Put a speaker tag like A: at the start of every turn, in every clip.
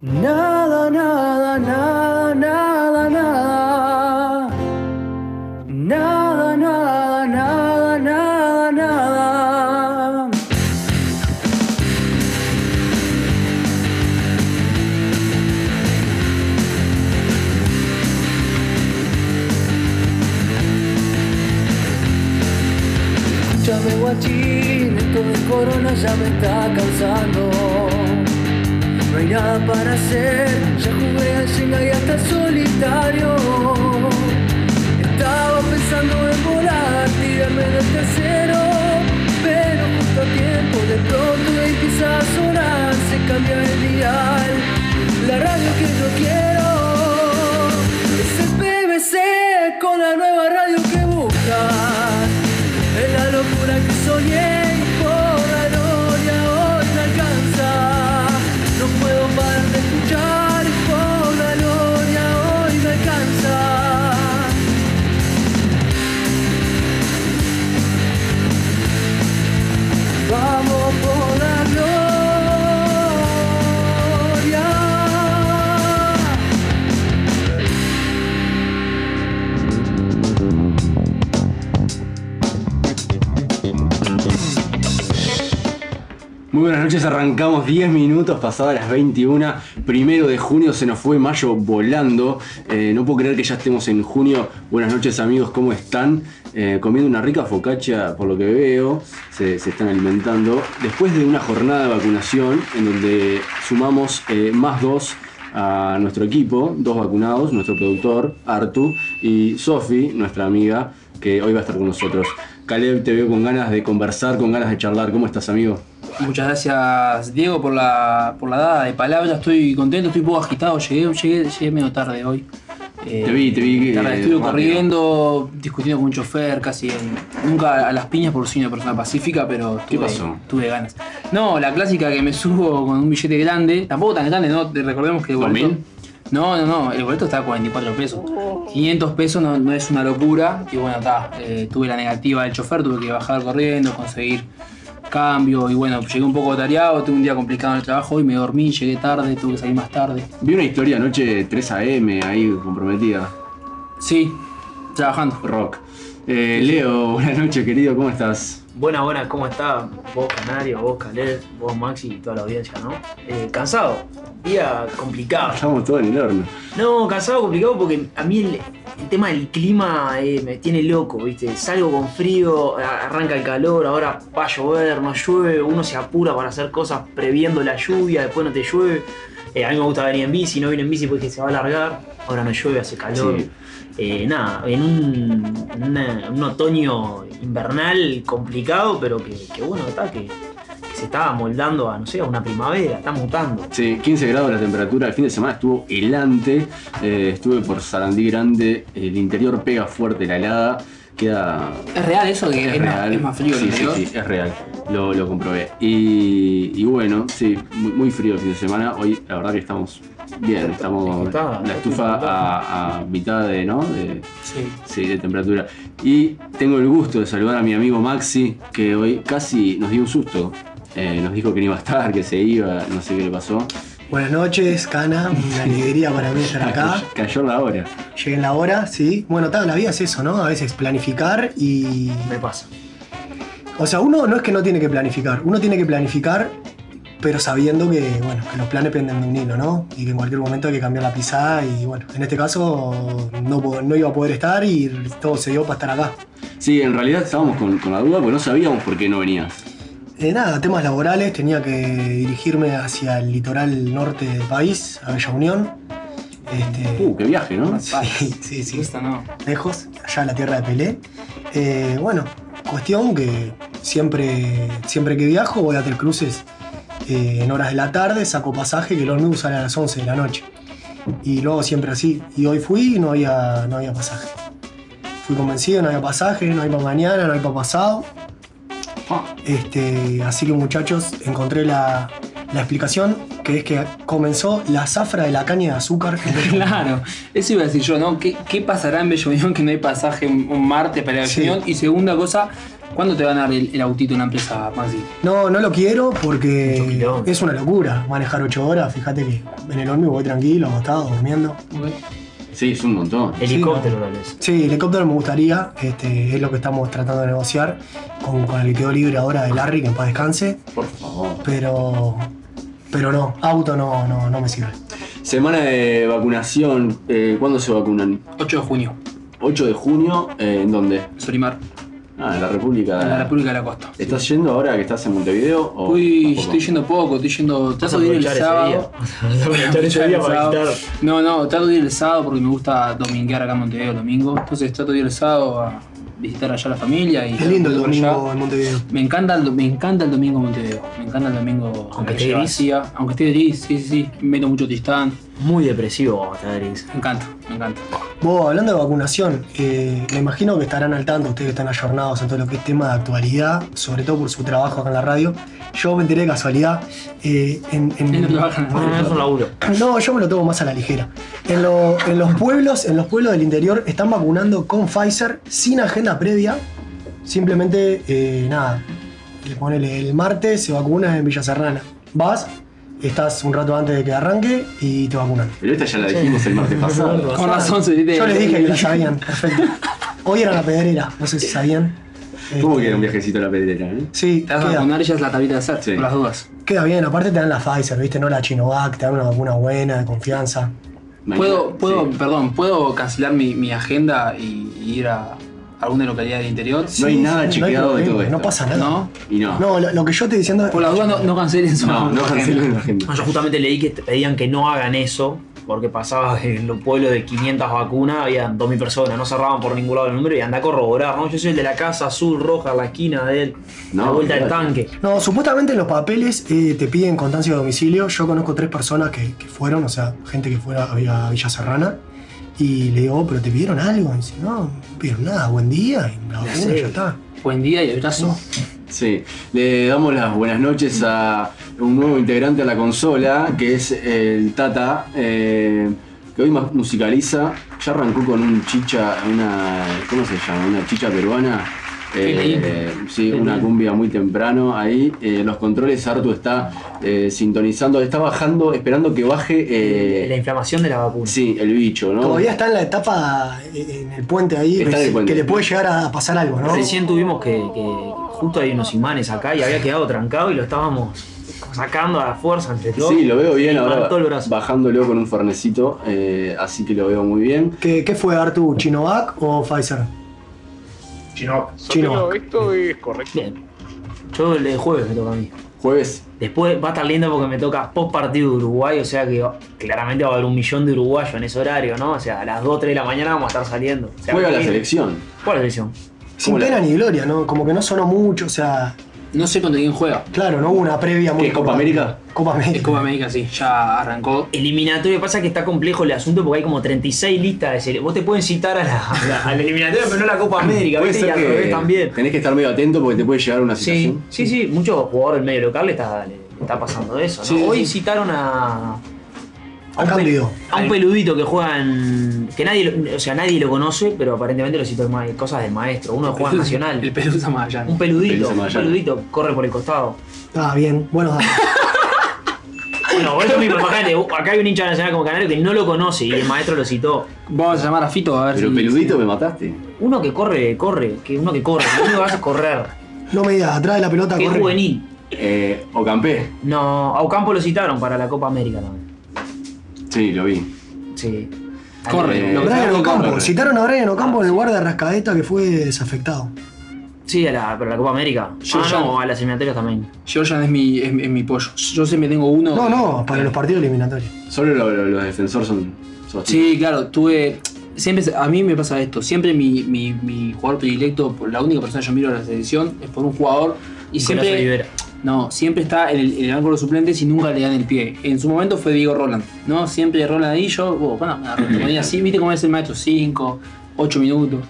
A: Nada, nada, nada, nada, nada. Nada, nada, nada, nada, nada. Escúchame, guachín, esto del corona ya me está cansando. No hay nada para hacer, ya jugué al Shenga y hasta el solitario. Estaba pensando en volar, tirarme del tercero, pero justo a tiempo de pronto empieza a sonar, se cambia el dial, la radio que yo quiero es el PBC con la nueva radio que buscas. Es la locura que soñé y por la gloria hoy me alcanza. No puedo parar de escuchar y por la gloria hoy me alcanza. Vamos por la gloria.
B: Muy buenas noches, arrancamos 10 minutos pasadas las 21. Primero de junio se nos fue mayo volando. Eh, no puedo creer que ya estemos en junio. Buenas noches, amigos, ¿cómo están? Eh, comiendo una rica focaccia, por lo que veo. Se, se están alimentando. Después de una jornada de vacunación, en donde sumamos eh, más dos a nuestro equipo, dos vacunados, nuestro productor, Artu, y Sofi, nuestra amiga, que hoy va a estar con nosotros. Caleb, te veo con ganas de conversar, con ganas de charlar. ¿Cómo estás, amigo?
C: Muchas gracias Diego por la, por la dada de palabras, estoy contento, estoy un poco agitado, llegué, llegué, llegué medio tarde hoy. Eh,
B: Te vi, te vi,
C: tarde,
B: eh,
C: estuve
B: rápido.
C: corriendo, discutiendo con un chofer, casi en- nunca a las piñas por soy una persona pacífica, pero
B: ¿Qué
C: tuve-
B: pasó?
C: tuve ganas. No, la clásica que me subo con un billete grande, tampoco tan grande, no, Te- recordemos que el
B: ¿Dos
C: boleto.
B: mil?
C: No, no, no, el boleto está a 44 pesos. 500 pesos no, no es una locura. Y bueno, está, eh, tuve la negativa del chofer, tuve que bajar corriendo, conseguir cambio. Y bueno, llegué un poco tareado, tuve un día complicado en el trabajo y me dormí, llegué tarde, tuve que salir más tarde.
B: Vi una historia anoche 3 AM ahí comprometida.
C: Sí, trabajando.
B: Rock. Eh, Leo, buenas noches querido, ¿cómo estás?
D: Buenas, buenas, ¿cómo está? Vos, Canario, vos, Caled, vos, Maxi y toda la audiencia, ¿no? Eh, cansado, día complicado.
B: Estamos todos en el horno.
D: No, cansado, complicado porque a mí el, el tema del clima eh, me tiene loco, ¿viste? Salgo con frío, a- arranca el calor, ahora va a llover, no llueve, uno se apura para hacer cosas previendo la lluvia, después no te llueve. Eh, a mí me gusta venir en bici, no vine en bici porque se va a alargar, ahora no llueve, hace calor.
B: Sí.
D: Eh, nada, en un, en una- un otoño invernal complicado, pero que, que bueno, está, que, que se está moldando a, no sé, a una primavera, está mutando.
B: Sí, 15 grados la temperatura, el fin de semana estuvo helante, eh, estuve por Sarandí Grande, el interior pega fuerte la helada, queda...
C: ¿Es real eso? Que es, más-
B: real.
C: es más frío el
B: sí, sí,
C: interior?
B: sí, es real, lo, lo comprobé. Y, y bueno, sí, muy, muy frío el fin de semana, hoy la verdad que estamos bien, estamos
D: Está-
B: la estufa a, a mitad de, ¿no? De-
C: Sí.
B: Sí, de temperatura. Y tengo el gusto de saludar a mi amigo Maxi, que hoy casi nos dio un susto. Eh, nos dijo que no iba a estar, que se iba, no sé qué le pasó.
E: Buenas noches, Cana. Una alegría para mí estar acá.
B: Cayó- Cayó la hora.
E: Llegué en la hora, sí. Bueno, toda la vida es eso, ¿no? A veces planificar y.
D: Me pasa.
E: O sea, uno no es que no tiene que planificar. Uno tiene que planificar, pero sabiendo que, bueno, que los planes penden de un hilo, ¿no? Y que en cualquier momento hay que cambiar la pisada. Y bueno, en este caso no, po- no iba a poder estar y todo se dio para estar acá.
B: Sí, en realidad estábamos con, con la duda, porque no sabíamos por qué no venías.
E: Eh, nada, temas laborales, tenía que dirigirme hacia el litoral norte del país, a Bella Unión. Este,
B: Uh, qué viaje,
C: Ah,
B: ¿no?
E: sí, sí, sí.
C: Esta no.
E: lejos, allá en la tierra de Pelé. Eh, bueno, cuestión que siempre, siempre que viajo voy a Tres Cruces eh, en horas de la tarde, saco pasaje que los nudos salen a las 11 de la noche. Y luego siempre así. Y hoy fui y no había, no había pasaje. Fui convencido, no había pasaje, no hay para mañana, no hay para pasado.
B: Ah,
E: Este, así que muchachos, encontré la, la explicación, que es que comenzó la zafra de la caña de azúcar. en Belo Horizonte.
C: Claro, eso iba a decir yo, ¿no? ¿Qué, qué pasará en Bello Unión que no hay pasaje un, un martes para Bello
E: Sí.
C: Unión? Y segunda cosa, ¿Cuándo te van a dar el, el autito en una empresa, Maxi?
E: No, no lo quiero
D: Mucho
E: porque
D: quilombo.
E: es una locura manejar 8 horas. Fíjate que en el ómnibus voy tranquilo, acostado, durmiendo.
B: Sí, es un montón.
C: Eh,
D: Helicóptero, tal vez.
E: Sí, helicóptero me gustaría, este, es lo que estamos tratando de negociar con, con el que quedó libre ahora de Larry, que en paz descanse,
B: Por favor.
E: pero, pero no, auto no, no, no me sirve.
B: Semana de vacunación. eh, ¿Cuándo se vacunan?
C: 8 de junio,
B: 8 de junio. eh, ¿En dónde?
C: Solimar,
B: Ah, en la República.
C: en la República de la Costa.
B: ¿Estás yendo ahora que estás en Montevideo? o
C: Uy,
B: tampoco?
C: estoy yendo poco, estoy yendo. Trato de ir el
D: aprovechar ese
C: sábado.
D: día. Vas a aprovechar ese día para
C: Trato de ir
D: visitar.
C: el sábado. No, no, trato de ir el sábado porque me gusta dominguear acá en Montevideo el domingo. Entonces trato de ir el sábado a visitar allá a la familia y.
E: Es lindo el
C: por allá.
E: domingo en Montevideo.
C: Me encanta, el, do- me encanta el domingo en Montevideo. Me encanta el domingo con
D: Aunque esté
C: la calle
D: gris.
C: vacía. Aunque esté gris, sí, sí, sí. Meto mucho tristán.
D: Muy depresivo, Tadris.
C: Me encanta, me encanta.
E: Vos, hablando de vacunación, eh, me imagino que estarán al tanto ustedes que están ayornados en todo lo que es tema de actualidad, sobre todo por su trabajo acá en la radio. Yo me enteré de casualidad eh, en, en-
C: Él no trabaja en la radio.
D: No, es un laburo.
E: No, yo me lo tomo más a la ligera. En, lo- en los pueblos, en los pueblos del interior, están vacunando con Pfizer sin agenda previa. Simplemente, eh, nada, le ponele el martes, se vacuna en Villa Serrana. Vas, estás un rato antes de que arranque y te vacunan.
B: Pero esta ya la dijimos el martes pasado.
D: Ah,
C: Con razón se dice.
E: Yo les dije que la sabían, perfecto. Hoy era la pedrera, no sé si sabían.
B: ¿Cómo
E: Este,
B: que era un viajecito a la pedrera? eh?
E: Sí,
C: Te vas a
E: queda-
C: vacunar, ella es la tablita de hacer,
B: Sí.
C: por las dudas.
E: queda bien. Aparte te dan la Pfizer, ¿viste? No la Chinovac, te dan una vacuna buena, de confianza.
C: ¿Puedo,
B: Sí.
C: puedo, perdón, ¿puedo cancelar mi, mi agenda y, y ir a alguna localidad del interior?
B: No hay nada
E: Sí, sí, no hay
B: chequeado de
E: problema,
B: todo esto.
E: No pasa nada.
C: ¿No?
B: Y no.
E: No, lo, lo que yo estoy diciendo es.
C: Por las dudas no, no cancelen su
B: no, no
C: agenda.
B: cancelen la agenda.
D: No, yo justamente leí que te pedían que no hagan eso, porque pasaba que en los pueblos de 500 vacunas habían 2.000 personas, no cerraban por ningún lado el número y anda a corroborar, ¿no? Yo soy el de la casa azul, roja, la esquina de él,
B: No,
D: la vuelta del
B: claro.
D: tanque.
E: No, supuestamente en los papeles eh, te piden constancia de domicilio. Yo conozco tres personas que, que fueron, o sea, gente que fue a, a Villa Serrana. Y le digo, "Oh, pero te pidieron algo. Y dice, no, no pidieron nada, buen día. Y la vacuna
D: sé.
E: ya está.
C: Buen día y abrazo.
B: Sí, le damos las buenas noches a un nuevo integrante a la consola, que es el Tata, eh, que hoy ma- musicaliza, ya arrancó con un chicha, una, ¿cómo se llama? Una chicha peruana. Eh, sí, una cumbia muy temprano ahí. eh, los controles, Artu está eh, sintonizando, está bajando, esperando que baje eh,
D: La inflamación de la vacuna.
B: sí, el bicho, ¿no?
E: Todavía está en la etapa, eh, en el puente ahí,
B: Está en
E: que-
B: el puente.
E: que le puede llegar a pasar algo, ¿no?
D: Recién tuvimos que, que- justo hay unos imanes acá y había quedado trancado y lo estábamos sacando a la fuerza entre todos.
B: Sí, lo veo bien
D: Y
B: ahora.
D: levantó el brazo.
B: Bajándolo con un fornecito, eh, así que lo veo muy bien.
E: ¿Qué, qué fue Artu? ¿Chinovac o Pfizer?
F: Chino.
E: Chino.
F: esto es correcto.
D: Bien. Yo el de jueves me toca a mí.
B: Jueves
D: Después va a estar lindo porque me toca post partido de Uruguay, o sea que claramente va a haber un millón de uruguayos en ese horario, ¿no? O sea, a las 2, 3 de la mañana vamos a estar saliendo. O sea,
B: juega la
D: ¿qué?
B: selección.
D: ¿Cuál selección?
E: Sin
B: Hola.
E: pena ni gloria, ¿no? Como que no sonó mucho, o sea,
C: No sé contra quién juega.
E: claro, no hubo una previa muy.
B: ¿Qué, Copa
E: importante.
B: América?
E: Copa
C: Es
E: América.
C: Copa América, sí, ya arrancó.
D: Eliminatoria, pasa que está complejo el asunto porque hay como 36 listas de serie. Vos te pueden citar a la, a la- a la eliminatoria, pero no a la Copa América,
B: Puede
D: ¿viste? Y
B: ser
D: al
B: que
D: revés también.
B: Tenés que estar medio atento porque te puede llegar una
D: Sí,
B: situación.
D: sí, sí, muchos jugadores del medio local le está, le está pasando eso. ¿no?
B: Sí,
D: Hoy
B: sí.
D: citaron a.
E: A cambio.
D: pe- a un peludito que juega en. que nadie lo, o sea, nadie lo conoce, pero aparentemente lo citó el ma- cosas de maestro. Uno de Juega Nacional.
C: El Pelusa Magallanes.
D: un peludito,
B: Pelusa
D: un
B: Magallanes.
D: peludito, corre por el costado.
E: Ah, bien, buenos datos.
D: Bueno, vos lo mismo, imagínate, vos- acá hay un hincha de nacional como canario que no lo conoce y el maestro lo citó.
C: Vamos a llamar a Fito a ver
B: Pero
C: si.
B: peludito me mataste.
D: Uno que corre, corre, que uno que corre, que uno que vas a correr,
E: No me digas, atrás de la pelota
D: que es
E: Ah, corre.
D: juvenil.
B: Eh, o campé.
D: No, a Ocampo lo citaron para la Copa América también.
B: Sí, lo vi.
D: Sí.
C: Corre,
B: Eh,
C: lo que
E: Brian
C: sea,
E: Ocampo,
B: corre.
E: citaron a Brian
B: Ah,
E: Ocampo en el guarda de Rascadeta que fue desafectado.
D: Sí, a la, pero a la Copa América.
C: Yo
D: ah,
C: ya-
D: no, a las eliminatorias también.
C: Georgian es mi, es, es mi pollo. Yo siempre tengo uno.
E: No, no, para los partidos eliminatorios.
B: Solo lo- lo- los defensores son. son así.
C: Sí, claro, tuve. Siempre, a mí me pasa esto, siempre mi, mi, mi jugador predilecto, por la única persona que yo miro a la selección es por un jugador y
D: Nicolás
C: siempre,
D: Olivera.
C: no, siempre está en el, en el banco de los suplentes y nunca le dan el pie. En su momento fue Diego Roland, ¿no? Siempre Roland ahí, yo, oh, bueno, me la ponía así, viste cómo es el maestro, 5, 8 minutos.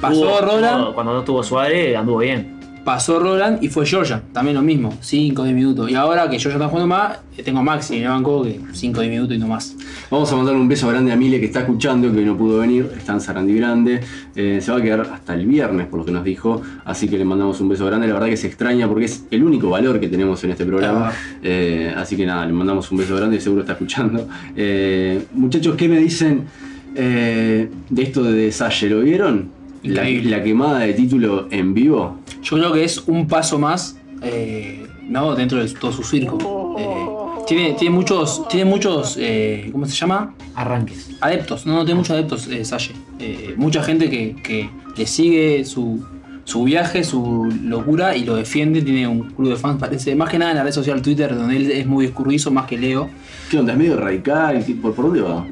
C: Pasó
D: Tuvo-
C: Roland,
D: no, Cuando no estuvo Suárez, anduvo bien.
C: Pasó Roland y fue Georgia, también lo mismo, 5 10 minutos. Y ahora que Georgia está jugando más, eh, tengo a Maxi en el banco que 5 10 minutos y no más.
B: Vamos a mandarle un beso grande a Mile que está escuchando, que hoy no pudo venir, está en Sarandí Grande. Eh, se va a quedar hasta el viernes, por lo que nos dijo. Así que le mandamos un beso grande. La verdad que se extraña porque es el único valor que tenemos en este
C: Ah.
B: programa. Eh, así que nada, le mandamos un beso grande, seguro está escuchando. Eh, muchachos, ¿qué me dicen eh, de esto de Salle? ¿Lo vieron? La,
C: Increíble.
B: la quemada de título en vivo.
C: Yo creo que es un paso más eh, ¿no? dentro de todo su circo. Eh, tiene, tiene muchos, tiene muchos eh, ¿cómo se llama?
D: Arranques.
C: Adeptos, no, no tiene muchos adeptos eh, Salle. Eh, mucha gente que, que le sigue su, su viaje, su locura y lo defiende. Tiene un club de fans, parece, más que nada en la red social Twitter, donde él es muy escurridizo, más que Leo.
B: ¿Qué onda? ¿Es medio radical? ¿Qué- ¿Por, por dónde va?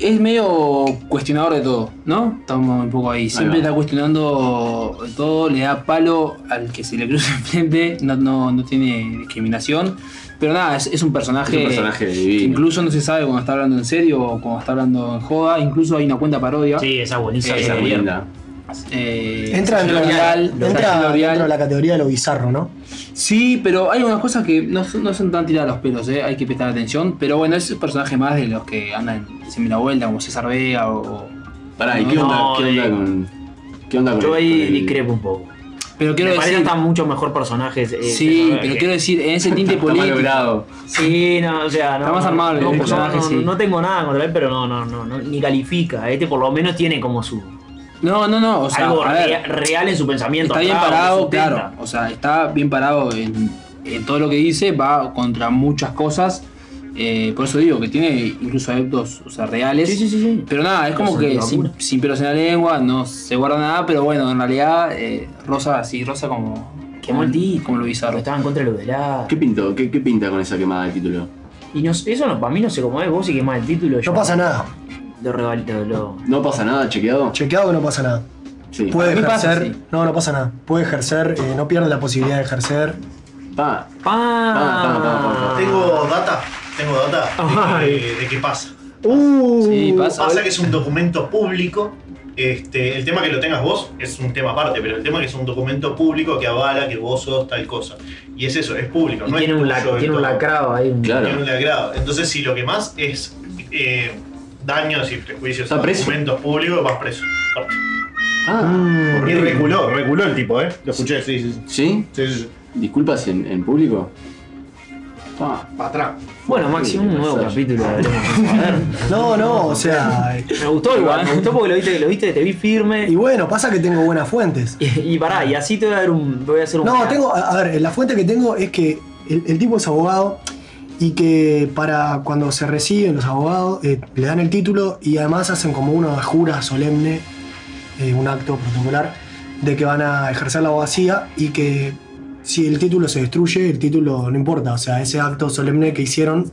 C: es medio cuestionador de todo, ¿no? Estamos un poco ahí. Siempre
B: Ahí va.
C: está cuestionando todo, le da palo al que se le cruza enfrente, no, no, no tiene discriminación. Pero nada, es, es un personaje.
B: Es un personaje divino.
C: que Eh, incluso no se sabe cuando está hablando en serio o cuando está hablando en joda. Incluso hay una cuenta parodia.
D: Sí, esa buenísima.
C: Eh,
B: Esa
D: esa
C: bien.
D: buena.
B: linda.
C: Eh,
E: Entra, dentro, de la-
C: L'Oreal,
E: entra
C: L'Oreal.
E: dentro de la categoría de lo bizarro, ¿no?
C: Sí, pero hay algunas cosas que no, son- no son tan tiradas los pelos, ¿eh? hay que prestar atención. Pero bueno, es un personaje más de los que andan siempre la vuelta, como César Vega o. o-
B: Pará, ¿y qué
D: No,
B: onda, qué onda
D: eh.
B: con.? ¿Qué onda con
D: Yo
B: el-
D: ahí
B: con el-
D: discrepo un poco.
C: Pero quiero
D: Me parecen
C: decir.
D: tan mucho mejor personajes. eh,
C: Sí,
D: César
C: pero
D: Vázquez.
C: quiero decir, en ese tinte
B: Está mal
C: político.
B: logrado.
D: Sí, no, o sea, no.
C: Está más armable,
D: no,
C: el
D: no,
C: personaje,
D: no,
C: sí.
D: no tengo nada contra él, pero no, no, no, no, ni califica. Este por lo menos tiene como su.
C: No, no, no, o sea,
D: algo
C: a
D: rea-
C: ver,
D: real en su pensamiento.
C: está bien
D: atrás,
C: parado,
D: su
C: claro.
D: tenda.
C: O sea, está bien parado en, en todo lo que dice, va contra muchas cosas. eh, por eso digo que tiene incluso adeptos, o sea, reales.
D: Sí, sí, sí, sí.
C: Pero nada, es como
D: Eso
C: que
D: es
C: sin,
D: locura.
C: sin pelos en la lengua, no se guarda nada, pero bueno, en realidad, eh, Rosa, sí, Rosa como.
D: Qué maldito.
C: Como lo bizarro.
D: Estaba en contra de lo de la.
B: ¿Qué pintó? ¿Qué, qué pinta con esa quemada de título?
D: Y no, eso no, para mí no sé cómo es. Vos si quemás el título. yo-
E: No pasa nada.
D: Lo regalito, lo.
B: ¿No pasa nada, chequeado?
E: Chequeado que no pasa nada.
B: Sí.
E: Puede
C: mí
E: ejercer.
C: pasa, sí.
E: No, no pasa nada. Puede ejercer, eh, no pierde la posibilidad de ejercer.
B: Pa. pa,
D: ¡Pam!
B: pa, pa.
D: Ah.
G: Tengo data, tengo data de, que- de qué pasa.
D: Uh,
C: Sí, pasa.
G: Pasa que es un documento público. Este, el tema que lo tengas vos es un tema aparte, pero el tema que es un documento público que avala que vos sos tal cosa. Y es eso, es público.
D: y
G: no
D: tiene,
G: es
D: un
G: tuyo
D: lac-
G: del
D: tiene un
G: todo.
D: lacrado ahí. un-
B: Claro.
G: Tiene un lacrado. Entonces, si lo que más es eh, daños y prejuicios a
B: ¿Está preso?
G: documentos públicos, vas preso.
B: Ah.
D: Mm,
F: Y reculó, reculó el tipo, ¿eh? Lo escuché, sí, sí.
B: ¿Sí?
F: sí, sí, sí.
B: ¿Disculpas en, en público? Pa.
F: Para atrás.
D: Bueno, Maxi, un
B: Sí,
D: nuevo
B: pasa.
D: capítulo. hablemos.
E: No, no, o sea. eh,
D: Me gustó igual, me gustó porque lo viste, lo viste, te vi firme.
E: Y bueno, pasa que tengo buenas fuentes.
D: Y, y pará, y así te voy a dar un. Voy a hacer un
E: No, tengo. A a ver, la fuente que tengo es que el, el tipo es abogado y que para cuando se reciben los abogados eh, le dan el título y además hacen como una jura solemne, eh, un acto protocolar, de que van a ejercer la abogacía y que si el título se destruye, el título no importa. O sea, ese acto solemne que hicieron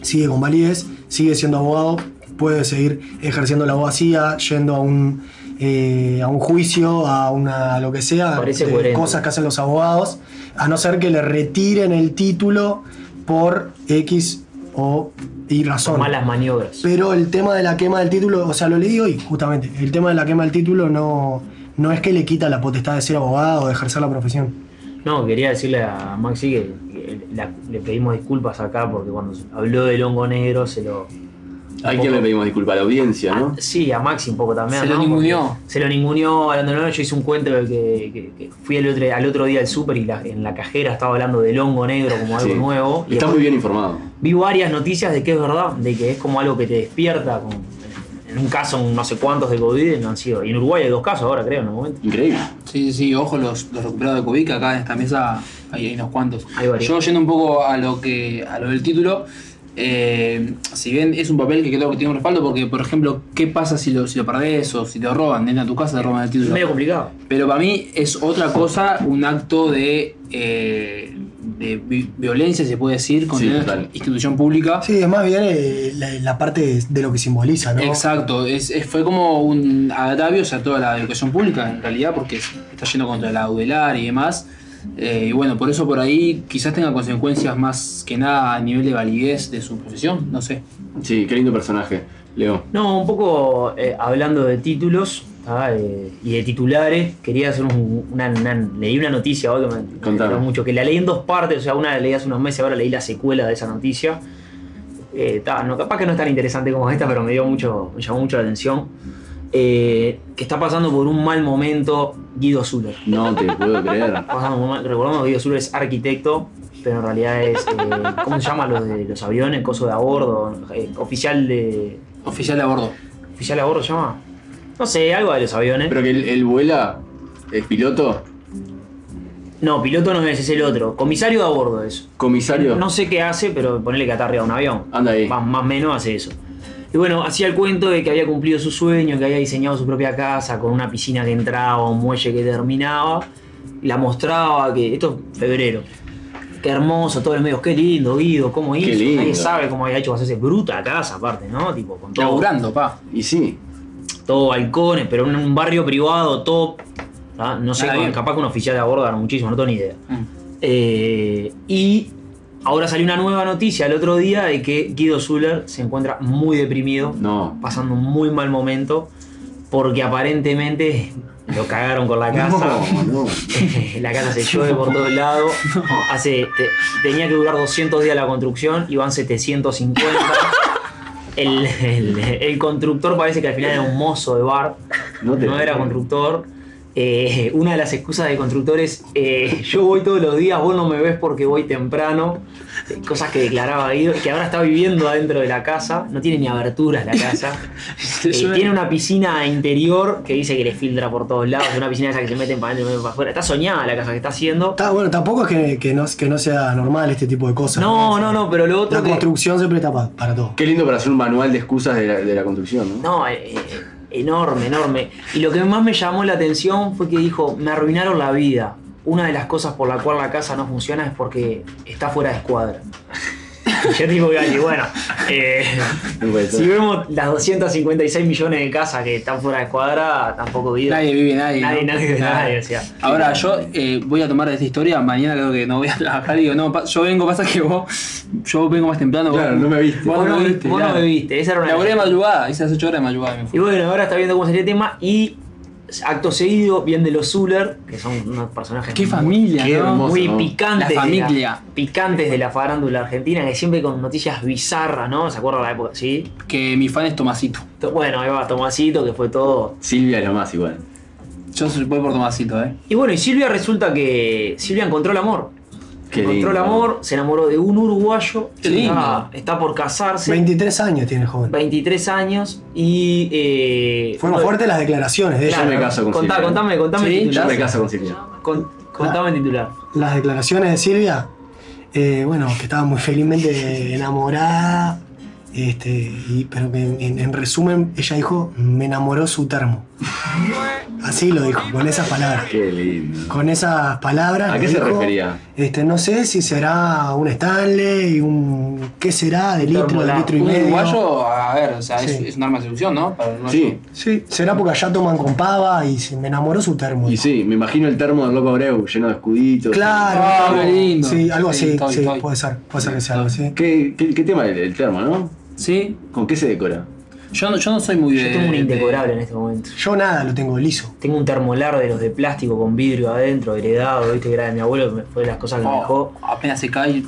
E: sigue con validez, sigue siendo abogado, puede seguir ejerciendo la abogacía, yendo a un, eh, a un juicio, a una lo que sea,
D: Parece
E: eh,
D: coherente.
E: cosas que hacen los abogados, a no ser que le retiren el título por X o Y razón.
D: malas maniobras.
E: Pero el tema de la quema del título, o sea, lo leí hoy, justamente, el tema de la quema del título no, no es que le quita la potestad de ser abogado o de ejercer la profesión.
D: No, quería decirle a Maxi que, que la- le pedimos disculpas acá porque cuando se- habló del hongo negro se lo.
B: Hay que le pedimos disculpas a la audiencia, ¿no?
D: Ah, Sí, a Maxi un poco también.
C: Se lo
D: ¿no?
C: ninguneó.
D: Porque Se lo ninguneó hablando de hongo. Yo hice un cuento de que, que- que fui al otro, al otro día al súper y la- en la cajera estaba hablando del hongo negro como Ah, algo
B: Sí.
D: nuevo. Y
B: Está
D: después
B: muy bien informado.
D: vi varias noticias de que es verdad, de que es como algo que te despierta. como en un caso, no sé cuántos de COVID no han sido. Y en Uruguay hay dos casos ahora, creo, en el momento.
B: Increíble.
C: Sí, sí, sí, ojo los, los recuperados de Kubica, acá en esta mesa hay, hay unos cuantos.
D: Hay varios.
C: Yo yendo un poco a lo que a lo del título, eh, si bien es un papel que creo que tiene un respaldo, porque por ejemplo, ¿qué pasa si lo, si lo perdés o si te lo roban? Dentro a tu casa te roban el
D: Es
C: título.
D: medio complicado.
C: Pero para mí es otra cosa, un acto de, eh, de vi- violencia, se puede decir, contra
B: Sí,
C: una
B: total.
C: institución pública.
E: Sí, es más bien eh, la, la parte de, de lo que simboliza, ¿no?
C: Exacto, es, es- fue como un agravio hacia toda la educación pública en realidad, porque se está yendo contra la UDELAR y demás. Eh, y bueno, por eso por ahí quizás tenga consecuencias más que nada a nivel de validez de su profesión, no sé.
B: Sí, qué lindo personaje, Leo.
D: No, un poco eh, hablando de títulos, Ah, eh, y de titulares, quería hacer un- una, una- Leí una noticia hoy que me
B: Contame.
D: me enteró mucho, que la leí en dos partes, o sea, una la leí hace unos meses, ahora leí la secuela de esa noticia. Eh, ta, no, capaz que no es tan interesante como esta, pero me dio mucho, me llamó mucho la atención. Eh, que está pasando por un mal momento Guido Zuller.
B: No te puedo creer.
D: Está pasando por un mal- Recordemos que Guido Zuller es arquitecto, pero en realidad es. eh, ¿Cómo se llama los de los aviones? Coso de a bordo, eh, oficial de.
C: Oficial de a bordo.
D: ¿Oficial de a bordo se llama? No sé, algo de los aviones.
B: Pero que él, él vuela, es piloto,
D: No, piloto no es, es el otro. Comisario de a bordo es.
B: comisario. Ah,
D: No sé qué hace, pero ponele que está arriba de un avión.
B: Anda ahí.
D: Más, más o menos hace eso. Y bueno, hacía el cuento de que había cumplido su sueño, que había diseñado su propia casa con una piscina que entraba, un muelle que terminaba. La mostraba, que esto es febrero. Qué hermoso, todos los medios, qué lindo, Guido, cómo hizo. Nadie
B: lindo.
D: sabe cómo había hecho para hacerse bruta casa, aparte, ¿no? Tipo, con todo
C: Laburando, pa.
B: Y sí,
D: todo balcones, pero en un barrio privado top. ¿ah? No sé,
C: Nada
D: con-
C: bien. Mm.
D: capaz que un oficial de a bordo gana muchísimo, no tengo ni idea. Eh, y ahora salió una nueva noticia el otro día de que Guido Zuller se encuentra muy deprimido,
B: no.
D: pasando un muy mal momento, porque aparentemente lo cagaron con la casa.
B: No, no.
D: la casa se llueve por todos lados. Hace, te- tenía que durar 200 días la construcción y van 750. El, el- el constructor parece que al final era un mozo de bar,
B: No
D: no,
B: te-
D: era constructor. Eh, una de las excusas de constructor es eh, yo voy todos los días, vos no me ves porque voy temprano. Eh, Cosas que declaraba Guido, que ahora está viviendo adentro de la casa, no tiene ni aberturas la casa. Eh, tiene una piscina interior que dice que le filtra por todos lados. Una piscina esa que se meten para adentro y meten para afuera. Está soñada la casa que está haciendo.
E: Está- bueno, tampoco es que, que no, que no sea normal este tipo de cosas.
D: No, no, no, pero lo
E: La
D: otro. que-
E: construcción se presta pa- para todo.
B: Qué lindo para hacer un manual de excusas de la, de la construcción, ¿no?
D: No, eh, eh, enorme, enorme. Y lo que más me llamó la atención fue que dijo: Me arruinaron la vida. Una de las cosas por la cual la casa no funciona es porque está fuera de escuadra. Y Yo digo, "Gali, bueno, eh,
B: No puede ser.
D: si vemos las 256 millones de casas que están fuera de escuadra, tampoco vive
C: Nadie vive nadie. ¿no?
D: nadie, nadie,
C: Nada.
D: nadie, o sea.
C: Ahora, yo eh, voy a tomar de esta historia. Mañana creo que no voy a trabajar. Y digo, no, pa- yo vengo, pasa que vos. Yo vengo más temprano. vos-
B: Claro, no me viste.
C: Vos
D: Vos
C: no
D: no
C: me
D: viste,
C: viste.
D: vos no
C: claro.
D: me viste, esa era una.
C: Laburé de madrugada, hice las 8 horas de madrugada. me fui.
D: Y bueno, ahora está viendo cómo sería el tema y acto seguido bien de los Zuller, que son unos personajes
C: Qué
D: muy-
C: familia,
B: Qué
C: ¿no?
B: hermoso.
D: muy
B: ¿no?
D: picantes,
C: La familia.
D: de la- picantes de la farándula argentina, que siempre con noticias bizarras, ¿no? ¿Se acuerda la época? Sí.
C: Que mi fan es Tomasito.
D: To- Bueno, ahí va Tomasito, que fue todo.
B: Silvia es lo más igual.
C: Yo soy- voy por Tomasito, ¿eh?
D: Y bueno, y Silvia resulta que Silvia encontró el amor.
B: Qué
D: encontró
B: lindo.
D: el amor, se enamoró de un uruguayo,
C: Qué lindo.
D: Está, está por casarse,
E: 23 años tiene el joven.
D: 23 años y... Eh,
E: Fueron
D: uno de-
E: fuertes las declaraciones de ella.
B: Claro. me caso con
D: contá-
B: Silvia.
D: Contame, contame
C: Sí,
D: el
B: Yo
D: titular.
B: me caso con Silvia.
D: Con- contame el titular.
E: Las declaraciones de Silvia, eh, bueno, que estaba muy felizmente enamorada. Este, y- pero que en, en- en resumen, ella dijo, me enamoró su termo. Así lo dijo, con esas palabras.
B: Qué lindo.
E: Con esas palabras.
B: ¿A
E: lo
B: qué se
E: dijo,
B: refería?
E: Este, no sé si será un Stanley, un. ¿Qué será? De litro, de
D: Termolá.
E: litro y
C: Un
E: medio.
C: uruguayo, a ver, o sea, es,
E: Sí.
C: es un arma de seducción, ¿no? Para el uruguayo.
B: Sí,
E: Sí, será porque allá toman con pava y se me enamoró su termo.
B: y sí, me imagino el termo del loco Abreu lleno de escuditos.
C: Ah,
E: Claro,
C: qué lindo.
E: sí, algo
C: Sí,
E: así,
C: estoy,
E: sí,
C: estoy.
E: puede ser, puede ser que
B: Ah.
E: sea algo así.
B: ¿Qué, qué, qué tema el, el termo, no?
C: Sí.
B: ¿Con qué se decora?
C: Yo no, yo no soy muy
D: Yo
C: de.
D: tengo un
C: de-
D: indecorable en este momento.
E: Yo nada, lo tengo liso.
D: Tengo un termolar de los de plástico con vidrio adentro, heredado, viste que era de mi abuelo, que me- fue de las cosas que me
C: Oh,
D: dejó.
C: apenas se cae.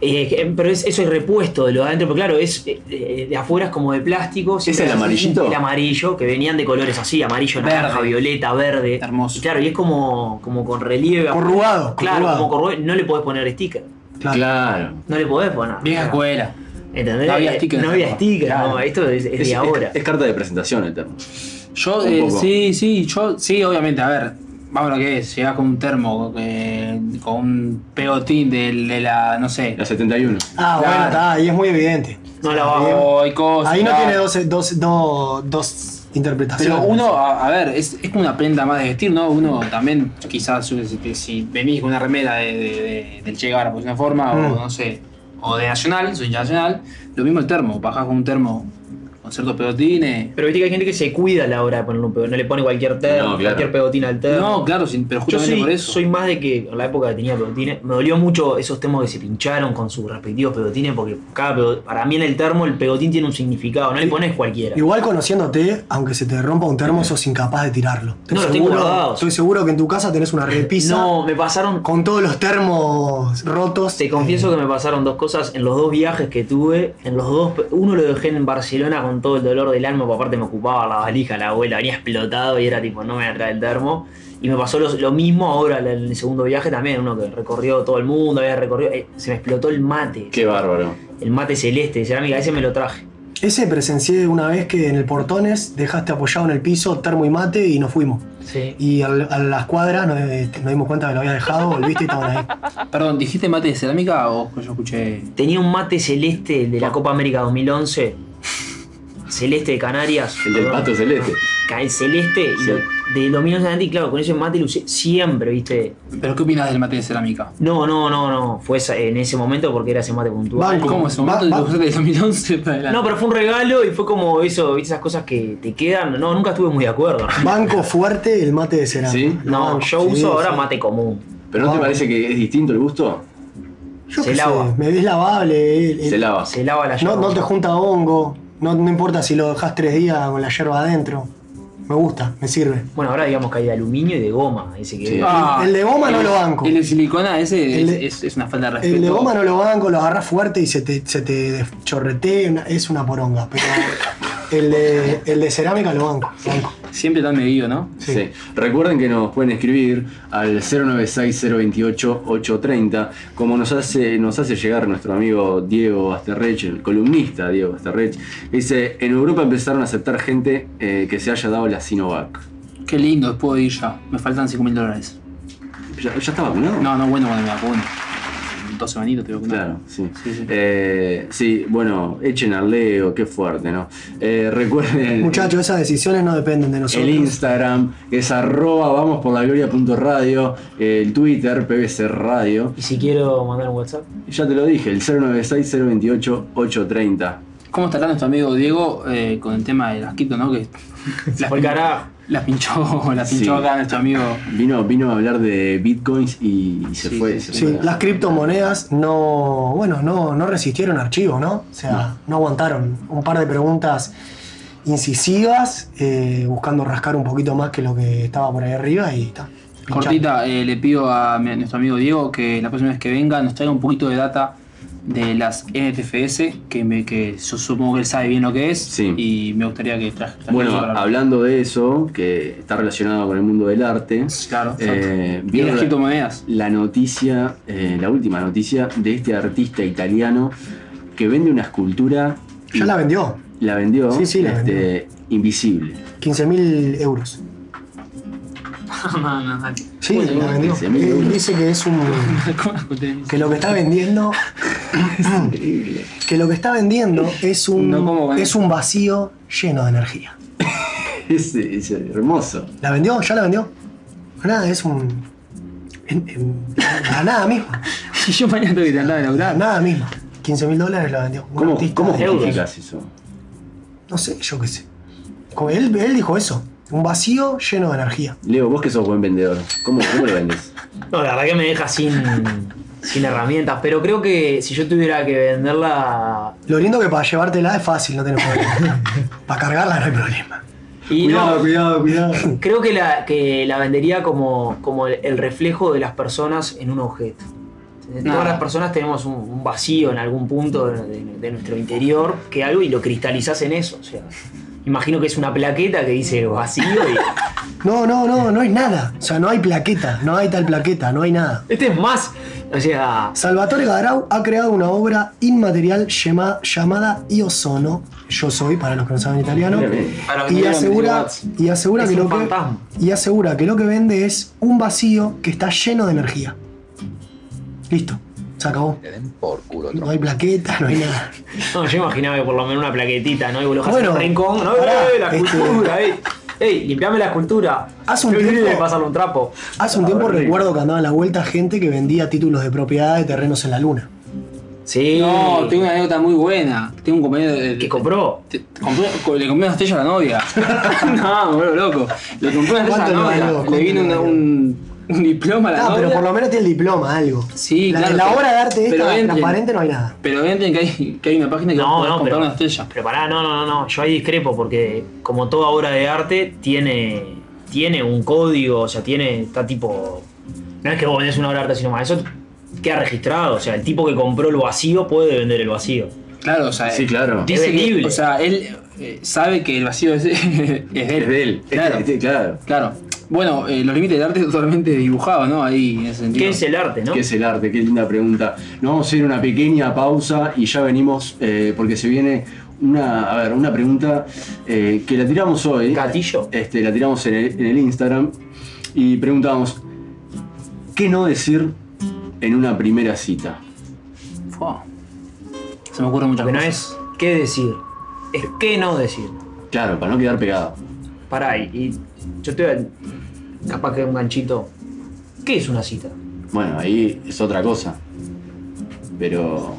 D: Eh, que- pero es- eso es repuesto de lo de adentro, pero claro, es eh, eh, de afuera es como de plástico. siempre
B: el
D: así,
B: amarillito?
D: El amarillo, que venían de colores así, amarillo,
C: Verde.
D: naranja, violeta, verde.
C: Hermoso.
D: Y claro, y es como, como con relieve.
E: Corrugado,
D: Claro,
E: corrugado.
D: como corrugado. No le podés poner sticker.
E: Claro.
B: Claro.
D: No le podés poner.
C: Vieja
D: Claro.
C: escuela.
D: ¿Entendés?
C: No había sticker.
D: No había sticker,
C: Claro.
D: no, esto es, es de ahora.
B: Es, es carta de presentación el termo.
C: Yo,
B: Un
C: eh,
B: poco.
C: sí, sí, yo, sí, obviamente, a ver, vamos a lo que es, llegás con un termo, eh, con un pegotín del- de, la, no sé,
B: La 71.
E: Ah,
C: Claro.
E: bueno, está, ahí es muy evidente.
D: no la bajo.
C: o hay cosas.
E: Ahí no
C: tal.
E: tiene dos, dos, dos, dos interpretaciones.
C: Pero uno, a, a ver, es, es como una prenda más de vestir, ¿no? Uno también, quizás, si, si- si venís con una remera de, de- de- del Che Guevara, por una forma, o
E: Mm.
C: no sé, o de Nacional, soy hincha de Nacional, lo mismo el termo, bajás con un termo, con con ciertos pedotines.
D: Pero viste que hay gente que se cuida a la hora de ponerle un pegotín, no le pone cualquier termo,
H: No, claro.
D: cualquier pegotín al termo.
C: No, claro, sin- pero
D: Yo
C: justamente
D: soy,
C: por eso.
D: soy más de que en la época que tenía pedotines, me dolió mucho esos termos que se pincharon con sus respectivos pedotines, porque cada pedo- para mí en el termo el pegotín tiene un significado, no le pones cualquiera.
E: Igual conociéndote, aunque se te rompa un termo, sos incapaz de tirarlo. Estoy,
D: No, los tengo
E: seguro,
D: guardados.
E: estoy seguro que en tu casa tenés una repisa
D: No, me pasaron
E: con todos los termos rotos. Eh,
D: Te confieso que me pasaron dos cosas en los dos viajes que tuve. En los dos, uno lo dejé en Barcelona con todo el dolor del alma, porque aparte me ocupaba la valija, la abuela, venía explotado y era tipo, no me atrae el termo. Y me pasó los- lo mismo ahora en el segundo viaje también, uno que recorrió todo el mundo, había recorrido. eh, se me explotó el mate,
H: Qué bárbaro.
D: el mate celeste de cerámica, ese me lo traje.
E: Ese presencié una vez que en el Portones dejaste apoyado en el piso termo y mate y nos fuimos.
D: Sí.
E: Y al- a las cuadras nos, este, nos dimos cuenta que lo habías dejado, volviste y estaban ahí.
C: Ah, Perdón, ¿dijiste mate de cerámica o yo escuché?
D: Tenía un mate celeste de la Copa América 2011, celeste de Canarias.
H: El del pato celeste.
D: Cae celeste y lo- de 2011 en adelante, y claro, con ese mate lo usé siempre, ¿viste?
C: ¿Pero qué opinas del mate de cerámica?
D: No, no, no, no. Fue esa- en ese momento porque era ese mate puntual.
E: Banco.
C: ¿Cómo es?
E: Va-
C: ¿Momento de
E: va-
C: los de 2011 para adelante?
D: No, pero fue un regalo y fue como eso, ¿viste? esas cosas que te quedan. No, nunca estuve muy de acuerdo.
E: Banco fuerte el mate de cerámica.
B: Sí.
E: Lo
D: No,
E: banco.
D: yo
E: Sí,
D: uso ahora
E: sí.
D: mate común.
B: ¿Pero
E: Ah.
B: no te parece que es distinto el gusto?
E: Yo
D: Se
E: qué sé,
D: lava.
E: me ves lavable. el- el-
H: Se lava.
D: Se lava la
E: no,
D: yerba.
E: no te junta hongo. No, no importa si lo dejas tres días con la yerba adentro. Me gusta, me sirve.
D: Bueno, ahora digamos que hay de aluminio y de goma. Ese que
H: Sí.
C: Ah,
E: el de goma no
C: el-
E: lo banco.
C: El de silicona ese es,
E: El de-
C: es- es una falta de respeto.
E: El de goma no lo banco, lo agarras fuerte y se te, se te chorretea, una- es una poronga. Pero el de, el de cerámica lo banco. lo banco.
C: Siempre tan medido, ¿no?
E: Sí.
B: Sí. Recuerden que nos pueden escribir al 096-028-830, como nos hace, nos hace llegar nuestro amigo Diego Asterrech, el columnista Diego Asterrech. Dice, en Europa empezaron a aceptar gente eh, que se haya dado la Sinovac.
C: Qué lindo, puedo ir ya. Me faltan 5 mil dólares.
B: ¿Ya, ya está vacunado?
C: No, no, bueno, bueno, me vacuno. En Dos semanitas te vacuno.
B: Claro, sí.
C: Sí, sí.
B: Eh, sí, bueno, echen al Leo, qué fuerte, ¿no? Eh, recuerden...
E: Muchachos, esas decisiones no dependen de nosotros.
B: El Instagram es arroba vamos por la gloria punto radio, el Twitter PBC Radio.
D: Y si quiero mandar un WhatsApp.
B: Ya te lo dije, el 096-028-830.
C: ¿Cómo estará nuestro amigo Diego eh, con el tema de las cripto, no? Que las,
D: Por
C: pin-
D: carajo.
C: las pinchó, las pinchó
B: Sí.
C: acá nuestro amigo.
B: Vino, vino a hablar de bitcoins y, y se
C: Sí,
B: fue.
C: sí,
B: se
E: Sí,
B: fue.
E: las criptomonedas no, bueno, no, no resistieron archivos, ¿no? O sea, no aguantaron. Un par de preguntas incisivas, eh, buscando rascar un poquito más que lo que estaba por ahí arriba y está.
C: Cortita, eh, le pido a mi- nuestro amigo Diego que la próxima vez que venga nos traiga un poquito de data de las NTFS, que, me, que yo supongo que él sabe bien lo que es.
B: Sí.
C: Y me gustaría que traje. trajera
B: Bueno,
C: eso para-
B: hablando de eso, que está relacionado con el mundo del arte,
C: Claro,
B: eh,
C: Y las
B: vieron la,
C: criptomonedas.
B: la noticia, eh, la última noticia de este artista italiano que vende una escultura,
E: Ya la vendió,
B: la vendió,
E: Sí, sí, la
B: este, invisible.
E: 15.000 euros.
C: No, no, dale.
E: Sí,
C: Bueno,
E: la
C: bueno,
E: vendió.
B: 15.000
E: Él
B: euros.
E: dice que es un...
C: ¿Cómo la conté?
E: que lo que está vendiendo que lo que está vendiendo es un
C: No, ¿cómo ven?
E: es un vacío lleno de energía
B: Es, es hermoso.
E: la vendió ya la vendió nada es un en- en- la nada misma
C: Si yo mañana tengo que tratar de
E: la
C: laburar.
E: Ah, nada misma 15 mil dólares la vendió un
B: ¿Cómo,
E: artista
B: cómo
E: de-
B: justificas eso?
E: no sé yo qué sé Como él, él dijo eso un vacío lleno de energía
B: Leo, vos que sos buen vendedor, ¿cómo, cómo lo vendes?
D: No, la verdad que me deja sin, sin herramientas. Pero creo que si yo tuviera que venderla.
E: lo lindo que para llevártela es fácil no tenés problema para cargarla no hay problema
D: Y no,
E: cuidado cuidado
D: Creo que la, que la vendería como, como el, el reflejo de las personas en un objeto.
C: No.
D: Todas las personas tenemos un, un vacío en algún punto de, de- de nuestro interior que algo y lo cristalizás en eso. O sea, imagino que es una plaqueta que dice vacío y.
E: no no no no hay nada o sea no hay plaqueta no hay tal plaqueta no hay nada
D: Este es más. O sea.
E: Salvatore Gadrau ha creado una obra inmaterial llama- llamada Io sono, yo soy, para los que no saben italiano,
B: Mira, mira.
C: Para los que
E: y
C: no
E: asegura,
C: digan,
E: y, asegura
D: Es
E: que
D: un
E: lo que,
D: fantasma.
E: y asegura que lo que vende es un vacío que está lleno de energía. Listo, se acabó.
H: Le den por culo,
E: No hay plaqueta, no hay nada.
D: No, yo imaginaba que por lo menos una plaquetita, ¿no? Y vos lo dejás
E: Bueno,
D: en el rincón. No,
E: pará,
D: ¡Eh, la
E: este-
D: escultura, ey! ¡Ey, limpiame la escultura!
E: Hace un
D: Yo vine
E: tiempo-
D: de pasarle un trapo.
E: Hace un tiempo recuerdo que andaba en la vuelta gente que vendía títulos de propiedad de terrenos en la luna.
D: Sí.
C: No, tengo una anécdota muy buena. Tengo un compañero. de-
D: que compró.
C: te- te compré- co- le compré una estrella a la novia. no, me vuelvo loco. Le compré una estrella a
E: ¿Cuánto le
C: la
E: valió?
C: novia. Le vino una-
E: ¿Cuánto le
C: un, un diploma a la
E: Ah,
C: novia.
E: pero por lo menos tiene el diploma, algo.
C: Sí,
E: la,
C: claro,
E: la
C: pero-
E: obra de arte
C: pero
E: esta,
C: entren.
E: transparente, no hay nada.
C: Pero entren que hay, que hay una página que vos
D: No,
C: podés
D: no,
C: comprar
D: pero,
C: una estrella.
D: pero pará, no, no, no, no, yo ahí discrepo porque como toda obra de arte tiene, tiene un código, o sea, tiene, está tipo, no es que vos vendés una obra de arte sino más, eso queda registrado, o sea, el tipo que compró el vacío puede vender el vacío.
C: Claro, o sea.
B: Sí, claro.
D: Di-
C: dice
D: Es
C: que-
D: vendible.
C: o sea, él eh, sabe que el vacío es, es de él.
B: Es de él.
C: Claro.
B: Este- este- claro.
C: Claro. Bueno, eh, los límites del arte totalmente dibujados, ¿no? Ahí en ese sentido.
D: ¿Qué es el arte, no?
B: ¿Qué es el arte? Qué linda pregunta. Nos vamos a ir a una pequeña pausa y ya venimos eh, porque se viene una, a ver, una pregunta eh, que la tiramos hoy.
D: Gatillo.
B: Este, la tiramos en el, en el Instagram y preguntábamos, ¿qué no decir en una primera cita?
C: Fua. Se me ocurre muchas
D: Porque no
C: cosas.
D: es qué decir, es qué no decir.
B: Claro, para no quedar pegado.
D: Pará, y, y yo te voy a- capaz que un ganchito. ¿Qué es una cita?
B: Bueno, ahí es otra cosa. Pero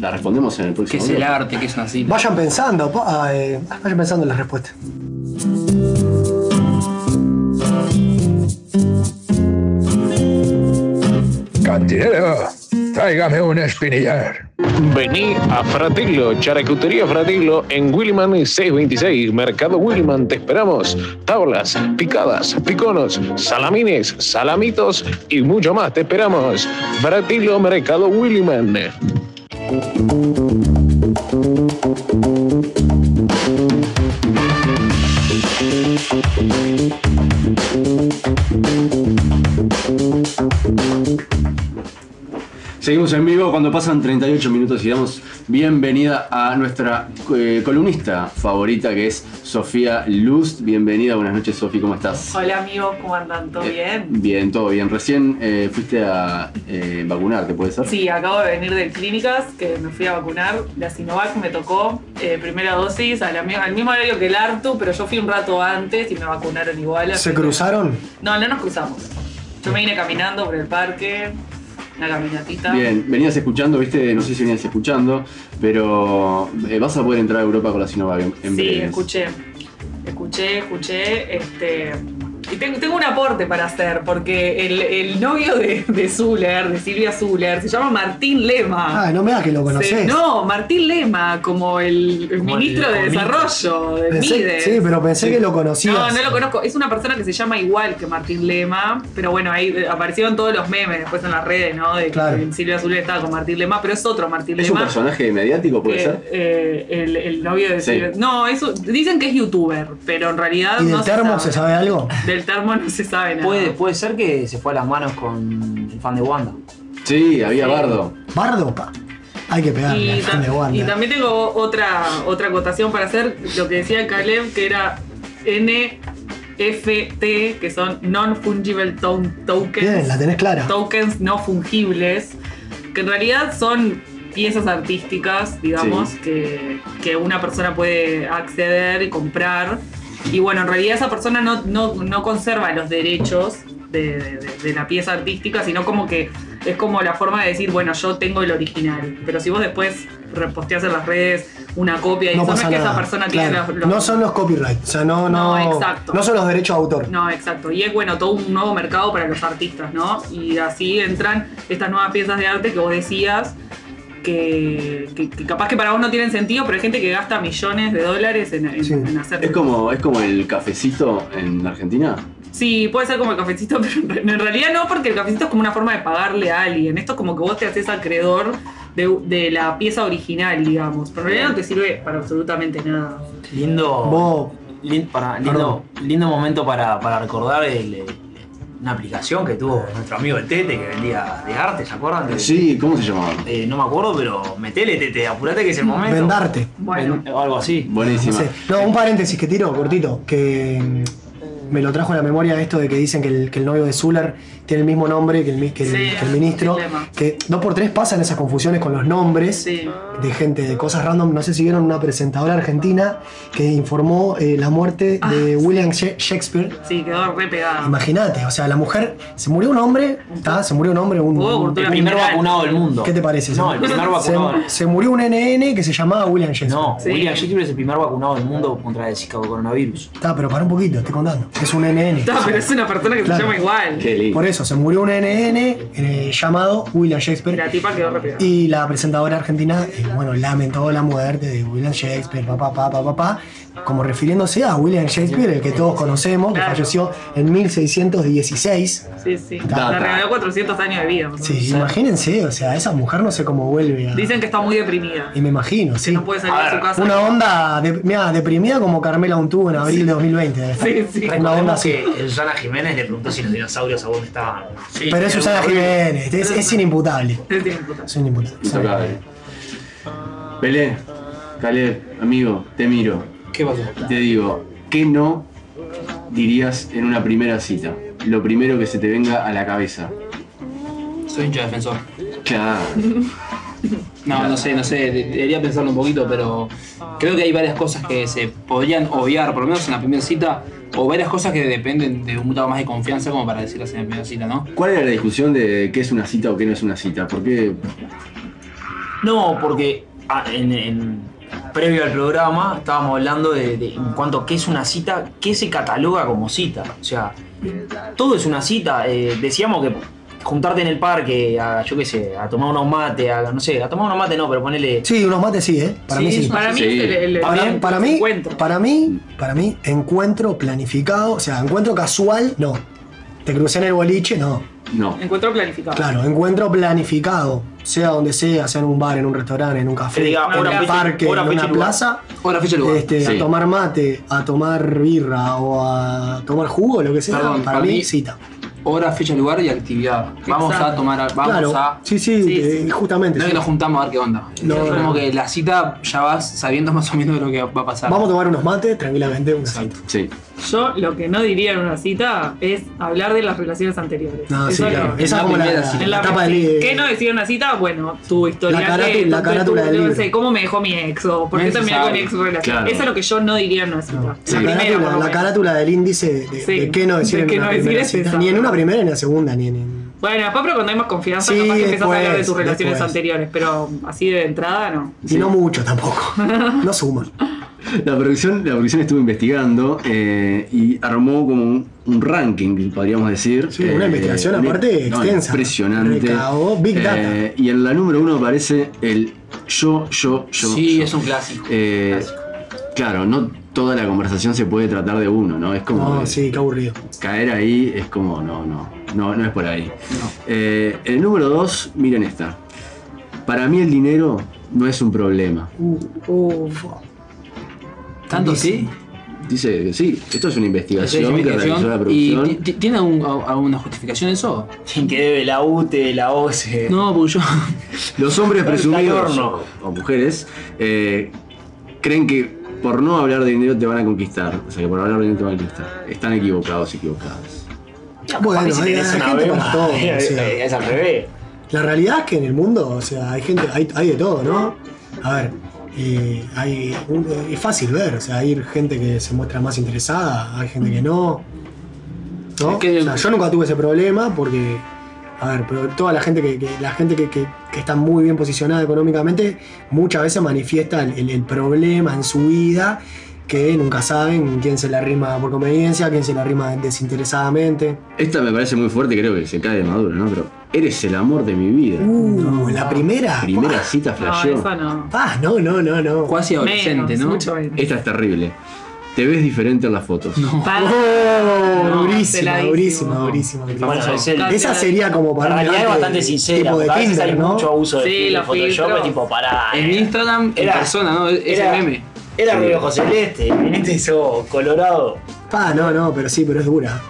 B: la respondemos en el
C: ¿Qué
B: próximo
C: es el
B: bloque.
C: arte? ¿Qué es una cita?
E: Vayan pensando, pa- eh, vayan pensando en las respuestas.
H: Cantinero, tráigame un espinillar.
I: Vení a Fratillo, Charcutería Fratillo en Williman 626, Mercado Williman, te esperamos. Tablas, picadas, piconos, salamines, salamitos y mucho más, te esperamos. Fratillo, Mercado Williman.
B: Seguimos en vivo cuando pasan 38 minutos y damos bienvenida a nuestra eh, columnista favorita que es Sofía Luz. Bienvenida, buenas noches Sofía, ¿cómo estás?
J: Hola amigos, ¿cómo andan? ¿Todo
B: Eh,
J: bien?
B: Bien, todo bien. Recién eh, fuiste a eh, vacunarte, ¿puede ser?
J: Sí, acabo de venir de clínicas, que me fui a vacunar. La Sinovac me tocó eh, primera dosis a la mi- al mismo horario que el Artu, pero yo fui un rato antes y me vacunaron igual. así
E: ¿Se
J: que-
E: cruzaron?
J: No, no nos cruzamos. Yo me vine caminando por el parque, una caminatita.
B: Bien, venías escuchando, viste, no sé si venías escuchando, pero eh, vas a poder entrar a Europa con la Sinovac en, en
J: sí,
B: breves.
J: escuché. Escuché, escuché. Este, y tengo, tengo un aporte para hacer, porque el, el novio de, de Zuller, de Silvia Zuller, se llama Martín Lema.
E: Ah, no me da que lo
J: Se-
E: conocés.
J: no, Martín Lema, como el
D: Como el
J: ministro de
D: ministro.
J: Desarrollo de
E: Pensé-
J: Mides.
E: sí, pero pensé que lo conocías.
J: No, no lo conozco. Es una persona que se llama igual que Martín Lema, pero bueno, ahí eh, aparecieron todos los memes después en las redes, ¿no? De que
E: Claro.
J: Silvia Azul estaba con Martín Lema, pero es otro Martín
B: ¿Es un
J: Lema.
B: personaje mediático, puede
J: que,
B: ser?
J: eh, el, el novio de
B: Sí.
J: Silvia. No, eso, dicen que es youtuber, pero en realidad
E: ¿Y del
J: no
E: termo se sabe algo?
J: Del termo no se sabe nada.
D: Puede, puede ser que se fue a las manos con el fan de Wanda.
B: Sí, había bardo.
E: Bardo, pa. Hay que pegarle
J: Y,
E: al fan
J: ta-
E: Ah, de Wanda.
J: y también tengo otra, otra acotación para hacer, lo que decía Caleb, que era NFT, que son Non-Fungible to- Tokens.
E: Bien, la tenés clara.
J: Tokens no fungibles, que en realidad son piezas artísticas, digamos,
B: Sí.
J: que, que una persona puede acceder y comprar. Y bueno, en realidad esa persona no, no- no conserva los derechos de, de- de la pieza artística, sino como que es como la forma de decir, bueno, yo tengo el original. Pero si vos después reposteás en las redes una copia y
E: No
J: eso, no es
E: pasa
J: que
E: nada.
J: esa persona tiene
E: Claro.
J: los- los-
E: No son los copyright. O sea, no, no.
J: No, exacto.
E: no son los derechos de autor.
J: no, exacto. Y es bueno, todo un nuevo mercado para los artistas, ¿no? Y así entran estas nuevas piezas de arte que vos decías, que, que- que capaz que para vos no tienen sentido, pero hay gente que gasta millones de dólares en, en-
E: Sí.
J: en hacer.
B: Es como, es como el cafecito en Argentina.
J: Sí, puede ser como el cafecito, pero en realidad no, porque el cafecito es como una forma de pagarle a alguien. Esto es como que vos te haces acreedor de, de la pieza original, digamos. Pero en realidad no te sirve para absolutamente nada.
D: Lindo.
E: Vos,
D: lin- pará, lindo, lindo momento para, para recordar el, eh, una aplicación que tuvo nuestro amigo el Tete que vendía de arte, ¿se acuerdan? Que-
B: Sí, ¿cómo se llamaba?
D: eh, no me acuerdo, pero metele, Tete, apurate que es el momento.
E: vendarte.
J: Bueno.
D: Ven- o algo así.
E: No,
B: Buenísima.
E: sé. No, un paréntesis que tiro, cortito. Que mm, me lo trajo a la memoria esto de que dicen que el, que el novio de Zuller tiene el mismo nombre que el, mi- que el-
J: Sí,
E: que el ministro.
J: el tema.
E: Que dos por tres pasan esas confusiones con los nombres de gente, de cosas random. No sé si vieron una presentadora argentina que informó eh, la muerte
J: Ah,
E: de William Sha- Shakespeare.
J: Sí, quedó re pegada.
E: Imagínate, o sea, la mujer, se murió un hombre, ¿tá? se murió un hombre, un,
J: Oh,
E: un-
J: cultura
E: un-
D: El primer
J: mineral.
D: vacunado del mundo.
E: ¿Qué te parece?
D: No, el primer vacunado.
E: Se, se murió un NN que se llamaba William Shakespeare.
D: No, William Shakespeare es el primer vacunado del mundo contra el Chicago coronavirus.
E: Está, pero para un poquito, estoy contando. Es un NN.
J: No, pero es una persona que
E: Claro.
J: se llama igual.
E: Por eso, se murió un NN eh, llamado William Shakespeare.
J: La tipa quedó re pegada.
E: Y la presentadora argentina, eh, bueno, lamentó la muerte de William Shakespeare, papá, papá, papá, como refiriéndose a William Shakespeare, el que todos conocemos, que falleció en 1616.
J: Sí, sí.
E: Data.
J: Le regaló 400 años de vida. más o
E: Sí,
J: menos.
E: imagínense, o sea, esa mujer no sé cómo vuelve a...
J: Dicen que está muy deprimida.
E: Y me imagino, sí.
J: No puede salir de su casa.
E: Una onda, de, mirá, deprimida como Carmela Untubo en abril de 2020. debe estar. Una onda
D: Recordemos
E: así.
D: que Susana Jiménez le preguntó si los dinosaurios a dónde estaban.
E: Pero es Susana Jiménez, es, es inimputable. Es inimputable.
B: Intocable. Pelé, Caleb, amigo, te miro.
C: ¿Qué pasó?
B: Te digo, ¿qué no dirías en una primera cita? Lo primero que se te venga a la cabeza.
C: Soy hincha defensor.
B: Claro.
C: No, no sé, no sé, de- debería pensarlo un poquito, pero creo que hay varias cosas que se podrían obviar, por lo menos en la primera cita, o varias cosas que dependen de un grado más de confianza como para decirlas en la primera cita, ¿no?
B: ¿Cuál era la discusión de qué es una cita o qué no es una cita? Porque
D: No, porque ah, en, en- previo al programa estábamos hablando de, de- en cuanto a qué es una cita, qué se cataloga como cita. O sea, todo es una cita. Eh, decíamos que juntarte en el parque, a, yo qué sé, a tomar unos mates, a, no sé, a tomar unos mates no, pero ponele...
E: Sí, unos mates sí, ¿eh? Para
D: Sí,
E: mí sí.
D: para mí es Sí. el- el-
E: para,
D: el-
E: para mí, para mí, para mí, encuentro planificado, o sea, encuentro casual, no. Te crucé en el boliche, no.
B: no.
J: Encuentro planificado.
E: Claro, encuentro planificado, sea donde sea, sea en un bar, en un restaurante, en un
D: Que
E: café,
D: diga
E: en
D: hora,
E: un
D: fecha-
E: parque,
D: hora,
E: en
D: fecha y
E: una
D: lugar.
E: plaza.
C: Hora, fecha y lugar.
E: Este,
C: Sí.
E: A tomar mate, a tomar birra o a tomar jugo, lo que sea.
C: Perdón,
E: para, mí, cita.
C: Hora, fecha, lugar y actividad. Vamos
E: Exacto.
C: a tomar, a- vamos
E: Claro,
C: a...
E: Sí, sí, eh, justamente.
C: No es
E: sí.
C: que nos juntamos a ver qué onda.
E: No,
C: es
E: no.
C: como que la cita ya vas sabiendo más o menos de lo que va a pasar.
E: Vamos a tomar unos mates tranquilamente. una cita.
B: Sí.
J: Yo lo que no diría en una cita es hablar de las relaciones anteriores.
E: No, sí, claro. Esa es
J: es
E: como la- la etapa del-
J: ¿Qué no decir en una cita? Bueno, tu historia.
E: La carátula-
J: de-
E: la
J: tu-
E: carátula
J: tu-
E: del
J: yo
E: libro.
J: sé, ¿Cómo me dejó mi ex? ¿O ¿Por
E: No
J: qué
E: es
J: terminé con mi ex
E: necesario.
J: relación?
E: Claro.
J: Eso es lo que yo no diría en una cita.
E: La,
J: primera, por
E: carátula,
J: lo
E: la
J: menos.
E: carátula del índice de, de-
J: Sí,
E: de qué no decir
J: de
E: en
J: qué
E: una
J: no decir
E: primera
J: es
E: cita.
J: esa.
E: Ni en una primera, ni en la segunda, ni en. en-
J: Bueno, después, pero cuando hay más confianza,
E: Sí,
J: capaz que empezás a hablar de
E: después,
J: tus relaciones
E: después.
J: anteriores. Pero así de entrada, no.
E: Y no mucho tampoco. No suman.
B: La producción, la producción estuvo investigando eh, y armó como un, un ranking, podríamos decir. eh,
E: Sí, una investigación aparte
B: no,
E: extensa.
B: Impresionante.
E: Recabó big
B: Eh, y en la número uno aparece el yo, yo, yo.
C: Sí,
B: yo.
C: es un clásico.
B: Eh, Claro, no toda la conversación se puede tratar de uno, ¿no? Es como.
E: No,
B: que
E: sí, qué aburrido.
B: Caer ahí es como, no, no, no, no es por ahí. Eh, el número dos, miren esta. Para mí el dinero no es un problema.
C: ¿Tanto sí?
B: Dice que sí, esto es una
C: Esa es
B: investigación,
C: la
B: que realizó la
C: investigación. ¿Y
B: producción.
C: ti- ti- tiene algún- a- alguna justificación eso?
D: Quien que debe la UTE, la
B: Eh.
D: OCE.
C: No, porque yo.
B: Los hombres
C: Está el
B: presumidos
C: horno.
B: o, o mujeres eh, creen que por no hablar de dinero te van a conquistar. O sea, que por hablar de dinero te van a conquistar. Están equivocados, equivocadas.
E: Bueno,
D: si
E: hay,
D: tenés
E: hay
D: una
E: gente
D: beba,
E: para todo. o
D: eh,
E: sea.
D: eh, es al revés.
E: La realidad es que en el mundo, o sea, hay gente, hay, hay de todo, ¿no? A ver, eh, hay un- eh, es fácil ver, o sea, hay gente que se muestra más interesada, hay gente que no. ¿no? O sea, yo nunca tuve ese problema porque, a ver, pero toda la gente que, que- la gente que, que- que está muy bien posicionada económicamente, muchas veces manifiesta el, el- el problema en su vida, que nunca saben quién se la rima por conveniencia, quién se la rima desinteresadamente.
B: Esta me parece muy fuerte, creo que se cae de maduro, ¿no? Pero eres el amor de mi vida.
E: Uh, la primera.
B: Primera cita
J: No,
B: flasheó.
J: eso no.
E: Ah, no, no, no, no.
C: Cuasi adolescente,
J: Menos,
C: ¿no?
J: mucho menos.
B: Esta es terrible. Te ves diferente en las fotos.
J: Para-
E: Oh,
J: Ah, No,
E: durísima,
J: peladísimo.
E: durísima, durísima, durísima.
D: Bueno, es el-
E: Esa sería como
D: La
E: para un
D: realidad es
E: debate
D: bastante sincera.
E: Tipo de
D: porque a veces hay
E: Tinder, ¿no?
D: mucho abuso de
J: Sí,
D: Tinder,
J: los
D: Photoshop,
J: filtros.
D: es tipo pará.
C: En
D: eh.
C: Instagram,
D: Era-
C: en persona, ¿no? Ese
D: era-
C: meme.
D: Era rubio José Celeste, este hizo Colorado.
E: Pa, no, no, pero sí, pero es dura.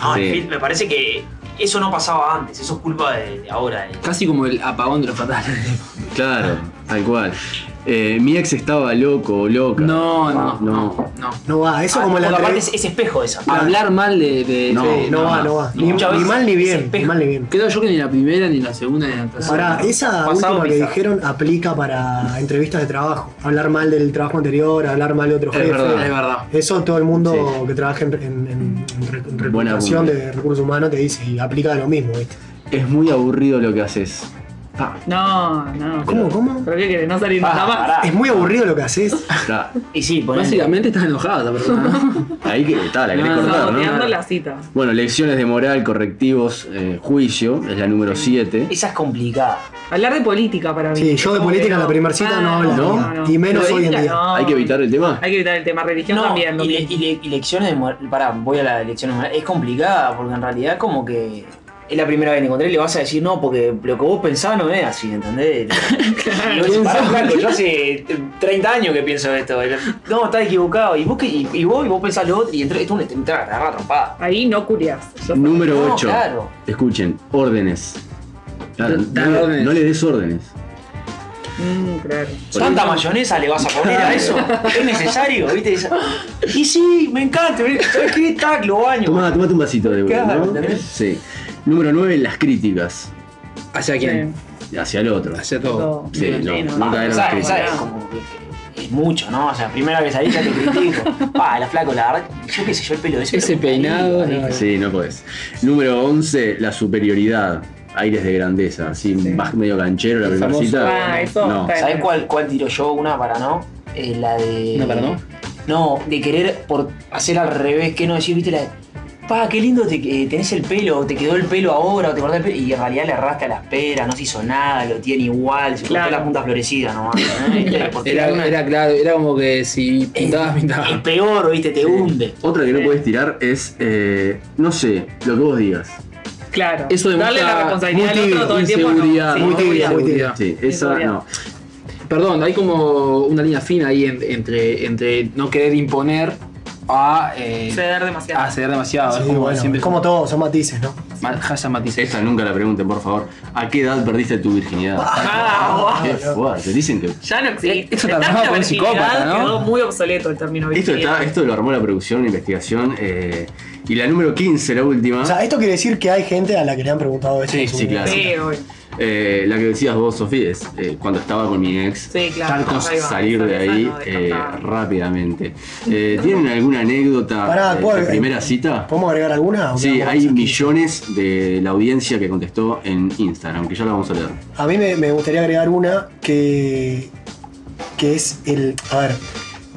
D: No,
B: Sí.
D: en fin, me parece que eso no pasaba antes, eso es culpa de, de ahora. eh.
C: Casi como el apagón de los fatales.
B: Claro, tal cual. eh, mi ex estaba loco o loca.
C: No, no,
B: no.
C: No.
E: No va, eso
D: Ah,
E: como la
D: porque aparte
E: entrevista.
D: es, es espejo esa.
C: Hablar mal de. de-
B: No,
C: de-
E: No va, no va. Ni,
D: Muchas
E: ni
D: veces
E: mal ni
D: es
E: bien.
D: espejo.
E: ni mal ni bien.
C: Creo yo que ni la primera, ni la segunda, ni la tercera.
E: Pará, esa
D: Pasado
E: última que
D: pisado.
E: dijeron aplica para entrevistas de trabajo. Hablar mal del trabajo anterior, hablar mal de otro
B: Es
E: jefe.
B: verdad,
C: Es verdad.
E: Eso todo el mundo
B: Sí.
E: que trabaja en, en, en- en re- en
B: Buena
E: reclutación
B: punta.
E: de recursos humanos te dice y aplica lo mismo, ¿viste?
B: Es muy aburrido lo que haces. Pa,
J: No, no.
E: ¿Cómo, cómo?
J: ¿Pero qué querés? No salir nada más.
D: pará.
E: Es muy aburrido lo que haces.
B: está.
D: Y sí, ponele.
C: Básicamente estás enojada esa persona. ¿no?
B: Ahí que está, la querés
C: No, no,
J: Está
B: cortar,
J: boteando
B: ¿no?
J: la cita.
B: Bueno, lecciones de moral, correctivos, eh, juicio, es la número 7.
D: Esa es complicada.
J: Hablar de política para mí.
E: Sí, yo de
J: Como
E: política
J: que
E: en la primer cita no hablo,
B: ¿no?
E: Y menos
J: Pero
E: hoy en
J: política
E: día.
J: no.
B: ¿Hay que evitar el tema?
J: Hay que evitar el tema religión también. lo
D: y, le-
J: mismo.
D: y le- y lecciones de moral. Pará, voy a las lecciones de moral. Es complicada porque en realidad, como que. Es la primera vez que encontré, le vas a decir no, porque lo que vos pensabas no es así, ¿entendés? Y vos decís, "Pará, flaco, yo hace 30 años que pienso esto. No, estás equivocado. Y vos, qué- y, y vos, y vos pensás lo otro, y entré, tú le entras, te agarras trompada.
J: Ahí no curias.
B: Número
D: No,
B: 8.
D: claro.
B: Escuchen, órdenes. Claro,
C: Da- da
B: no, le,
C: órdenes.
B: no le des órdenes.
J: claro.
D: ¿Tanta mayonesa le vas a poner a eso? ¿Es necesario? ¿Viste? Y sí, me encanta. ¿Sabes qué? Tac, lo baño.
B: Toma, tomate un vasito de
D: Claro,
B: ¿no?
D: ¿entendés?
B: Sí. Número 9, las críticas.
C: ¿Hacia quién?
B: Hacia el otro.
C: Hacia todo.
B: Sí,
C: Bien.
B: no,
J: sí, no.
B: no caer en las
D: ¿Sabes?
B: críticas.
D: ¿Sabes? Como que es mucho, ¿no? O sea, primera vez ahí ya te critico. Pa, la flaco, la verdad, yo qué sé yo, el pelo de ese.
C: Ese
D: lo cortaría,
C: peinado,
D: ¿viste?
C: no.
B: Sí, no podés. Número 11, la superioridad. Aires de grandeza. Así, vas medio canchero la
C: El
B: primera
C: famoso-
B: cita.
J: Ah, eso
B: no.
J: está bien.
D: ¿Sabés cuál, cuál tiro yo? Una para no. Eh, la de.
C: ¿Una para no?
D: No, de querer por hacer al revés, que no decir, viste, la de. Pa, qué lindo te, eh, tenés el pelo, o te quedó el pelo ahora, o te cortaste el pelo. Y en realidad le erraste a las peras, no se hizo nada, lo tiene igual, se
J: Claro.
D: cortó la punta florecida nomás. ¿no? Viste, porque eh,
C: Era,
D: una-
C: era claro, era como que si pintabas, pintabas.
D: es peor, viste, te hunde.
B: Otra que no puedes tirar es, eh, no sé, lo que vos digas.
J: Claro.
C: Eso
J: Darle
C: demuestra
J: la responsabilidad al
C: muy
J: otro todo el tiempo.
C: inseguridad,
J: no.
C: muy
J: no,
E: tibia, muy
C: tibia.
B: Sí, esa
J: Inseguridad.
B: no.
C: Perdón, hay como una línea fina ahí en- entre, entre no querer imponer a, eh,
J: Ceder demasiado.
C: a ceder demasiado.
E: Sí,
C: es como
E: bueno,
C: siempre.
E: como todo, son matices, ¿no?
B: ¿Ah?
C: Ma- hashtag matices.
B: Esa nunca la pregunten, por favor. ¿A qué edad perdiste tu virginidad?
J: Ah,
B: Qué
E: no.
B: fuerte. Dicen que.
J: ya no existe.
C: Eh, Eso
J: El
C: trabajaba
J: término
C: con un
J: virginidad
C: psicópata, ¿no?
J: Quedó muy obsoleto el término
B: Esto, está,
J: virginidad.
B: esto lo armó la producción, la investigación. eh, y la número 15, la última.
E: O sea, esto quiere decir que hay gente a la que le han preguntado esto.
B: Sí,
E: en su
B: sí,
E: vida.
B: claro.
J: Sí, obvio.
B: eh, la que decías vos, Sofía, es eh, cuando estaba con mi ex.
J: Sí, claro.
B: tal cosa,
J: Ahí va,
B: salir de
J: sano,
B: ahí eh,
J: descansar.
B: rápidamente. Eh, ¿Tienen alguna anécdota
E: Ah, Pará,
B: eh,
E: ¿cuál?
B: de primera cita?
E: ¿Podemos agregar alguna? ¿O
B: Sí,
E: quedamos
B: hay
E: aquí?
B: millones de la audiencia que contestó en Instagram, que ya la vamos a leer.
E: A mí me, me gustaría agregar una que, que es el. A ver,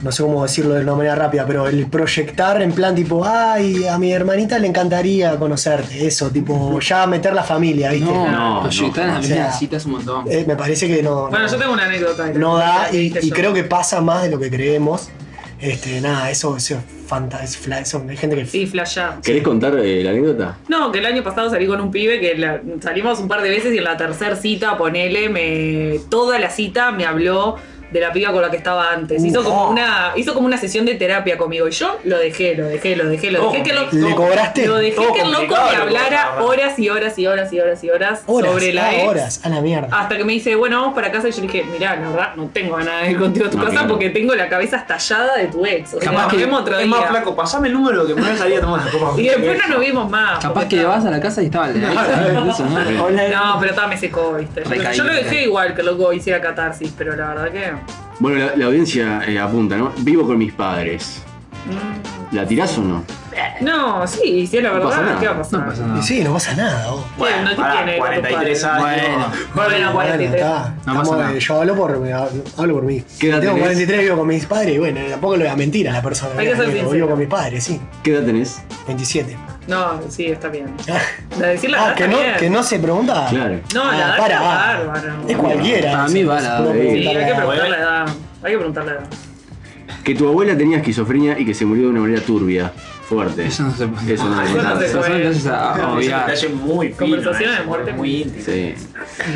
E: no sé cómo decirlo de una manera rápida, pero el proyectar en plan tipo, ay, a mi hermanita le encantaría conocerte. Eso, tipo, ya meter la familia, ¿viste?
C: No,
B: No,
C: no,
B: no.
C: proyectar en las
E: O sea,
C: primeras citas un montón.
E: Eh, me parece que no.
J: Bueno,
E: no,
J: yo tengo una anécdota. de la
E: no
J: primera
E: da
J: que
E: y,
J: hice
E: y
J: yo.
E: creo que pasa más de lo que creemos. Este, nada, eso, eso es fanta, es fla- eso, hay gente que.
J: Sí, flashá.
B: ¿Querés contar eh, la anécdota?
J: No, que el año pasado salí con un pibe que la- salimos un par de veces y en la tercera cita, ponele, me, toda la cita me habló de la piba con la que estaba antes.
C: Uh,
J: Hizo
C: oh.
J: como una, hizo como una sesión de terapia conmigo y yo lo dejé, lo dejé, lo dejé,
C: Oh,
J: lo dejé. que lo,
E: ¿Le cobraste?
J: Lo dejé
D: Todo
J: que el loco
D: complicado,
J: me
D: loco,
J: hablara
D: ahora.
J: horas y horas y horas y horas y horas,
E: horas,
J: sobre la
E: ah,
J: ex. Ah.
E: horas, a la mierda.
J: Hasta que me dice, bueno, vamos para casa. Y yo le dije, mirá, la verdad, no tengo ganas de ir contigo a tu
B: No,
J: casa
B: claro.
J: porque tengo la cabeza estallada de tu ex. O sea,
C: Capaz
J: nos
C: que
J: vemos otro
D: Es
J: día.
D: más flaco, pasame el número que me voy a salir a tomar una copa.
J: Y después no nos vimos más.
C: Capaz
J: porque
C: que
J: estaba-
C: vas a la casa y estaba el eso, ¿no?
J: No, pero estaba me secó, viste. Yo-
C: Recaído,
J: yo lo dejé
C: recaído.
J: igual que loco hiciera catarsis, pero la verdad que.
B: Bueno, la, la audiencia eh, apunta, ¿no? Vivo con mis padres. ¿La tirás o no?
J: mm, No, sí, si es la
B: No pasa
J: verdad,
B: nada.
J: ¿qué va a pasar?
C: No pasa
E: Y
C: nada.
E: sí, no pasa nada. vos.
J: ¿Qué? ¿No te
D: pará,
J: tiene con tu
D: 43
J: padre?
D: años.
J: Bueno,
E: Bueno,
J: 43.
E: está.
C: No pasa
E: Estamos-
C: nada.
E: Yo hablo por, hablo por mí.
B: ¿Qué edad
E: Tengo
B: tenés?
E: 43, vivo con mis padres. y Bueno, tampoco le voy a mentir a la persona.
J: Hay que ser
E: vivo,
J: sincero.
E: con mis padres, sí.
B: ¿Qué edad tenés?
E: 27.
J: No, sí, está bien.
E: Ah,
J: La decir la verdad
E: que,
J: está
E: no,
J: bien.
E: que no se
C: Ah.
E: pregunta.
B: Claro.
J: No, la edad
E: para,
J: es
E: va.
J: bárbaro.
E: Es cualquiera.
C: Para
E: eso,
C: mí va
E: eso,
C: la edad,
E: no
B: sí.
J: Sí,
E: preguntar
J: hay que
E: la edad.
J: preguntar la edad. Hay que preguntar la edad.
B: Que tu abuela tenía esquizofrenia y que se murió de una manera turbia. Fuerte.
C: Eso no se puede.
B: Eso no se
J: Eso no
B: puede.
J: se
C: Esas son
J: puede.
C: cosas a obviar.
D: detalle muy fino,
J: Conversaciones
D: eh,
J: de muerte
D: muy íntimo.
B: Sí.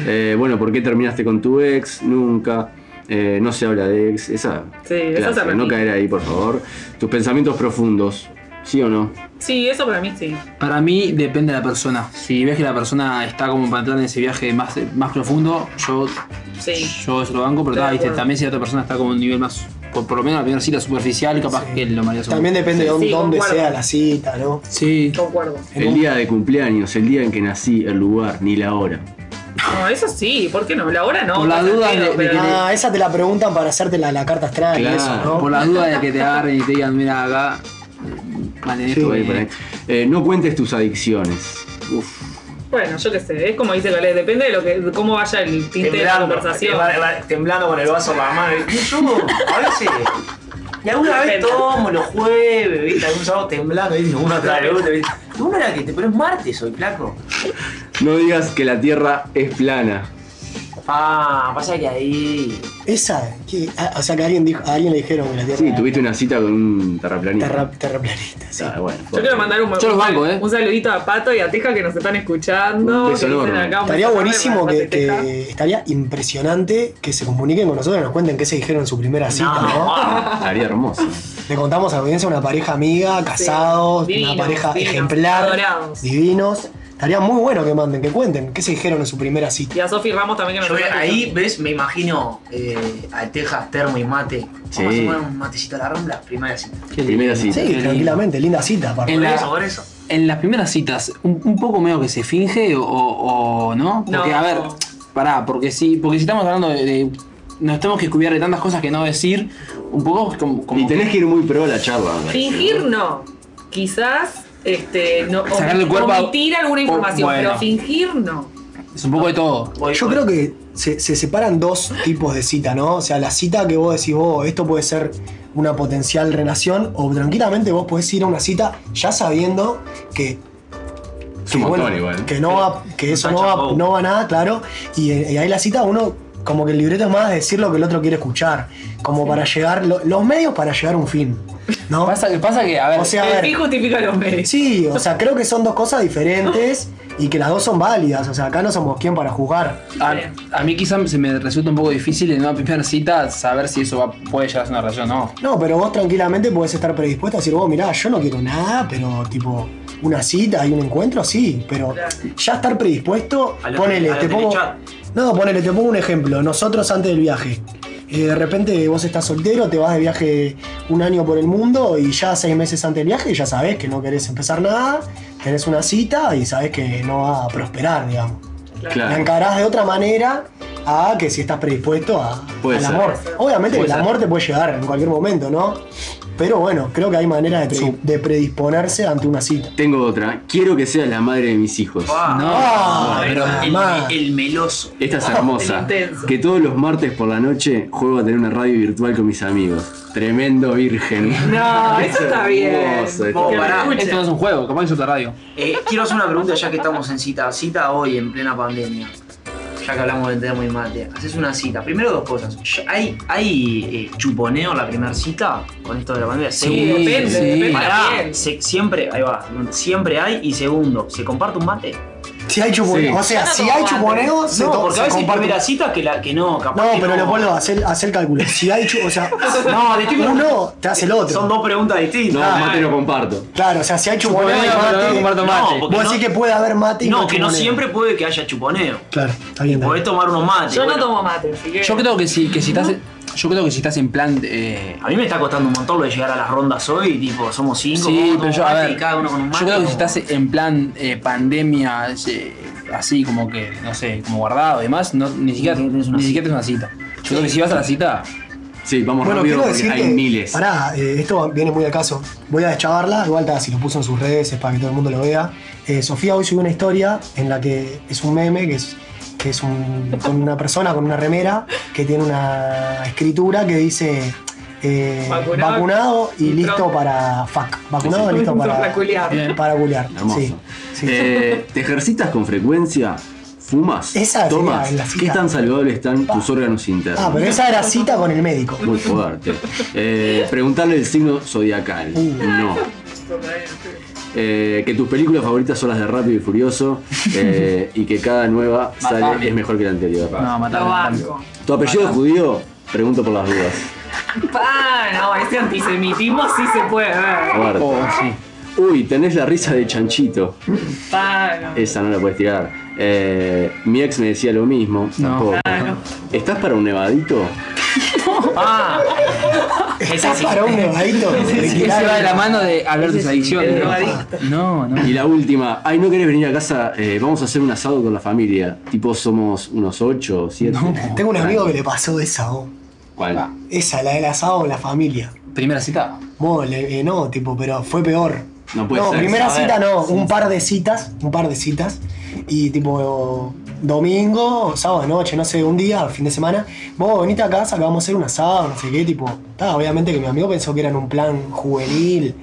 B: Eh, bueno, ¿por qué terminaste con tu ex? Nunca. Eh, no se habla de ex. Esa.
J: Sí, esa se
B: clásica, No
J: repite.
B: caer ahí, por favor. Tus pensamientos profundos. ¿Sí o no?
J: Sí, eso para mí sí.
C: Para mí depende de la persona. Si ves que la persona está como para entrar en ese viaje más, más profundo, yo,
J: Sí.
C: yo eso lo banco, pero
J: Estoy
C: ta,
J: de
C: viste,
J: acuerdo.
C: también si la otra persona está como en un nivel más, por, por lo menos la primera cita superficial, capaz que lo mareas un
E: También
C: poco.
E: depende de dónde,
J: sí,
E: dónde
J: concuerdo.
E: sea la cita, ¿no?
C: Sí.
J: Concuerdo.
B: El día de cumpleaños, el día en que nací, el lugar, ni la hora.
J: No, eso sí, ¿por qué no? La hora no.
C: Por la
J: pasa
C: duda
J: pedo,
C: de- de
J: pero-
C: que-
E: Ah, esa te la preguntan para hacerte la, la carta astral y
B: Claro.
E: eso, ¿no?
C: Por la duda de que te agarren y te digan, mira acá, vale,
B: Esto
C: esto,
B: ahí, por ahí.
C: eh,
B: Eh, no cuentes tus adicciones.
J: Bueno, yo qué sé, es como dice Calé, depende de lo que, de cómo vaya el tinte de la
D: Temblando,
J: conversación.
D: va- va- temblando con el vaso en la mano. Y yo, a veces. Y alguna vez
J: Depende.
D: tomo los jueves, ¿viste? Algún sábado temblando, ¿viste? Uno atrás de otro, ¿viste? ¿Cómo era que te pero es martes hoy, flaco?
B: No digas que la tierra es plana.
D: Ah, pasa que ahí.
E: Esa, que, ah, o sea que alguien dijo, a alguien le dijeron que la tierra
B: Sí,
E: era
B: tuviste una cita con un terraplanista.
E: terra- terraplanista, sí.
B: Ah, bueno,
J: Yo quiero mandar un,
C: Yo los banco, ¿eh?
J: un saludito a Pato y a Teja que nos están escuchando.
B: Un beso
J: que dicen
B: enorme.
J: acá, un
E: Estaría
J: beso
E: buenísimo
J: enorme
E: que,
J: para Teja.
E: que- estaría impresionante que se comuniquen con nosotros y nos cuenten qué se dijeron en su primera cita, ¿no?
B: Estaría hermoso.
E: Le contamos a la audiencia una pareja amiga, casados,
J: Divinos,
E: una pareja
J: divinos,
E: ejemplar,
J: adorados.
E: divinos. Estaría muy bueno que manden, que cuenten qué se dijeron en su primera cita.
J: Y a Sofi Ramos también que
D: Yo
J: nos
D: ve-
J: está
D: ahí,
J: escuchando.
D: ¿ves? Me imagino eh, a Texas, termo y mate.
B: Sí.
D: Vamos a tomar un matecito a la rambla, primera cita.
C: qué
B: Primera
C: lindo.
B: cita.
E: Sí,
C: Qué lindo.
E: tranquilamente, linda cita. aparte.
C: En
D: Por
C: la-
D: eso, por eso.
C: En las primeras citas, un, un poco medio que se finge o, o no. Porque,
J: No.
C: a ver, pará, porque si, porque si estamos hablando de, de- Nos tenemos que cuidar de tantas cosas que no decir, un poco es como. como
B: Y tenés que ir muy pro a la charla. me parece, ¿no?
J: Fingir no. Quizás este, no,
C: Sacarle el
J: omit-
C: cuerpo a-
J: omitir alguna información,
C: Oh, bueno.
J: pero fingir no.
C: Es un poco de todo.
D: Voy,
E: Yo
D: voy.
E: creo que se, se separan dos tipos de cita, ¿no? O sea, la cita que vos decís, vos, esto puede ser una potencial relación, o tranquilamente vos podés ir a una cita ya sabiendo que.
B: Es un
E: que,
B: montón
E: bueno,
B: igual. ¿eh?
E: Que, no va, que eso no va,
D: Chapo.
E: no va nada, claro. Y, eh, y ahí la cita uno, como que el libreto es más de decir lo que el otro quiere escuchar. Como para llegar, lo- los medios para llegar a un fin, ¿no?
C: Pasa, pasa que, a ver.
E: O sea, a
J: El
E: ver,
J: fin justifica los medios.
E: Sí, o sea, creo que son dos cosas diferentes y que las dos son válidas. O sea, acá no somos quien para juzgar.
C: a, Ah, a mí quizás se me resulta un poco difícil en una primera cita saber si eso va, puede llegar a ser una relación o no.
E: No, pero vos tranquilamente podés estar predispuesto a decir, vos, mirá, yo no quiero nada, pero tipo, una cita y un encuentro, sí, pero ya estar predispuesto,
D: A lo-
E: ponele,
D: a lo
E: te pongo.
D: telechat.
E: No, ponele, te pongo un ejemplo. Nosotros antes del viaje. eh, de repente vos estás soltero, te vas de viaje un año por el mundo y ya seis meses antes del viaje ya sabés que no querés empezar nada, tenés una cita y sabés que no va a prosperar, digamos. La
B: Claro.
E: encarás de otra manera a que si estás predispuesto a,
B: Puede
E: al
B: ser.
E: amor. Obviamente
C: Puede
E: que el
C: ser.
E: amor te puede llegar en cualquier momento, ¿no? Pero bueno, creo que hay maneras de,
C: Sí.
E: predi- de predisponerse ante una cita.
B: Tengo otra. Quiero que seas la madre de mis hijos.
D: Ah,
C: No,
E: Ah,
C: pero.
E: bueno.
D: el,
E: mamá.
D: el meloso.
B: Esta es hermosa.
J: El intenso.
B: Que todos los martes por la noche juego a tener una radio virtual con mis amigos. Tremendo virgen.
J: No,
B: Es
J: eso está bien.
B: hermoso, está
D: Vos,
B: eh, bueno.
D: pará.
J: escuche.
C: Esto no es un juego, capaz que es otra radio.
D: Eh, quiero hacer una pregunta ya que estamos en cita. Cita hoy, en plena pandemia. Ya que hablamos de termo y mate. Haces una cita. Primero dos cosas. Ya- ¿Hay, hay eh, chuponeo en la primera cita con esto de la pandemia?
C: Sí,
D: Segundo,
J: depende,
C: sí.
J: depende
D: pará,
J: también.
D: se- siempre, ahí va, siempre hay. Y segundo, ¿se comparte un mate?
E: Si hay chuponeo,
B: Sí.
E: o sea,
J: Yo no
E: si
J: tomo
E: hay
J: mate.
E: chuponeo, se
D: no,
E: to-
D: porque
E: se
D: a veces hay
E: comparte.
D: primeras citas que, la, que no, capaz
E: No,
D: que
E: pero Leopoldo, hacer, hacer el cálculo. Si hay chuponeo, o sea,
D: No, te estoy
E: uno te hace el otro.
D: Son dos preguntas
B: No,
E: Ah.
D: distintas.
B: mate no comparto.
E: Claro, o sea, si hay chuponeo,
C: Chuponeo,
E: hay
C: pero no
E: mate.
C: comparto mate.
D: porque
E: Vos
D: no-
E: decís que puede haber mate y
D: no, que no
E: chuponeo.
D: siempre puede que haya chuponeo.
E: Claro, está bien. está
D: Podés
E: bien.
D: tomar unos mates.
J: Yo no
D: bueno.
J: tomo mate, así que.
C: Yo creo que si, que si estás. Yo creo que si estás en plan. eh,
D: A mí me está costando un montón lo de llegar a las rondas hoy, tipo, somos cinco,
C: Sí,
D: vamos,
C: pero yo, a
D: mate,
C: ver,
D: y cada uno con un mate.
C: yo creo que si
D: como-
C: estás en plan eh, pandemia, eh, así como que, no sé, como guardado y demás, no, ni siquiera
D: Ni tenés una
C: ni siquiera tenés una cita. Yo creo que si vas a la cita,
B: Sí, vamos
E: Bueno,
B: rápido
E: quiero
B: porque
E: decir
B: hay
E: que,
B: miles.
E: Pará, eh, esto viene muy al caso. Voy a deschavarla, igual está, si lo puso en sus redes es para que todo el mundo lo vea. Eh, Sofía hoy subió una historia en la que es un meme, que es, que es un- con una persona con una remera que tiene una escritura que dice eh,
J: Vacunado.
E: vacunado, y
J: Y
E: listo
J: Trump.
E: para fuck. Vacunado y listo para,
J: Para culiar.
C: Bien.
E: para culiar.
B: Hermoso.
E: Sí, sí.
B: Eh, ¿Te ejercitas con frecuencia? ¿Fumas?
E: Esa sería
B: ¿Tomas?
E: la cita.
B: ¿Qué tan saludables están tus órganos internos?
E: ah, pero esa era cita con el médico.
B: Muy fuerte. Eh, preguntarle el signo zodiacal.
E: Uh.
B: No. Eh, que tus películas favoritas son las de Rápido y Furioso eh, y que cada nueva sale
C: Matame.
B: es mejor que la anterior.
C: no,
J: Lo
C: matar.
J: banco.
B: ¿Tu apellido es judío? Pregunto por las dudas.
J: Ah, no, ese antisemitismo sí se puede ver.
B: Fuerte.
C: Oh, sí.
B: Uy, tenés la risa de chanchito.
J: Claro.
B: Esa no la puedes tirar. Eh, mi ex me decía lo mismo. tampoco.
J: Claro.
B: ¿Estás para un nevadito?
D: Ah,
E: ¿Estás para un nevadito?
C: Eso va de la mano de hablar de sus adicciones. ¿no?
B: No, no. Y la última, ay, no querés venir a casa, Eh, vamos a hacer un asado con la familia. Tipo, somos unos 8 o 7.
E: Tengo un amigo que le pasó esa, oh.
B: ¿Cuál?
E: Esa, la del asado con la familia. eh,
C: ¿Primera cita?
E: no, tipo, pero fue peor.
B: No puede ser.
E: primera
B: A ver.
E: cita no, un par de citas, un par de citas. Y tipo, domingo, sábado de noche, no sé, un día, fin de semana. Vos venite a casa, que vamos a hacer un asado, no sé qué, tipo. ta, obviamente que mi amigo pensó que era en un plan juvenil.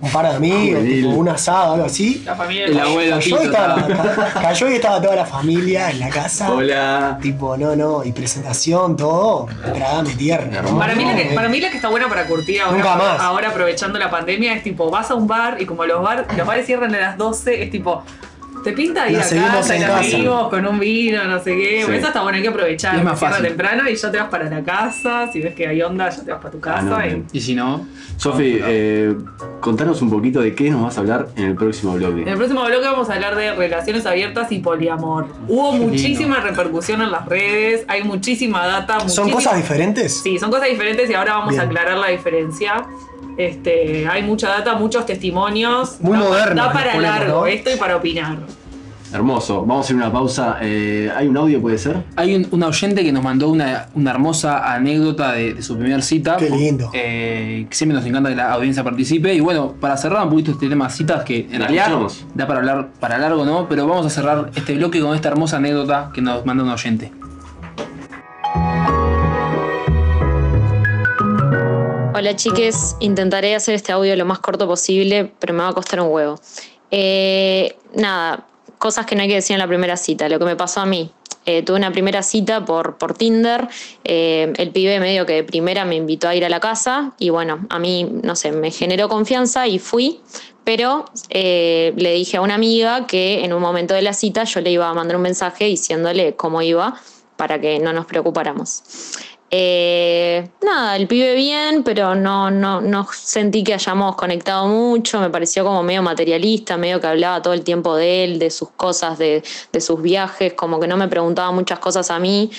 E: Un par de amigos,
B: Juvenil.
E: tipo, un asado, algo así.
J: La familia.
C: El abuelo
E: Cayó y,
C: Tito.
E: estaba,
C: estaba-
E: cayó y estaba toda la familia en la casa.
B: Hola.
E: Tipo, no, no, y presentación, todo. Tragame tierra. ¿no? Eh,
J: Para mí, la que,
E: No,
J: para mí la que está buena para curtir ahora,
E: Nunca más.
J: ahora aprovechando la pandemia es tipo, vas a un bar y como los, bar, los bares cierran a las 12, es tipo, te pinta ir
E: La
J: a
E: seguimos
J: casa,
E: en
J: los
E: casa.
J: amigos, con un vino, no sé qué.
B: Sí.
J: Bueno, Eso está bueno, hay que aprovechar.
C: Es más
J: Cierra
C: fácil.
J: temprano y ya te vas para la casa. Si ves que hay onda, ya te vas para tu casa.
B: Ah, no,
J: y-
B: bien.
C: Y si no,
B: Sofi, eh, contanos un poquito de qué nos vas a hablar en el próximo
J: En
B: bloque.
J: el próximo bloque vamos a hablar de relaciones abiertas y poliamor. Hubo muchísima repercusión en las redes, hay muchísima data.
E: ¿Son
J: muchísima-
E: cosas diferentes?
J: Sí, son cosas diferentes y ahora vamos
E: Bien.
J: a aclarar la diferencia. Este, hay mucha data, muchos testimonios.
E: Muy
J: Da-
E: moderno,
J: Da para
E: nos ponemos,
J: largo
E: ¿no?
J: esto y para opinar.
B: Hermoso, vamos a hacer una pausa. Eh, ¿Hay un audio, puede ser?
C: Hay un, una oyente que nos mandó una, una hermosa anécdota de, de su primera cita.
E: Qué lindo.
C: Eh, que siempre nos encanta que la audiencia participe. Y bueno, para cerrar un poquito este tema citas, que en
B: La
C: realidad
B: escuchamos.
C: da para hablar para largo, ¿no? Pero vamos a cerrar este bloque con esta hermosa anécdota que nos manda un oyente.
K: Hola chiques, intentaré hacer este audio lo más corto posible, pero me va a costar un huevo. Eh, nada, cosas que no hay que decir en la primera cita, lo que me pasó a mí. Eh, tuve una primera cita por, por Tinder, eh, el pibe medio que de primera me invitó a ir a la casa y bueno, a mí, no sé, me generó confianza y fui, pero eh, le dije a una amiga que en un momento de la cita yo le iba a mandar un mensaje diciéndole cómo iba para que no nos preocupáramos. Eh, nada, el pibe bien, pero no, no, no sentí que hayamos conectado mucho, me pareció como medio materialista, medio que hablaba todo el tiempo de él, de sus cosas, de, de sus viajes, como que no me preguntaba muchas cosas a mí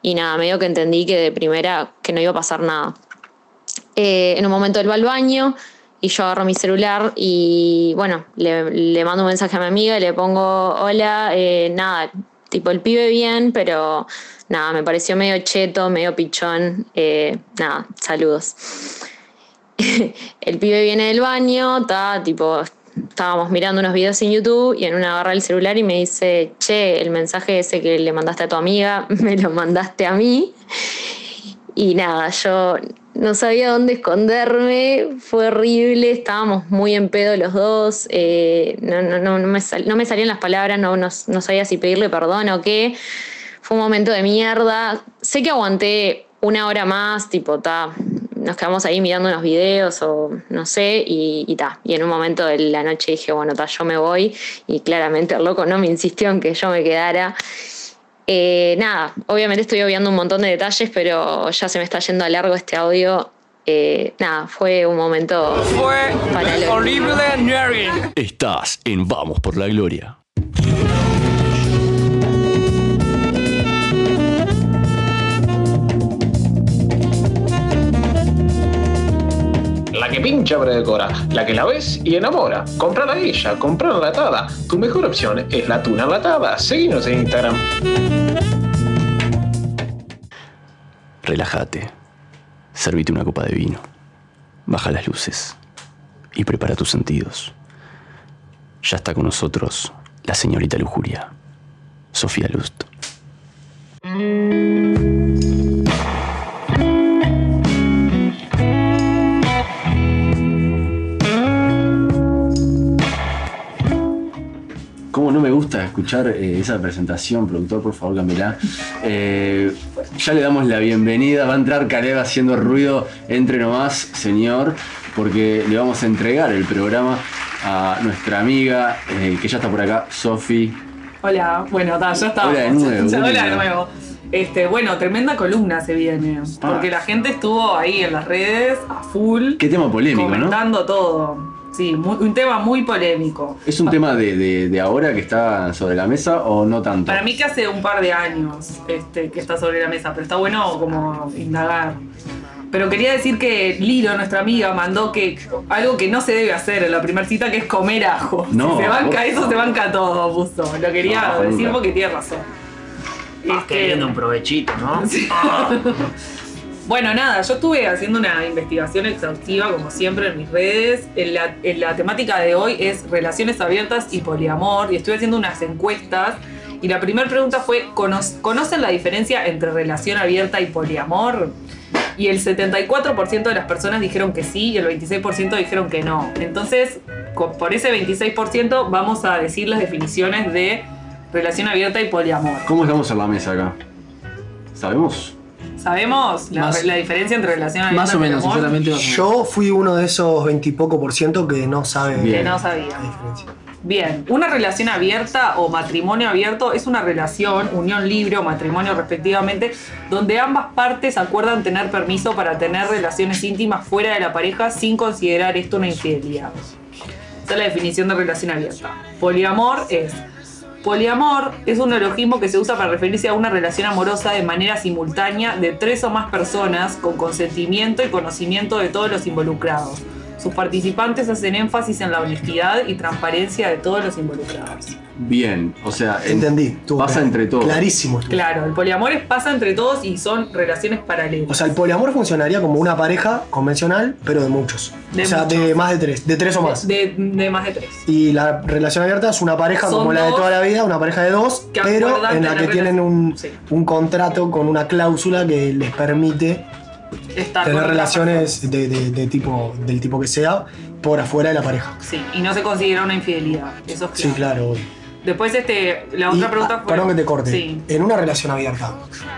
K: y nada, medio que entendí que de primera que no iba a pasar nada. Eh, en un momento él va al baño y yo agarro mi celular y bueno, le, le mando un mensaje a mi amiga y le pongo, hola, eh, nada, tipo el pibe bien, pero nada, me pareció medio cheto, medio pichón, eh, nada, saludos. el pibe viene del baño, está tipo, estábamos mirando unos videos en YouTube y en una agarra el celular y me dice, che, el mensaje ese que le mandaste a tu amiga, me lo mandaste a mí. Y nada, yo no sabía dónde esconderme, fue horrible, estábamos muy en pedo los dos, eh, no, no, no, no me sal- no me salían las palabras, no, no, no sabía si pedirle perdón o qué. Fue un momento de mierda. Sé que aguanté una hora más, tipo, ta, nos quedamos ahí mirando unos videos o no sé, y, y ta. Y en un momento de la noche dije, bueno, ta, yo me voy. Y claramente el loco no me insistió en que yo me quedara. Eh, nada, obviamente estoy obviando un montón de detalles, pero ya se me está yendo a largo este audio. Eh, nada, fue un momento para el
L: Estás en Vamos por la Gloria.
I: La que pincha pero decora, la que la ves y enamora. Comprala
D: Ah,
I: ella, comprala enlatada. Tu mejor opción es la tuna enlatada. Seguinos en Instagram.
L: Relájate. Servite una copa de vino. Baja las luces. Y prepara tus sentidos. Ya está con nosotros la señorita Lujuria, Sofía Lust.
B: Cómo no me gusta escuchar eh, esa presentación, productor, por favor, cámbiala. Eh, ya le damos la bienvenida, va a entrar Caleb haciendo ruido, entre nomás, señor, porque le vamos a entregar el programa a nuestra amiga, eh, que ya está por acá, Sofi.
J: Hola, bueno, ta, ya estamos.
B: Hola de nuevo,
J: Ya, hola de
B: boluda.
J: nuevo. Este, bueno, tremenda columna se viene. Porque la gente estuvo ahí en las redes a full,
B: Ah, Qué tema polémico, ¿no?
J: comentando todo. Sí, muy- un tema muy polémico.
B: ¿Es un tema de, de- de ahora que está sobre la mesa o no tanto?
J: Para mí que hace un par de años este, que está sobre la mesa, pero está bueno como indagar. Pero quería decir que Lilo, nuestra amiga, mandó que algo que no se debe hacer en la primera cita, que es comer ajo.
B: No,
J: Si se banca
B: vos-
J: eso, se banca todo, puso. Lo quería
D: No,
J: decir
D: nunca.
J: porque tiene razón. Este,
D: Vas queriendo Ah, un provechito, ¿no? Ah.
J: Bueno, nada, yo estuve haciendo una investigación exhaustiva, como siempre, en mis redes. En la, en la temática de hoy es relaciones abiertas y poliamor, y estuve haciendo unas encuestas. Y la primera pregunta fue, "¿Cono- ¿conocen la diferencia entre relación abierta y poliamor? Y el 74% de las personas dijeron que sí y el 26% dijeron que no. Entonces, co- por ese 26% vamos a decir las definiciones de relación abierta y poliamor.
B: ¿Cómo estamos en la mesa acá? ¿Sabemos?
J: ¿Sabemos la,
E: Más-
J: la diferencia entre relación abierta y poliamor?
E: Yo fui uno de esos veintipoco por ciento que no sabe.
J: Que no sabía. Bien, una relación abierta o matrimonio abierto es una relación, unión libre o matrimonio respectivamente, donde ambas partes acuerdan tener permiso para tener relaciones íntimas fuera de la pareja sin considerar esto una infidelidad. Esa es la definición de relación abierta. Poliamor es. Poliamor es un neologismo que se usa para referirse a una relación amorosa de manera simultánea de tres o más personas con consentimiento y conocimiento de todos los involucrados. Sus participantes hacen énfasis en la honestidad y transparencia de todos los involucrados.
B: Bien, o sea, en-
E: Entendí.
B: pasa entre todos.
E: Clarísimo.
J: Claro, el poliamor es- pasa entre todos y son relaciones paralelas.
E: O sea, el poliamor funcionaría como una pareja convencional, pero de muchos.
J: De
E: o sea, de más de tres, de tres o más.
J: De, de más de tres.
E: Y la relación abierta es una pareja
J: Son
E: como la de
J: dos
E: toda la vida, una pareja de dos,
J: que
E: pero
J: acuerdan
E: en la
J: tener
E: que tienen un, un contrato con una cláusula que les permite
J: Está
E: tener
J: con-
E: relaciones de, de- de tipo, del tipo que sea por afuera de la pareja.
J: Sí, y no se considera una infidelidad. Eso es
E: Sí,
J: claro.
E: claro, obvio.
J: Después, este, la otra
E: Y,
J: pregunta
E: ah,
J: fue.
E: Perdón que te corte.
J: Sí.
E: En una relación abierta,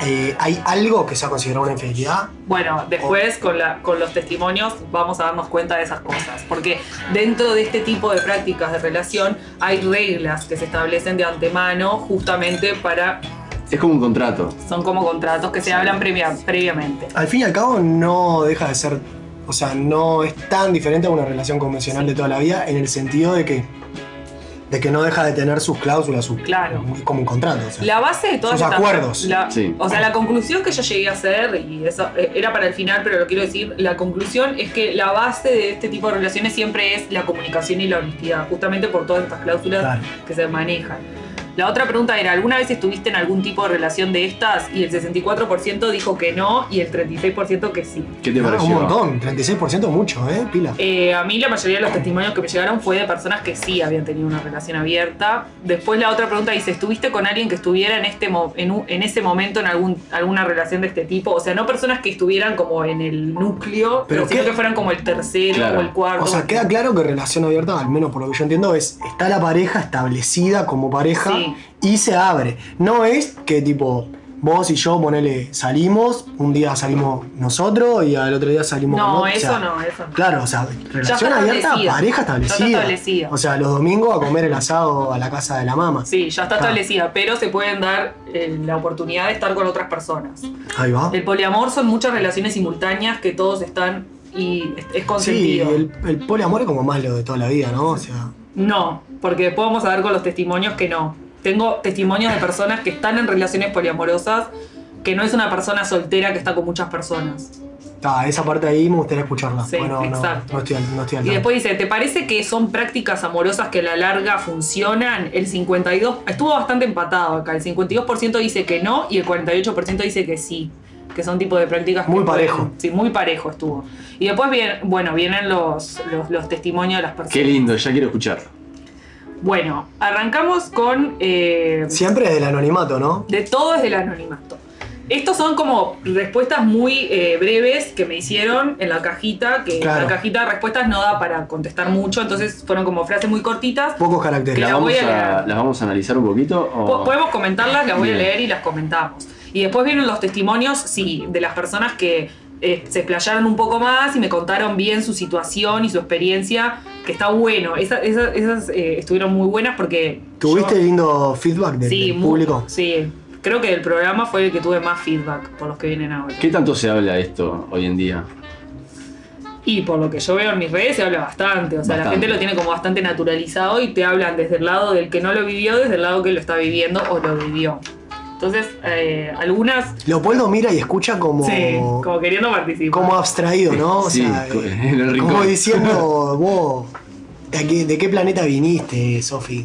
E: eh, ¿hay algo que sea considerado una infidelidad?
J: Bueno, después con, la- con los testimonios vamos a darnos cuenta de esas cosas, porque dentro de este tipo de prácticas de relación hay reglas que se establecen de antemano justamente para,
B: Es como un contrato.
J: son como contratos que se hablan previa- previamente.
E: Al fin y al cabo, no deja de ser. O sea, no es tan diferente a una relación convencional de toda la vida en el sentido de que. de que no deja de tener sus cláusulas, sus,
J: Claro.
E: como un contrato. o sea.
J: La base de todas
E: Sus
J: estas-
E: acuerdos.
J: la-
E: Sí.
J: O sea, la conclusión que yo llegué a hacer, y eso eh, era para el final, pero lo quiero decir, la conclusión es que la base de este tipo de relaciones siempre es la comunicación y la honestidad, justamente por todas estas cláusulas
E: Claro.
J: que se manejan. La otra pregunta era, ¿alguna vez estuviste en algún tipo de relación de estas? Y el 64% dijo que no y el 36% que sí.
B: ¿Qué te
E: Ah,
B: pareció?
E: Un montón, 36% mucho, ¿eh? Pila.
J: Eh, a mí la mayoría de los testimonios que me llegaron fue de personas que sí habían tenido una relación abierta. Después la otra pregunta dice, ¿estuviste con alguien que estuviera en, este mo- en, un- en ese momento en algún, alguna relación de este tipo? O sea, no personas que estuvieran como en el núcleo, pero,
E: Pero
J: sino
E: qué-
J: que fueran como el tercero o el cuarto.
E: O sea, queda claro que relación abierta, al menos por lo que yo entiendo, es está la pareja establecida como pareja
J: Sí.
E: y se abre. No es que tipo vos y yo ponele salimos, un día salimos nosotros y al otro día salimos
J: No,
E: con otro, o
J: eso
E: sea,
J: no, eso no.
E: Claro, o sea, relación
J: está
E: abierta,
J: establecida.
E: pareja
J: Ya está
E: establecida.
J: establecida.
E: O sea, los domingos a comer el asado a la casa de la mamá.
J: Sí, ya está
E: Ah,
J: establecida, pero se pueden dar eh, la oportunidad de estar con otras personas.
E: Ahí va.
J: El poliamor son muchas relaciones simultáneas que todos están y es- es
E: Sí,
J: consentido.
E: el, el poliamor es como más lo de toda la vida, ¿no? O sea,
J: No, porque después vamos a ver con los testimonios que no. Tengo testimonios de personas que están en relaciones poliamorosas, que no es una persona soltera que está con muchas personas.
E: ta, esa parte ahí me gustaría escucharla.
J: Sí,
E: bueno, no,
J: exacto.
E: no estoy, al- no estoy al
J: Y
E: tanto.
J: después dice, ¿te parece que son prácticas amorosas que a la larga funcionan? El 52, estuvo bastante empatado acá, el 52% dice que no y el 48% dice que sí, que son tipo de prácticas...
E: Muy
J: que
E: parejo.
J: pueden- sí, muy parejo estuvo. Y después, bien, bueno, vienen los, los, los testimonios de las personas.
B: Qué lindo, ya quiero escuchar.
J: Bueno, arrancamos con... eh,
E: Siempre desde el anonimato, ¿no?
J: De todo es del anonimato. Estos son como respuestas muy eh, breves que me hicieron en la cajita, que
E: Claro.
J: la cajita de respuestas no da para contestar mucho, entonces fueron como frases muy cortitas.
E: Pocos caracteres.
J: Que
B: ¿La
J: la
B: vamos
J: voy a
B: a-
J: leer.
B: ¿Las vamos a analizar un poquito?
E: Oh.
J: Po-
B: o-
J: Podemos comentarlas, las voy a
B: Bien.
J: leer y las comentamos. Y después vienen los testimonios, sí, de las personas que eh, se explayaron un poco más y me contaron bien su situación y su experiencia, que está bueno. Esa- esa- esas eh, estuvieron muy buenas porque
E: ¿Tuviste lindo feedback de-
J: Sí,
E: del
J: mu-
E: público?
J: Sí, creo que el programa fue el que tuve más feedback por los que vienen ahora.
B: ¿Qué tanto se habla de esto hoy en día?
J: Y por lo que yo veo en mis redes se habla bastante, o sea, la
B: Bastante.
J: gente lo tiene como bastante naturalizado y te hablan desde el lado del que no lo vivió, desde el lado que lo está viviendo o lo vivió. Entonces, eh, algunas
E: Leopoldo mira y escucha como.
J: Sí, como queriendo participar.
E: como abstraído, ¿no? O
B: Sí,
E: sea, eh,
B: co- en el rincón.
E: como diciendo, vos, ¿de qué, de qué planeta viniste, Sofi?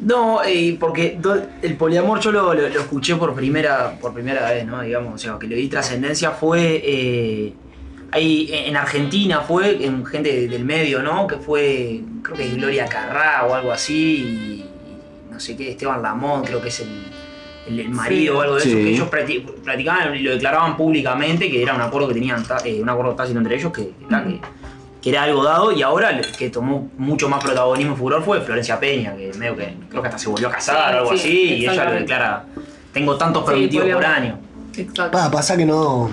D: No, eh, porque do- el poliamor yo lo, lo- lo escuché por primera, por primera vez, ¿no? Digamos, o sea, que le di trascendencia fue. eh, ahí en Argentina fue, en gente del medio, ¿no? Que fue, creo que Gloria Carrá o algo así, y no sé qué, Esteban Lamont, creo que es el, el- el marido
J: Sí.
D: o algo de eso,
J: Sí.
D: que ellos practi- practicaban y lo declaraban públicamente, que era un acuerdo que tenían, ta- eh, un acuerdo tácito entre ellos, que, que era que que era algo dado y ahora el que tomó mucho más protagonismo y furor fue Florencia Peña, que medio que creo que hasta se volvió a casar
J: Sí,
D: o algo
J: sí,
D: así y ella lo
J: exactamente.
D: declara, tengo tantos permitidos por
J: poliamor.
D: año.
J: Exacto.
E: Pa, pasa que no.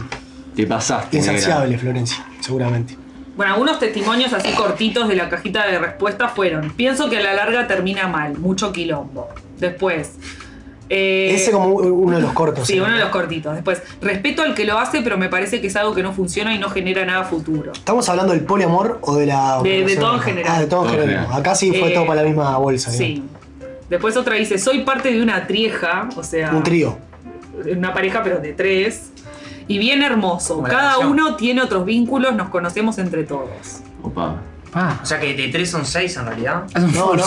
B: Te pasaste.
E: Insaciable, Florencia, seguramente.
J: Bueno, algunos testimonios así cortitos de la cajita de respuestas fueron, pienso que a la larga termina mal, mucho quilombo. Después... eh,
E: Ese como uno de los cortos.
J: Sí,
E: ¿eh?
J: uno de los cortitos. Después, respeto al que lo hace, pero me parece que es algo que no funciona y no genera nada futuro.
E: ¿Estamos hablando del poliamor o de la.?
J: De- de todo en general.
E: Ah, de todo en
J: Todo en
E: general.
J: general.
E: Acá sí fue
J: Eh,
E: todo para la misma bolsa.
J: Sí. Después otra dice, soy parte de una trieja, o sea...
E: digamos. Un trío.
J: Una pareja, pero de tres. Y bien hermoso.
D: Como la
J: Cada
D: canción.
J: uno tiene otros vínculos, nos conocemos entre todos.
B: Opa.
D: O sea que de tres son seis en realidad.
E: No, no.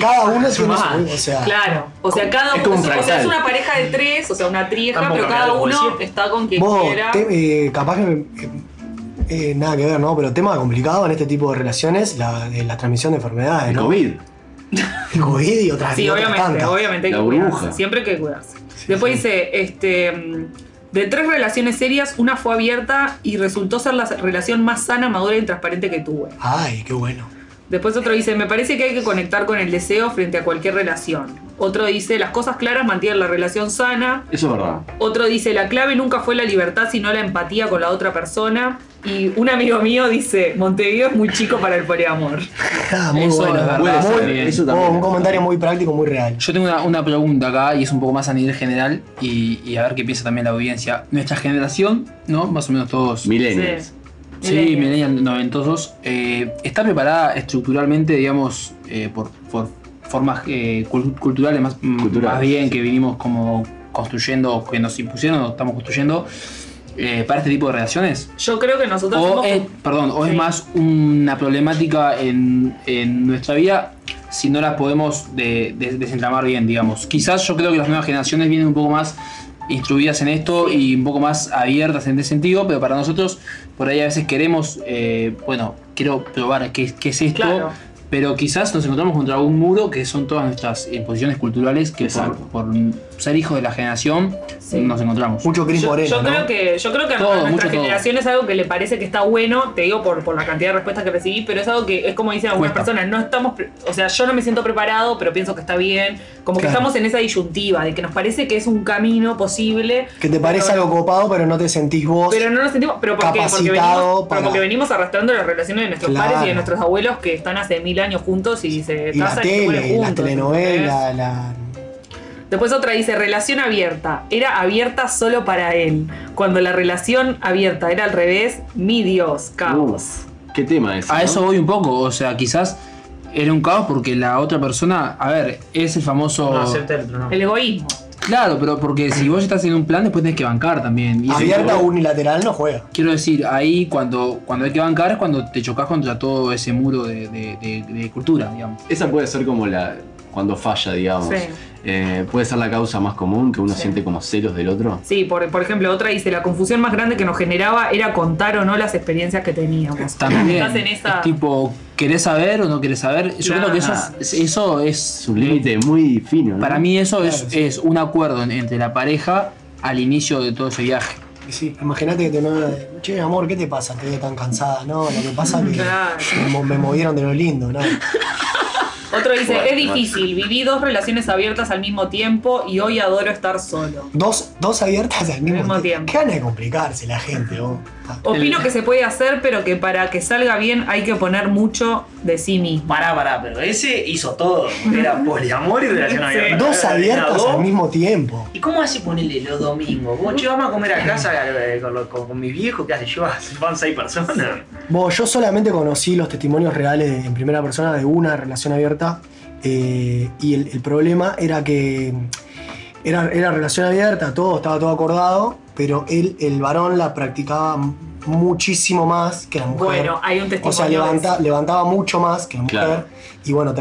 E: Cada uno tiene
D: Sumá.
E: su. O sea.
J: Claro. O sea, cada
E: Es Ah. como
J: uno...
E: un
J: O sea, es
E: fractal.
J: una pareja de tres, o sea, una trieja,
E: Tampoco
J: pero
E: me
J: cada
E: hagas
J: uno
E: bolsillo.
J: está con quien
E: Vos,
J: quiera.
E: te- eh, capaz que. me- eh, eh, nada que ver, ¿no? Pero tema complicado en este tipo de relaciones, la, de la transmisión de enfermedades,
B: El
E: ¿no?
B: COVID.
E: El COVID y otras y
J: Sí,
E: otras
J: obviamente,
E: tantas.
J: obviamente hay que cuidarse. Siempre hay que cuidarse. Después dice, este, mm, de tres relaciones serias, una fue abierta y resultó ser la relación más sana, madura y transparente que tuve.
E: Ay, qué bueno.
J: Después otro dice, me parece que hay que conectar con el deseo frente a cualquier relación. Otro dice, las cosas claras mantienen la relación sana.
B: Eso es verdad.
J: Otro dice, la clave nunca fue la libertad, sino la empatía con la otra persona. Y un amigo mío dice, Montevideo es muy chico para el poliamor.
E: Ah, muy
C: Eso
E: bueno.
C: es verdad,
E: Muy-
C: también. Eso
E: oh,
C: también
E: un
C: es
E: comentario muy práctico, muy real.
C: Yo tengo una, una pregunta acá y es un poco más a nivel general y, y a ver qué piensa también la audiencia. Nuestra generación, ¿no? Más o menos todos.
B: Millennials.
C: Sí, sí millennials noventosos. eh, ¿Está preparada estructuralmente, digamos, eh, por, por formas eh, cul- culturales más, mm, más bien que vinimos como construyendo, que nos impusieron o estamos construyendo eh, para este tipo de relaciones?
J: Yo creo que nosotros
C: O
J: somos
C: es, perdón, o es más una problemática en, en nuestra vida si no las podemos de- de- desentramar bien, digamos. Quizás yo creo que las nuevas generaciones vienen un poco más instruidas en esto y un poco más abiertas en ese sentido, pero para nosotros por ahí a veces queremos, eh, bueno, quiero probar qué, qué es esto, pero quizás nos encontramos contra un muro que son todas nuestras imposiciones culturales que por, por ser hijos de la generación nos encontramos.
E: Mucho Cris
J: Yo, yo creo que, yo creo que
C: Todo,
J: a nuestra
C: mucho todo.
J: generación es algo que le parece que está bueno, te digo por, por la cantidad de respuestas que recibí, pero es algo que es como dicen algunas
C: Cuesta.
J: personas, no estamos, pre- o sea, yo no me siento preparado, pero pienso que está bien, como que
E: Claro.
J: estamos en esa disyuntiva, de que nos parece que es un camino posible,
E: Que te parece algo copado, pero no te sentís vos.
J: pero no nos sentimos, pero ¿por qué? Porque
E: Capacitado
J: venimos, pero
E: para-
J: porque venimos arrastrando las relaciones de nuestros
E: Claro.
J: padres y de nuestros abuelos que están hace mil años juntos y se
E: y la
J: casan y se mueren
E: tele, las
J: juntos.
E: telenovelas, la.
J: Después otra dice, relación abierta. Era abierta solo para él. Cuando la relación abierta era al revés, mi Dios, caos.
B: ¿Qué tema es?
C: A Ah, eso voy un poco, o sea, quizás era un caos porque la otra persona, a ver, es el famoso...
D: No, acepta el otro,
E: Mm.
D: no.
J: El egoísmo.
C: Claro, pero porque si vos estás en un plan, después tenés que bancar también. Y eso-
E: Abierta unilateral no juega.
C: Quiero decir, ahí cuando, cuando hay que bancar es cuando te chocas contra todo ese muro de, de- de- de cultura, digamos.
B: Esa puede ser como la. cuando falla, digamos.
J: Sí.
B: Eh, puede ser la causa más común que uno
J: Sí.
B: siente como celos del otro.
J: Sí, por, por ejemplo, otra dice, la confusión más grande que nos generaba era contar o no las experiencias que teníamos.
C: También
J: Estás en esa...
C: es tipo, ¿querés saber o no querés saber? Yo
J: Claro.
C: creo que eso es, eso es...
B: Es un límite muy fino. ¿no?
C: Para mí eso es, es un acuerdo en- entre la pareja al inicio de todo ese viaje.
E: Y sí, imagínate que te no. Che, amor, ¿qué te pasa? Te veo tan cansada, ¿no? Lo que pasa es que
J: Claro.
E: me, mo- me movieron de lo lindo, ¿no?
J: Otro dice,
E: Fuerte,
J: es difícil, viví dos relaciones abiertas al mismo tiempo y hoy adoro estar solo.
E: Dos, dos abiertas al mismo, tiempo. Qué gana de complicarse la gente, vos.
J: Opino que se puede hacer, pero que para que salga bien hay que poner mucho de sí mismo.
D: Pará, pará, pero ese hizo todo. Era poliamor y relación abierta.
E: Dos
D: Era
E: abiertas
D: dos.
E: al mismo tiempo.
D: ¿Y cómo hace ponerle los domingos? Vos, che, vamos a comer a casa eh, con, lo- con- con mis viejos, ¿qué hace? ¿Llevas van seis personas?
E: Vos, yo solamente conocí los testimonios reales en primera persona de una relación abierta eh, y el, el problema era que era, era relación abierta, todo estaba todo acordado, pero él, el varón la practicaba m- muchísimo más que la mujer.
J: Bueno, hay un testimonio
E: O sea, levanta- levantaba mucho más que la mujer
J: Claro.
E: y bueno,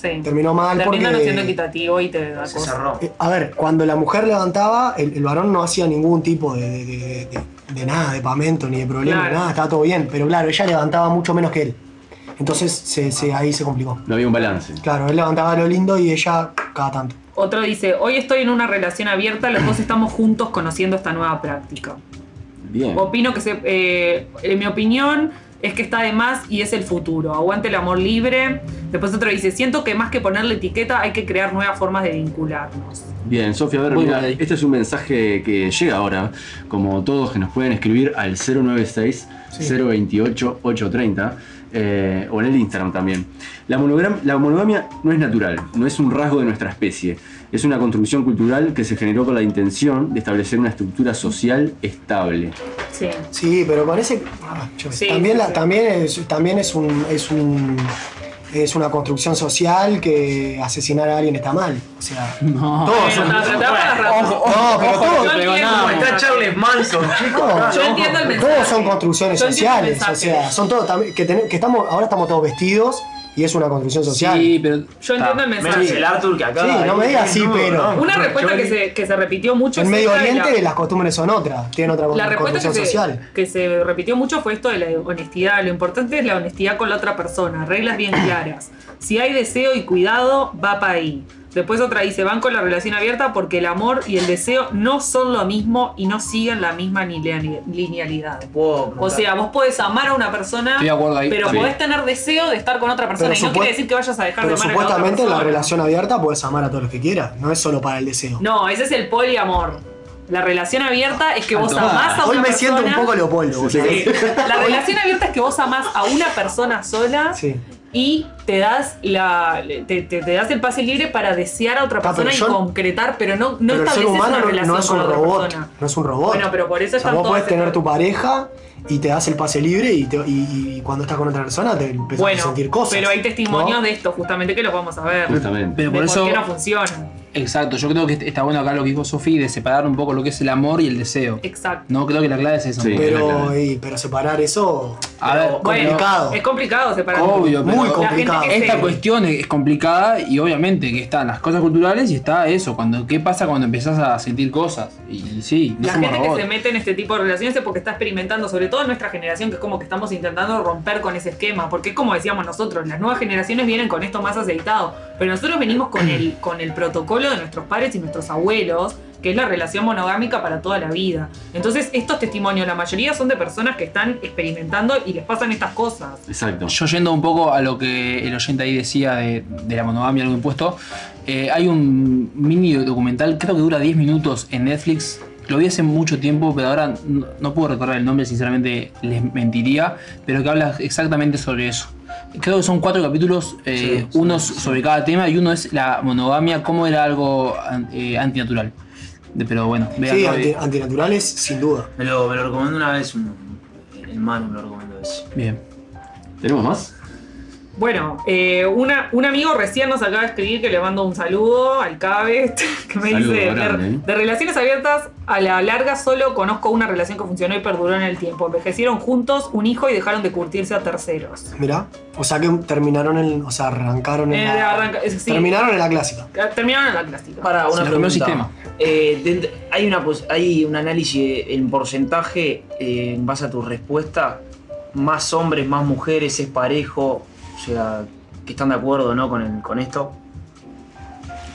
E: terminó, terminó mal porque...
J: Terminan haciendo equitativo y te da cosa.
E: Eh, A ver, cuando la mujer levantaba, el, el varón no hacía ningún tipo de, de- de- de- de nada, de pamento, ni de problema,
J: Claro.
E: nada, estaba todo bien. Pero claro, ella levantaba mucho menos que él. Entonces se- se- ahí se complicó.
B: No había un balance.
E: Claro, él levantaba lo lindo y ella cada tanto.
J: Otro dice, hoy estoy en una relación abierta, los dos estamos juntos conociendo esta nueva práctica.
E: Mm.
B: Bien.
J: Opino que se, eh, en mi opinión es que está de más y es el futuro. Aguante el amor libre. Después otro dice, siento que más que ponerle etiqueta hay que crear nuevas formas de vincularnos.
B: Bien, Sofía, a ver,
J: Voy
B: mira,
J: por
B: este es un mensaje que llega ahora, como todos que nos pueden escribir al 096 028 830 eh, o en el Instagram también. La, monogram- la monogamia no es natural, no es un rasgo de nuestra especie. Es una construcción cultural que se generó con la intención de establecer una estructura social estable.
J: Sí.
E: Sí, pero con ese. ah, yo qué sé.
J: Sí,
E: también,
J: sí,
E: la-
J: sí.
E: también es, también es un. Es un es una construcción social que asesinar a alguien está mal. O sea, no.
D: Bueno, está- está para rato.
E: no, pero
D: Ojo,
E: todos.
D: que te pregonamos. Como está Charles Manson, chicos.
E: No,
D: Yo entiendo el mensaje.
E: Todos son construcciones
D: Yo entiendo el
E: sociales. O
D: mensaje.
E: sea, son todos. también- Que, tenemos- que estamos, ahora estamos todos vestidos y es una construcción social.
C: Sí, pero.
J: Yo entiendo el mensaje.
E: Menos el Arthur que acaba Sí, de- no me digas sí, no, pero- no.
J: Una respuesta que se, que se repitió mucho.
E: En
J: es
E: Medio
J: esta de la-
E: Oriente las costumbres son otras, tienen otra
J: La respuesta
E: construcción
J: que se,
E: social.
J: que se repitió mucho fue esto de la honestidad. Lo importante es la honestidad con la otra persona, reglas bien claras. Si hay deseo y cuidado, va para ahí. Después otra dice, van con la relación abierta porque el amor y el deseo no son lo mismo y no siguen la misma linea- linealidad. O sea, vos podés amar a una persona,
C: Estoy de acuerdo ahí.
J: pero
E: Sí.
J: podés tener deseo de estar con otra persona
E: Pero
J: y no
E: supuest-
J: quiere decir que vayas a dejar de
E: Pero
J: amar a la otra
E: supuestamente en la
J: persona.
E: relación abierta puedes amar a todos los que quieras, no es solo para el deseo.
J: No, ese es el poliamor. La relación abierta es que vos amás a
E: Hoy
J: una persona.
E: me siento un poco leopoldo.
J: Sí. La relación abierta es que vos amás a una persona sola
E: Sí.
J: y te das la te, te- te das el pase libre para desear a otra
E: Ah, pero
J: persona
E: yo-
J: y concretar, pero no, no
E: pero el ser
J: estableces
E: humano
J: una
E: no- no,
J: relación
E: es
J: con
E: un
J: otra
E: robot.
J: persona.
E: No es un robot.
J: Bueno, pero por eso
E: O sea,
J: están este
E: vos podés
J: todas
E: tener
J: estas-
E: tu pareja y te das el pase libre y, te- y- y cuando estás con otra persona te empezás a
J: Bueno,
E: sentir cosas.
J: pero hay testimonios
E: ¿no?
J: de esto justamente que los vamos a ver.
C: Justamente. Pero
J: De
C: por
J: por,
C: eso-
J: qué no funciona.
C: Exacto, yo creo que está bueno acá lo que dijo Sofi de separar un poco lo que es el amor y el deseo.
J: Exacto.
C: No, creo que la clave es eso.
E: pero, y- pero separar eso
C: A ver,
J: Bueno,
C: complicado.
J: Es complicado separar.
C: Obvio, pero
J: La gente que se-
C: Esta cuestión es es complicada y obviamente que están las cosas culturales y está eso. Cuando, ¿Qué pasa cuando empezás a sentir cosas? Y, y sí, no
J: La
C: somos
J: gente que
C: robots.
J: se mete en este tipo de relaciones es porque está experimentando, sobre todo en nuestra generación, que es como que estamos intentando romper con ese esquema, porque es como decíamos nosotros, las nuevas generaciones vienen con esto más aceitado, pero nosotros venimos con el, con el protocolo de nuestros padres y nuestros abuelos, que es la relación monogámica para toda la vida. Entonces, estos testimonios, la mayoría son de personas que están experimentando y les pasan estas cosas.
B: Exacto.
C: Yo yendo un poco a lo que el oyente ahí decía de, de la monogamia, algo impuesto, eh, hay un mini documental, creo que dura 10 minutos en Netflix. Lo vi hace mucho tiempo, pero ahora no, no puedo recordar el nombre, sinceramente les mentiría, pero que habla exactamente sobre eso. Creo que son cuatro capítulos, eh, uno sobre cada tema y uno es la monogamia, cómo era algo an- eh, antinatural. De- Pero bueno, vean.
E: Sí, anti- antinaturales sin duda.
D: Me lo, me lo recomendó una vez un, eh, el Manu, me lo recomendó eso.
C: Bien.
B: ¿Tenemos más?
J: Bueno, eh, una- un amigo recién nos acaba de escribir que le mando un saludo al Cabet, que me
B: Saludo
J: dice,
B: grande,
J: de,
B: ¿eh?
J: de relaciones abiertas a la larga solo conozco una relación que funcionó y perduró en el tiempo. Envejecieron juntos un hijo y dejaron de curtirse a terceros.
E: Mirá, o sea que terminaron en, o sea, arrancaron en
J: Eh,
E: la,
J: arranca- es- sí. eh,
E: terminaron en la clásica.
J: Terminaron en la clásica.
D: Para una
E: Se lo comió el
D: pregunta.
E: sistema.
D: Eh, dent- hay, una, pos- hay un análisis en porcentaje eh, en base a tu respuesta. Más hombres, más mujeres, es parejo. O sea, que están de acuerdo no con, el- con esto.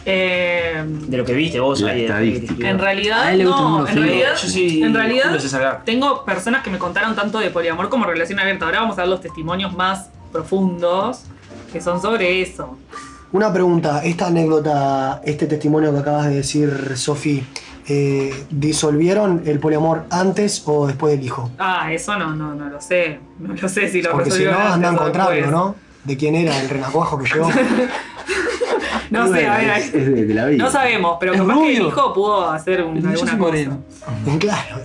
J: Eh,
D: De lo que viste vos
B: La
D: ahí. de-
B: estadística.
J: en realidad, no, en realidad, en realidad tengo personas que me contaron tanto de poliamor como relación abierta. Ahora vamos a ver los testimonios más profundos. que son sobre eso.
E: Una pregunta, esta anécdota, este testimonio que acabas de decir, Sofi, eh, ¿disolvieron el poliamor antes o después del hijo?
J: Ah, eso no, no, no lo sé. No lo sé si lo
E: Porque si
J: resolvió
E: no,
J: antes
E: anda a
J: o
E: encontrarlo,
J: después.
E: ¿no? De quién era el renacuajo que llegó.
J: No sé, a ver,
B: Es, es de, de la vida.
J: No sabemos, pero capaz que el hijo pudo hacer un- alguna cosa.
E: Claro,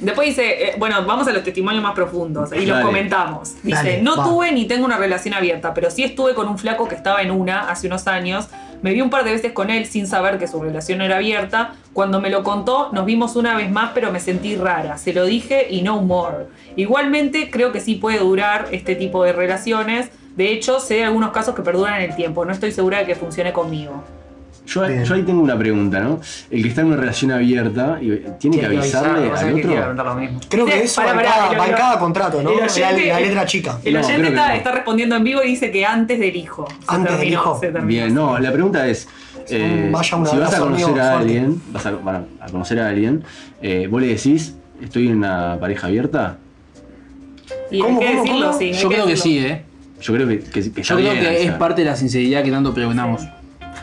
J: Después dice, eh, bueno, vamos a los testimonios más profundos y los
E: Dale.
J: comentamos. Dice,
E: Dale,
J: no
E: va.
J: tuve ni tengo una relación abierta, pero sí estuve con un flaco que estaba en una hace unos años. Me vi un par de veces con él sin saber que su relación no era abierta. Cuando me lo contó, nos vimos una vez más, pero me sentí rara. Se lo dije y no more. Igualmente, creo que sí puede durar este tipo de relaciones. De hecho, sé de algunos casos que perduran en el tiempo. No estoy segura de que funcione conmigo.
B: Yo, yo ahí tengo una pregunta, ¿no? El que está en una relación abierta, y- ¿tiene, que avisarle al otro?
E: Creo que eso va en cada- va en cada contrato, ¿no?
J: El
E: La-
J: oyente-
E: la letra chica.
J: El
B: No,
J: oyente
B: creo que
J: está,
B: no.
J: está respondiendo en vivo y dice que antes del hijo. Se
E: Antes del
J: terminó,
E: hijo.
J: se terminó.
B: Bien, no, la pregunta es, eh,
E: vaya un
B: si vas a
E: abrazo,
B: conocer
E: amigo,
B: a
E: fuerte.
B: alguien, vas a, van a- a conocer a alguien, eh, vos le decís, estoy en una pareja abierta,
J: Y hay que decirlo, sí. hay
C: Yo creo que sí,
J: decirlo.
C: ¿eh?
B: yo creo que, que, que está
C: Yo creo
B: bien, o
C: que es
B: sea,
C: parte de la sinceridad que tanto pregonamos.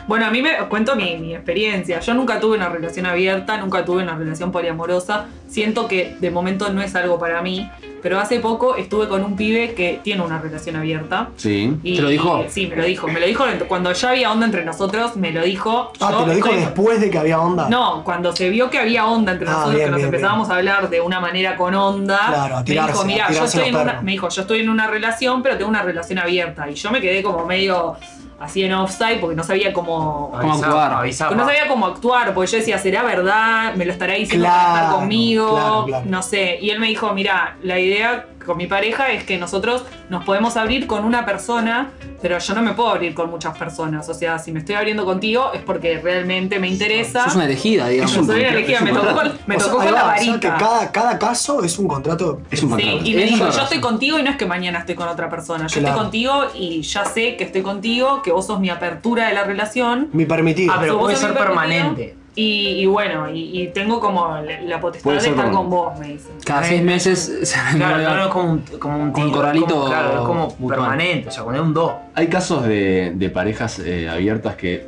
J: Bueno, a mí me cuento mi, mi experiencia. Yo nunca tuve una relación abierta, nunca tuve una relación poliamorosa. Siento que de momento no es algo para mí. Pero hace poco estuve con un pibe que tiene una relación abierta.
B: Sí.
J: Y-
C: ¿Te lo dijo?
J: y- sí, me lo dijo. Me lo dijo cuando ya había onda entre nosotros, me lo dijo.
E: Ah,
J: Yo
E: te lo dijo
J: estoy-
E: después de que había onda.
J: No, cuando se vio que había onda entre
E: Ah,
J: nosotros,
E: bien,
J: que nos
E: bien,
J: empezábamos a hablar de una manera con onda,
E: Claro, a
J: me dijo,
E: tirarse,
J: mira,
E: a
J: yo
E: tirarse
J: estoy en
E: los
J: una,
E: perros".
J: me dijo, yo estoy en una relación, pero tengo una relación abierta. Y yo me quedé como medio así en offside porque no sabía cómo,
C: Cómo actuar.
J: no sabía cómo actuar, porque yo decía, ¿será verdad? ¿Me lo estará diciendo para estar
C: Claro,
J: conmigo?
C: claro, claro.
J: No sé. Y él me dijo, mira, la idea con mi pareja es que nosotros nos podemos abrir con una persona, pero yo no me puedo abrir con muchas personas. O sea, si me estoy abriendo contigo es porque realmente me interesa.
C: Sos una elegida, digamos.
J: Yo soy una elegida, me tocó con, me
E: O sea,
J: tocó
E: ahí
J: con
E: va,
J: la
E: o sea, que
J: varita.
E: cada, cada caso es un contrato.
B: Es un
J: Sí, y me dijo, yo estoy contigo y no es que mañana estoy con otra persona. Yo
E: Claro.
J: estoy contigo y ya sé que estoy contigo, que vos sos mi apertura de la relación.
E: Mi permitido.
J: Ah, pero Vos puede sos ser mi permitido. permanente. Y, y bueno, y, y tengo como la, la potestad
C: Puede
J: de
C: ser
J: estar
C: como-
J: con vos, me dice.
C: Cada seis meses se
D: Claro,
C: renueva.
D: no, no, es como un, como un,
C: un
D: tiro,
C: corralito
D: como- claro, es como
C: mutual.
D: permanente, o sea, cuando es un 2.
B: ¿Hay casos de, de parejas eh, abiertas que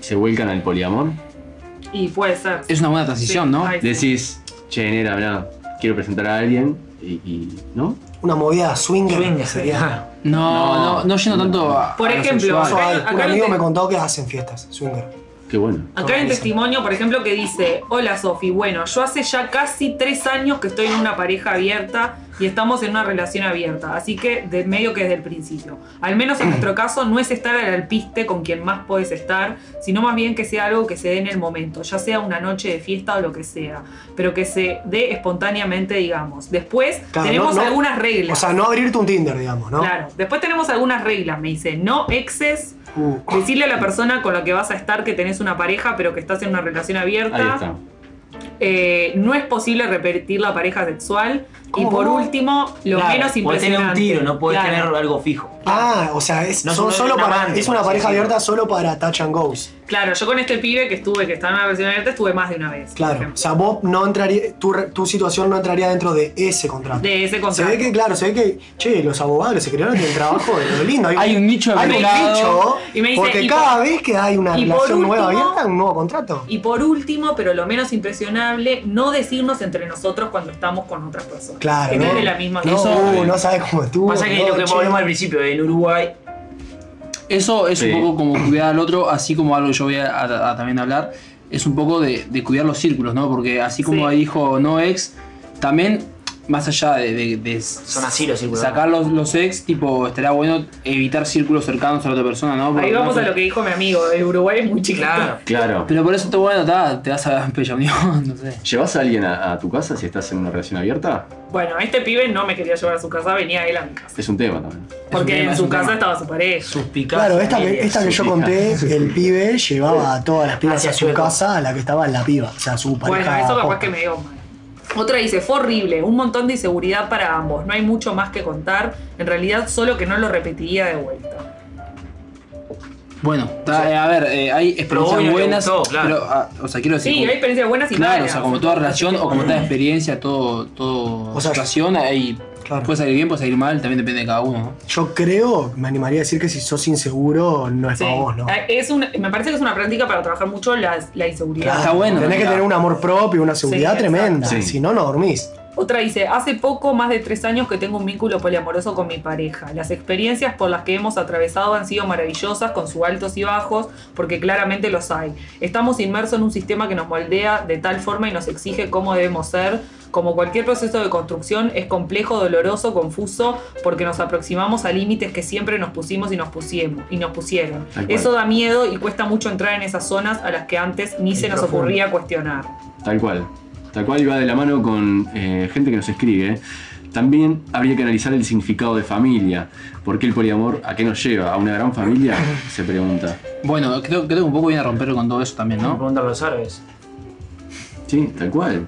B: se vuelcan al poliamor?
J: Y puede ser.
C: Es una buena transición,
J: Sí,
C: ¿no?
J: ay,
B: Decís, che, nera, mirá, quiero presentar a alguien y, y- ¿no?
E: Una movida swinger. sería.
C: No, no, no yendo tanto a.
J: Por
C: a lo
J: ejemplo,
C: sexual.
J: acá- acá
E: un
J: no
E: amigo
J: te-
E: me contó que hacen fiestas swinger.
B: Qué bueno.
J: Acá hay un testimonio, por ejemplo, que dice, hola Sofi, bueno, yo hace ya casi tres años que estoy en una pareja abierta y estamos en una relación abierta, así que de medio que desde el principio. Al menos en nuestro caso no es estar al alpiste con quien más puedes estar, sino más bien que sea algo que se dé en el momento, ya sea una noche de fiesta o lo que sea, pero que se dé espontáneamente, digamos. Después
E: Claro,
J: tenemos
E: no- no-
J: algunas reglas.
E: O sea, no abrirte un Tinder, digamos, ¿no?
J: Claro, después tenemos algunas reglas, me dice, no exes,
E: Uh.
J: decirle a la persona con la que vas a estar que tenés una pareja pero que estás en una relación
B: Ahí
J: abierta,
B: está.
J: Eh, no es posible repetir la pareja sexual y
E: ¿Cómo?
J: por último, lo
E: Claro,
J: menos
D: Podés tener
J: impresionante.
D: un tiro, no podés
J: Claro.
D: tener algo fijo.
E: Ah, o sea, es,
D: No,
E: son
D: no,
E: solo
D: no,
E: para,
D: amante,
E: es una
D: sí,
E: pareja
D: sí.
E: abierta solo para touch and goes.
J: Claro, yo con este pibe que estuve, que estaba en una relación abierta, estuve más de una vez.
E: Claro. O sea, vos no entraría, tu, re- tu situación no entraría dentro de ese contrato.
J: De ese contrato.
E: Se ve que, claro, se ve que, che, los abogados que se crearon en el trabajo es lo lindo. Hay, un nicho
J: de
E: Hay
J: mercado.
E: un nicho.
J: Y me dice,
E: porque
J: y
E: cada
J: por-
E: vez que hay una
J: y por
E: relación nueva
J: último-
E: abierta, un nuevo contrato.
J: Y por último, pero lo menos impresionable, no decirnos entre nosotros cuando estamos con otras personas.
E: Claro.
J: Que no
E: ¿no?
J: es de la misma
E: No, uh, no sabes cómo estuvo.
D: Pasa que
E: no,
D: lo que
E: che.
D: volvemos al principio, en Uruguay.
C: Eso es
D: Sí.
C: un poco como cuidar al otro, así como algo que yo voy a, a- a también hablar, es un poco de, de cuidar los círculos, ¿no? Porque así como dijo no ex, también más allá de, de- de
D: Son así los círculos.
C: sacar los, los ex, tipo, estaría bueno evitar círculos cercanos a la otra persona, ¿no?
J: Ahí
C: Porque
J: vamos
C: no
J: a
C: te-
J: lo que dijo mi amigo, el Uruguay es muy chiquito.
B: Claro.
C: Pero por eso te bueno, ta, te vas a la Bella Unión, no sé.
B: ¿Llevas a alguien a, a tu casa si estás en una relación abierta?
J: Bueno, este pibe no me quería llevar a su casa, venía él a mi casa.
B: Es un tema también.
J: Porque
B: tema,
J: en
B: es
J: su
B: un
J: casa
B: tema.
J: estaba su pareja.
E: Claro, esta que, esta que yo conté, el pibe llevaba a todas las pibas a su casa a la que estaba la piba, o sea, su pareja.
J: Bueno, eso capaz
E: posta.
J: que me dio mal. Otra dice, fue horrible, un montón de inseguridad para ambos, no hay mucho más que contar, en realidad solo que no lo repetiría de vuelta.
C: Bueno, ta, eh, a ver, eh, hay experiencias
J: hoy no le
C: buenas,
J: gustó, claro.
C: pero, ah, o sea, quiero decir...
J: Sí,
C: como-
J: hay experiencias buenas y
C: Claro,
J: malas.
B: Mm.
C: o sea, como toda relación o como toda experiencia, todo, todo situación, hay Puede salir bien, puede salir mal, también depende de cada uno. ¿no?
E: Yo creo, me animaría a decir que si sos inseguro, no es
J: Sí.
E: para vos, ¿no?
J: Ah, Es una- me parece que es una práctica para trabajar mucho la, la inseguridad.
E: Tenés que tener un amor propio, una seguridad
J: Sí,
E: tremenda.
J: exacto.
E: Si no, no dormís.
J: Otra dice, hace poco, más de tres años que tengo un vínculo poliamoroso con mi pareja. Las experiencias por las que hemos atravesado han sido maravillosas, con sus altos y bajos, porque claramente los hay. Estamos inmersos en un sistema que nos moldea de tal forma y nos exige cómo debemos ser. Como cualquier proceso de construcción, es complejo, doloroso, confuso, porque nos aproximamos a límites que siempre nos pusimos y nos, pusiemos, y nos pusieron.
C: Tal cual.
J: Eso da miedo y cuesta mucho entrar en esas zonas a las que antes ni se nos
B: profundo.
J: ocurría cuestionar.
B: Tal cual. Tal cual iba de la mano con eh, gente que nos escribe. ¿eh? También habría que analizar el significado de familia. ¿Por qué el poliamor a qué nos lleva? ¿A una gran familia? Se pregunta.
C: Bueno, creo, creo que un poco viene a romper con todo eso también, ¿no?
D: Preguntar los árabes.
B: Sí, tal cual.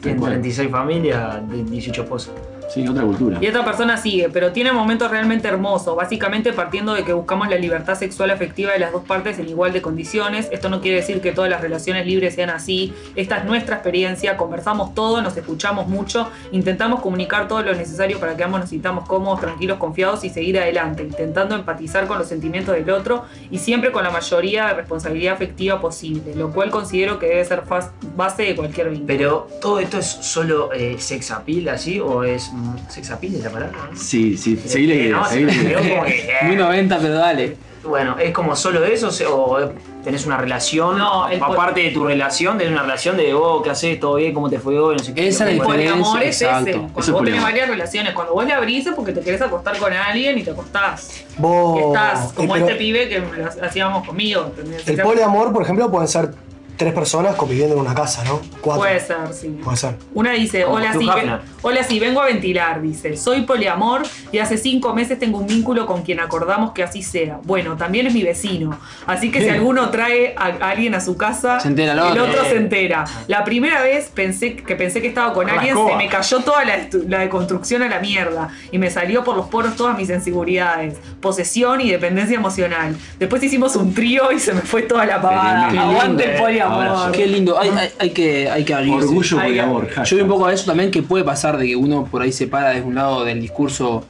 D: Tienen 36 familias, de 18 esposas.
B: Sí, otra cultura.
J: Y esta persona sigue, pero tiene momentos realmente hermosos, básicamente partiendo de que buscamos la libertad sexual afectiva de las dos partes en igual de condiciones. Esto no quiere decir que todas las relaciones libres sean así. Esta es nuestra experiencia, conversamos todo, nos escuchamos mucho, intentamos comunicar todo lo necesario para que ambos nos sintamos cómodos, tranquilos, confiados y seguir adelante, intentando empatizar con los sentimientos del otro y siempre con la mayoría de responsabilidad afectiva posible, lo cual considero que debe ser faz- base de cualquier vínculo.
D: Pero, ¿todo esto es solo eh, sex appeal así? ¿O es. mm, ¿Sex appeal es la palabra? no?
B: Sí, sí, seguí la idea.
D: No,
B: seguí la
D: se me
B: idea.
D: quedó como que, eh.
C: Muy 90, pero dale.
D: Bueno, ¿es como solo eso? se- ¿O eh, tenés una relación?
J: No,
D: a-
J: el pol-
D: aparte de tu relación, tenés una relación de vos, ¿qué haces? ¿Todo bien? ¿Cómo te fue hoy? No sé qué.
C: Esa es la
D: Bueno,
J: Por el amor
D: poliamor
J: es ese. Cuando
D: Eso es
J: vos tenés
D: poliamor.
J: varias relaciones, cuando vos le abrís es porque te querés acostar con alguien y te acostás.
E: Vos.
J: Y estás
E: eh,
J: como
E: pero
J: este pibe que lo hacíamos conmigo. ¿entendés?
E: El poliamor, por ejemplo, pueden ser tres personas conviviendo en una casa, ¿no? Cuatro.
J: Puede ser, sí.
E: Puede ser.
J: Una dice,
E: Como
J: hola
E: Hugh
J: sí,
E: Hefner.
J: ven- hola sí, vengo a ventilar, dice, soy poliamor y hace cinco meses tengo un vínculo con quien acordamos que así sea. Bueno, también es mi vecino, así que si
C: Bien.
J: alguno trae a a alguien a su casa,
C: Se entera el
J: el
C: otro.
J: otro se entera. La primera vez pensé que pensé que estaba con
C: Con la
J: alguien, se
C: escoba.
J: me cayó toda la, estu- la deconstrucción a la mierda y me salió por los poros todas mis inseguridades, posesión y dependencia emocional. Después hicimos un trío y se me fue toda la pavada.
C: Qué lindo.
J: Aguante el
C: Eh,
J: poliamor.
C: abrazo. Qué lindo. Hay, hay- hay que, hay que abrirse.
B: Orgullo
C: Hay que-
B: poliamor, hashtag.
C: Yo vi un poco a eso también que puede pasar de que uno por ahí se para desde un lado del discurso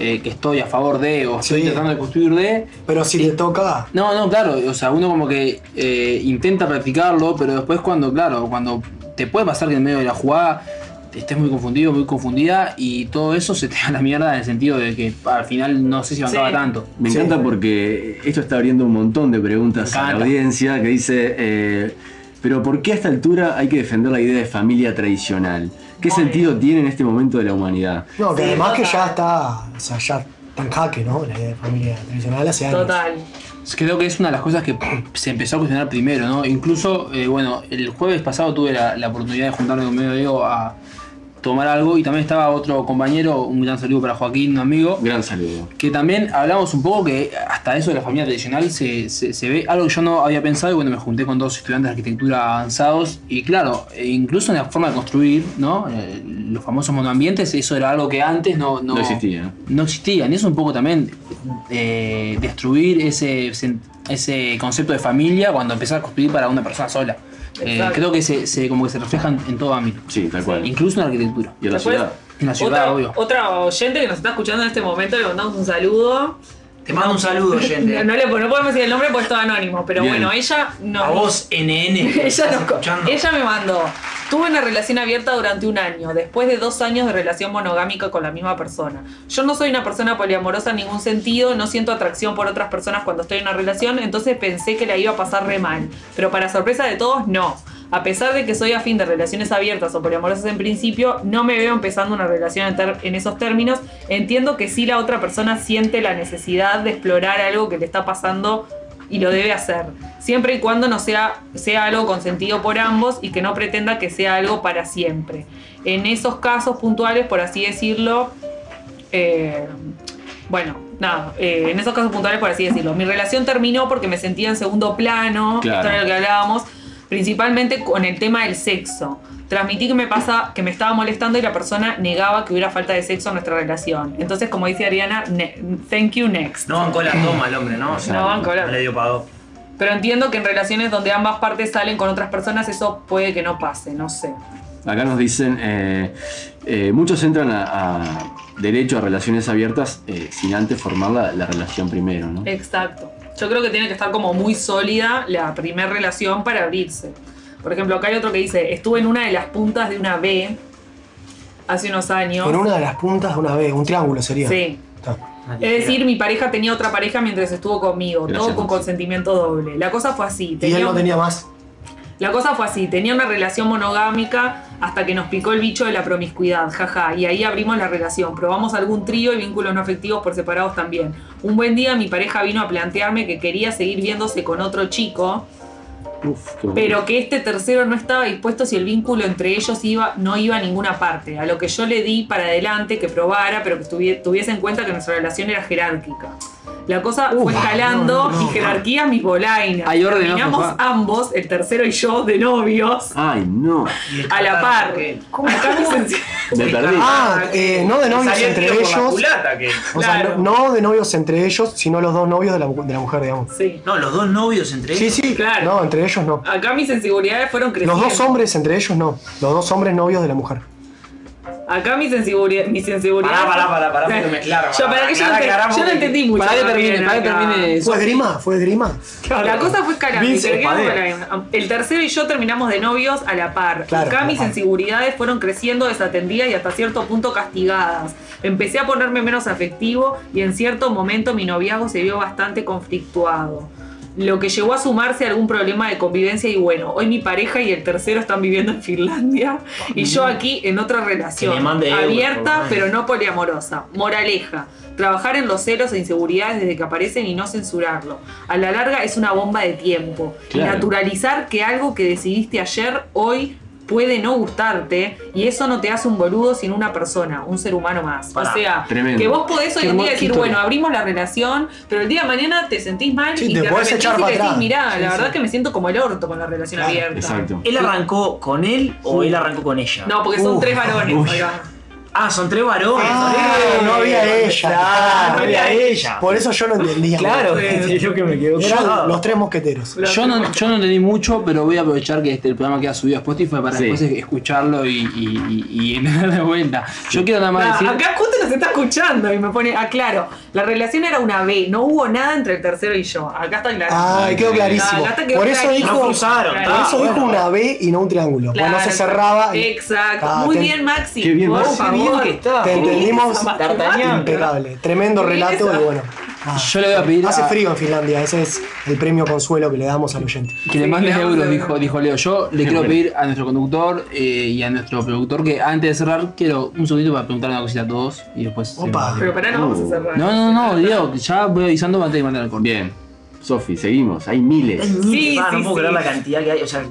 C: eh, que estoy a favor de o estoy tratando de construir de.
E: Pero si le toca.
C: No, no, claro. O sea, uno como que eh, intenta practicarlo, pero después cuando, claro, cuando te puede pasar que en medio de la jugada estés muy confundido, muy confundida y todo eso se te da la mierda en el sentido de que al final no sé si bancaba tanto.
B: Me encanta porque esto está abriendo un montón de preguntas a la
C: encanta.
B: audiencia que dice, eh, pero ¿por qué a esta altura hay que defender la idea de familia tradicional? ¿Qué sentido tiene en este momento de la humanidad?
E: No, que
B: Sí,
E: además que
B: total.
E: ya está. O sea, ya está en jaque, ¿no? La idea de familia tradicional hace años.
C: Creo que es una de las cosas que se empezó a cuestionar primero, ¿no? Incluso, eh, bueno, el jueves pasado tuve la, la oportunidad de juntarme con medio Diego a tomar algo y también estaba otro compañero, un gran saludo para Joaquín, un amigo.
B: Gran saludo.
C: Que también hablamos un poco que hasta eso de la familia tradicional se, se- se ve algo que yo no había pensado y bueno, me junté con dos estudiantes de arquitectura avanzados y claro, e incluso en la forma de construir, ¿no? Eh, los famosos monoambientes, eso era algo que antes no,
B: No, existía. ¿eh?
C: no existían. Eso un poco también eh, destruir ese, sen- ese concepto de familia cuando empezás a construir para una persona sola. Eh,
J: Exacto.
C: creo que se, se- como que se reflejan en todo ámbito.
B: Sí, tal cual.
C: Incluso en la arquitectura.
B: Y en la
J: Después,
B: ciudad.
C: En la ciudad,
J: otra,
C: obvio.
J: otra oyente que nos está escuchando en este momento, le mandamos un saludo.
D: Te mando un saludo, oyente.
J: No, no le- no podemos decir el nombre porque es todo anónimo, pero
D: Bien.
J: bueno, ella no.
D: A vos, NN. que
J: ella,
D: estás
J: nos-
D: escuchando.
J: ella me mandó. Tuve una relación abierta durante un año, después de dos años de relación monogámica con la misma persona. Yo no soy una persona poliamorosa en ningún sentido, no siento atracción por otras personas cuando estoy en una relación, entonces pensé que la iba a pasar re mal. Pero para sorpresa de todos, no. A pesar de que soy afín de relaciones abiertas o poliamorosas en principio, no me veo empezando una relación en, ter- en esos términos. Entiendo que si la otra persona siente la necesidad de explorar algo que le está pasando y lo debe hacer, siempre y cuando no sea, sea algo consentido por ambos y que no pretenda que sea algo para siempre. En esos casos puntuales, por así decirlo, eh, bueno, nada, eh, en esos casos puntuales, por así decirlo, mi relación terminó porque me sentía en segundo plano,
K: Claro.
J: esto era lo que hablábamos, principalmente con el tema del sexo. Transmití que me pasa, que me estaba molestando y la persona negaba que hubiera falta de sexo en nuestra relación. Entonces, como dice Ariana, ne- thank you next.
D: No bancó la toma el hombre, ¿no?
J: No bancó la-
D: No le dio pago.
J: Pero entiendo que en relaciones donde ambas partes salen con otras personas, eso puede que no pase, no sé.
B: Acá nos dicen, eh, eh, muchos entran a, a- derecho a relaciones abiertas eh, sin antes formar la, la relación primero,
J: Eh,
B: ¿no?
J: Exacto. Yo creo que tiene que estar como muy sólida la primera relación para abrirse. Por ejemplo, acá hay otro que dice, estuve en una de las puntas de una B hace unos años.
E: Con una de las puntas de una B, un triángulo sería.
J: Sí. Es decir, mi pareja tenía otra pareja mientras estuvo conmigo,
E: Gracias,
J: todo con
E: Nancy.
J: consentimiento doble. La cosa fue así.
E: Y él no tenía más.
J: La cosa fue así, tenía una relación monogámica hasta que nos picó el bicho de la promiscuidad, jaja, y ahí abrimos la relación. Probamos algún trío y vínculos no afectivos por separados también. Un buen día mi pareja vino a plantearme que quería seguir viéndose con otro chico,
B: Uf, qué
J: pero que este tercero no estaba dispuesto si el vínculo entre ellos iba, no iba a ninguna parte. A lo que yo le di para adelante que probara, pero que tuvie- tuviese en cuenta que nuestra relación era jerárquica. La cosa fue escalando y jerarquías mis bolainas.
C: Hay orden, ¿no,
J: Terminamos
C: papá?
J: ambos, el tercero y yo, de novios,
B: Ay, no.
J: a la par. Acá licenciado-
B: Me perdí.
E: Ah, eh, no de novios
D: Salía el
E: entre
D: tiro por la
E: ellos.
D: culata, que-
E: O sea, no, no de novios entre ellos, sino los dos novios de la, de la mujer, digamos.
J: Sí.
D: No, los dos novios entre
E: Sí,
D: ellos.
E: sí. No, entre ellos no.
J: Acá mis inseguridades fueron
E: Los
J: Ah, creciendo.
E: dos hombres entre ellos no. Los dos hombres novios de la mujer.
J: Acá mis inseguridades. Mis inseguridades
D: Pará, pará, pará, pará, porque me- claro,
J: yo,
D: pará,
J: para que yo,
D: aclará,
J: no ente-
D: aclará,
J: yo no
D: porque-
J: entendí mucho.
D: Pará que termine,
J: también
D: pará que
J: acá.
D: termine.
E: ¿Fue grima? ¿Fue grima?
J: La cosa fue escalando.
E: Vince
J: y terminamos
E: Espadé.
J: con la- El tercero y yo terminamos de novios a la par.
E: Claro, a
J: Acá
E: la
J: mis
E: par.
J: inseguridades fueron creciendo, desatendidas y hasta cierto punto castigadas. Empecé a ponerme menos afectivo y en cierto momento mi noviazgo se vio bastante conflictuado. Lo que llegó a sumarse a algún problema de convivencia y bueno, hoy mi pareja y el tercero están viviendo en Finlandia y yo
E: Mm.
J: aquí en otra
D: Que
J: relación
D: le mande euros, por lo
J: abierta
D: menos.
J: pero no poliamorosa. Moraleja, trabajar en los celos e inseguridades desde que aparecen y no censurarlo. A la larga es una bomba de tiempo.
M: Claro.
J: Naturalizar que algo que decidiste ayer, hoy, puede no gustarte y eso no te hace un boludo sino una persona, un ser humano más.
M: Pará.
J: o sea,
M: Tremendo.
J: que vos podés hoy
M: Qué
J: en
M: mo-
J: día
M: qué
J: decir,
M: historia.
J: bueno, abrimos la relación, pero el día de mañana te sentís mal
D: Sí,
J: y
D: te
J: te,
D: podés
J: arrepentís
D: echar
J: y
D: para
J: te decís,
D: atrás.
J: mirá,
D: Sí,
J: la
D: sí.
J: verdad que me siento como el orto con la relación abierta.
D: ¿Él arrancó con él o él arrancó con ella?
J: No, porque son tres varones, oiga.
D: Ah, son tres varones.
E: Ah,
D: Eh,
E: no había ella. claro,
D: no había ella.
E: Por eso yo no entendía.
D: Claro,
J: eh,
D: es lo que me quedó
E: Eran
D: clavado.
E: los tres mosqueteros.
C: Yo no, yo no entendí mucho, pero voy a aprovechar que este, el programa queda subido a Spotify para
E: Sí.
C: después escucharlo y, y, y, y darle vuelta. Yo quiero nada más
J: Nah,
C: decir.
J: Acá justo nos está escuchando y me pone, aclaro, la relación era una B, no hubo nada entre el tercero y yo. Acá está claro.
E: Ah, quedó clarísimo.
J: Acá está quedó
E: Por eso
J: clarísimo.
E: dijo, por
J: Claro.
E: eso dijo una B y no un triángulo. Porque no se
J: Claro,
E: cerraba. y-
J: Exacto.
E: Ah,
J: Muy
E: te-
J: bien, Maxi. por favor.
E: Te entendimos
J: D'Artagnan.
E: impecable. Tremendo
J: Qué bien
E: relato
J: eso.
E: y bueno.
C: Yo le voy a pedir
E: Hace
C: a-
E: frío en Finlandia, ese es el premio consuelo que le damos al oyente.
C: Que le mandes euros, dijo, dijo Leo. Yo le quiero pedir a nuestro conductor eh, y a nuestro productor que antes de cerrar, quiero un segundito para preguntar una cosita a todos y después. se
E: Opa.
C: va.
J: Pero pará, no vamos a cerrar.
C: No, no, no, Diego, ya voy avisando antes de mandar el corte.
B: Bien. Sofi, seguimos. Hay miles.
J: Sí,
D: Ah, no
J: sí,
D: puedo creer
J: sí.
D: la cantidad que hay. O sea,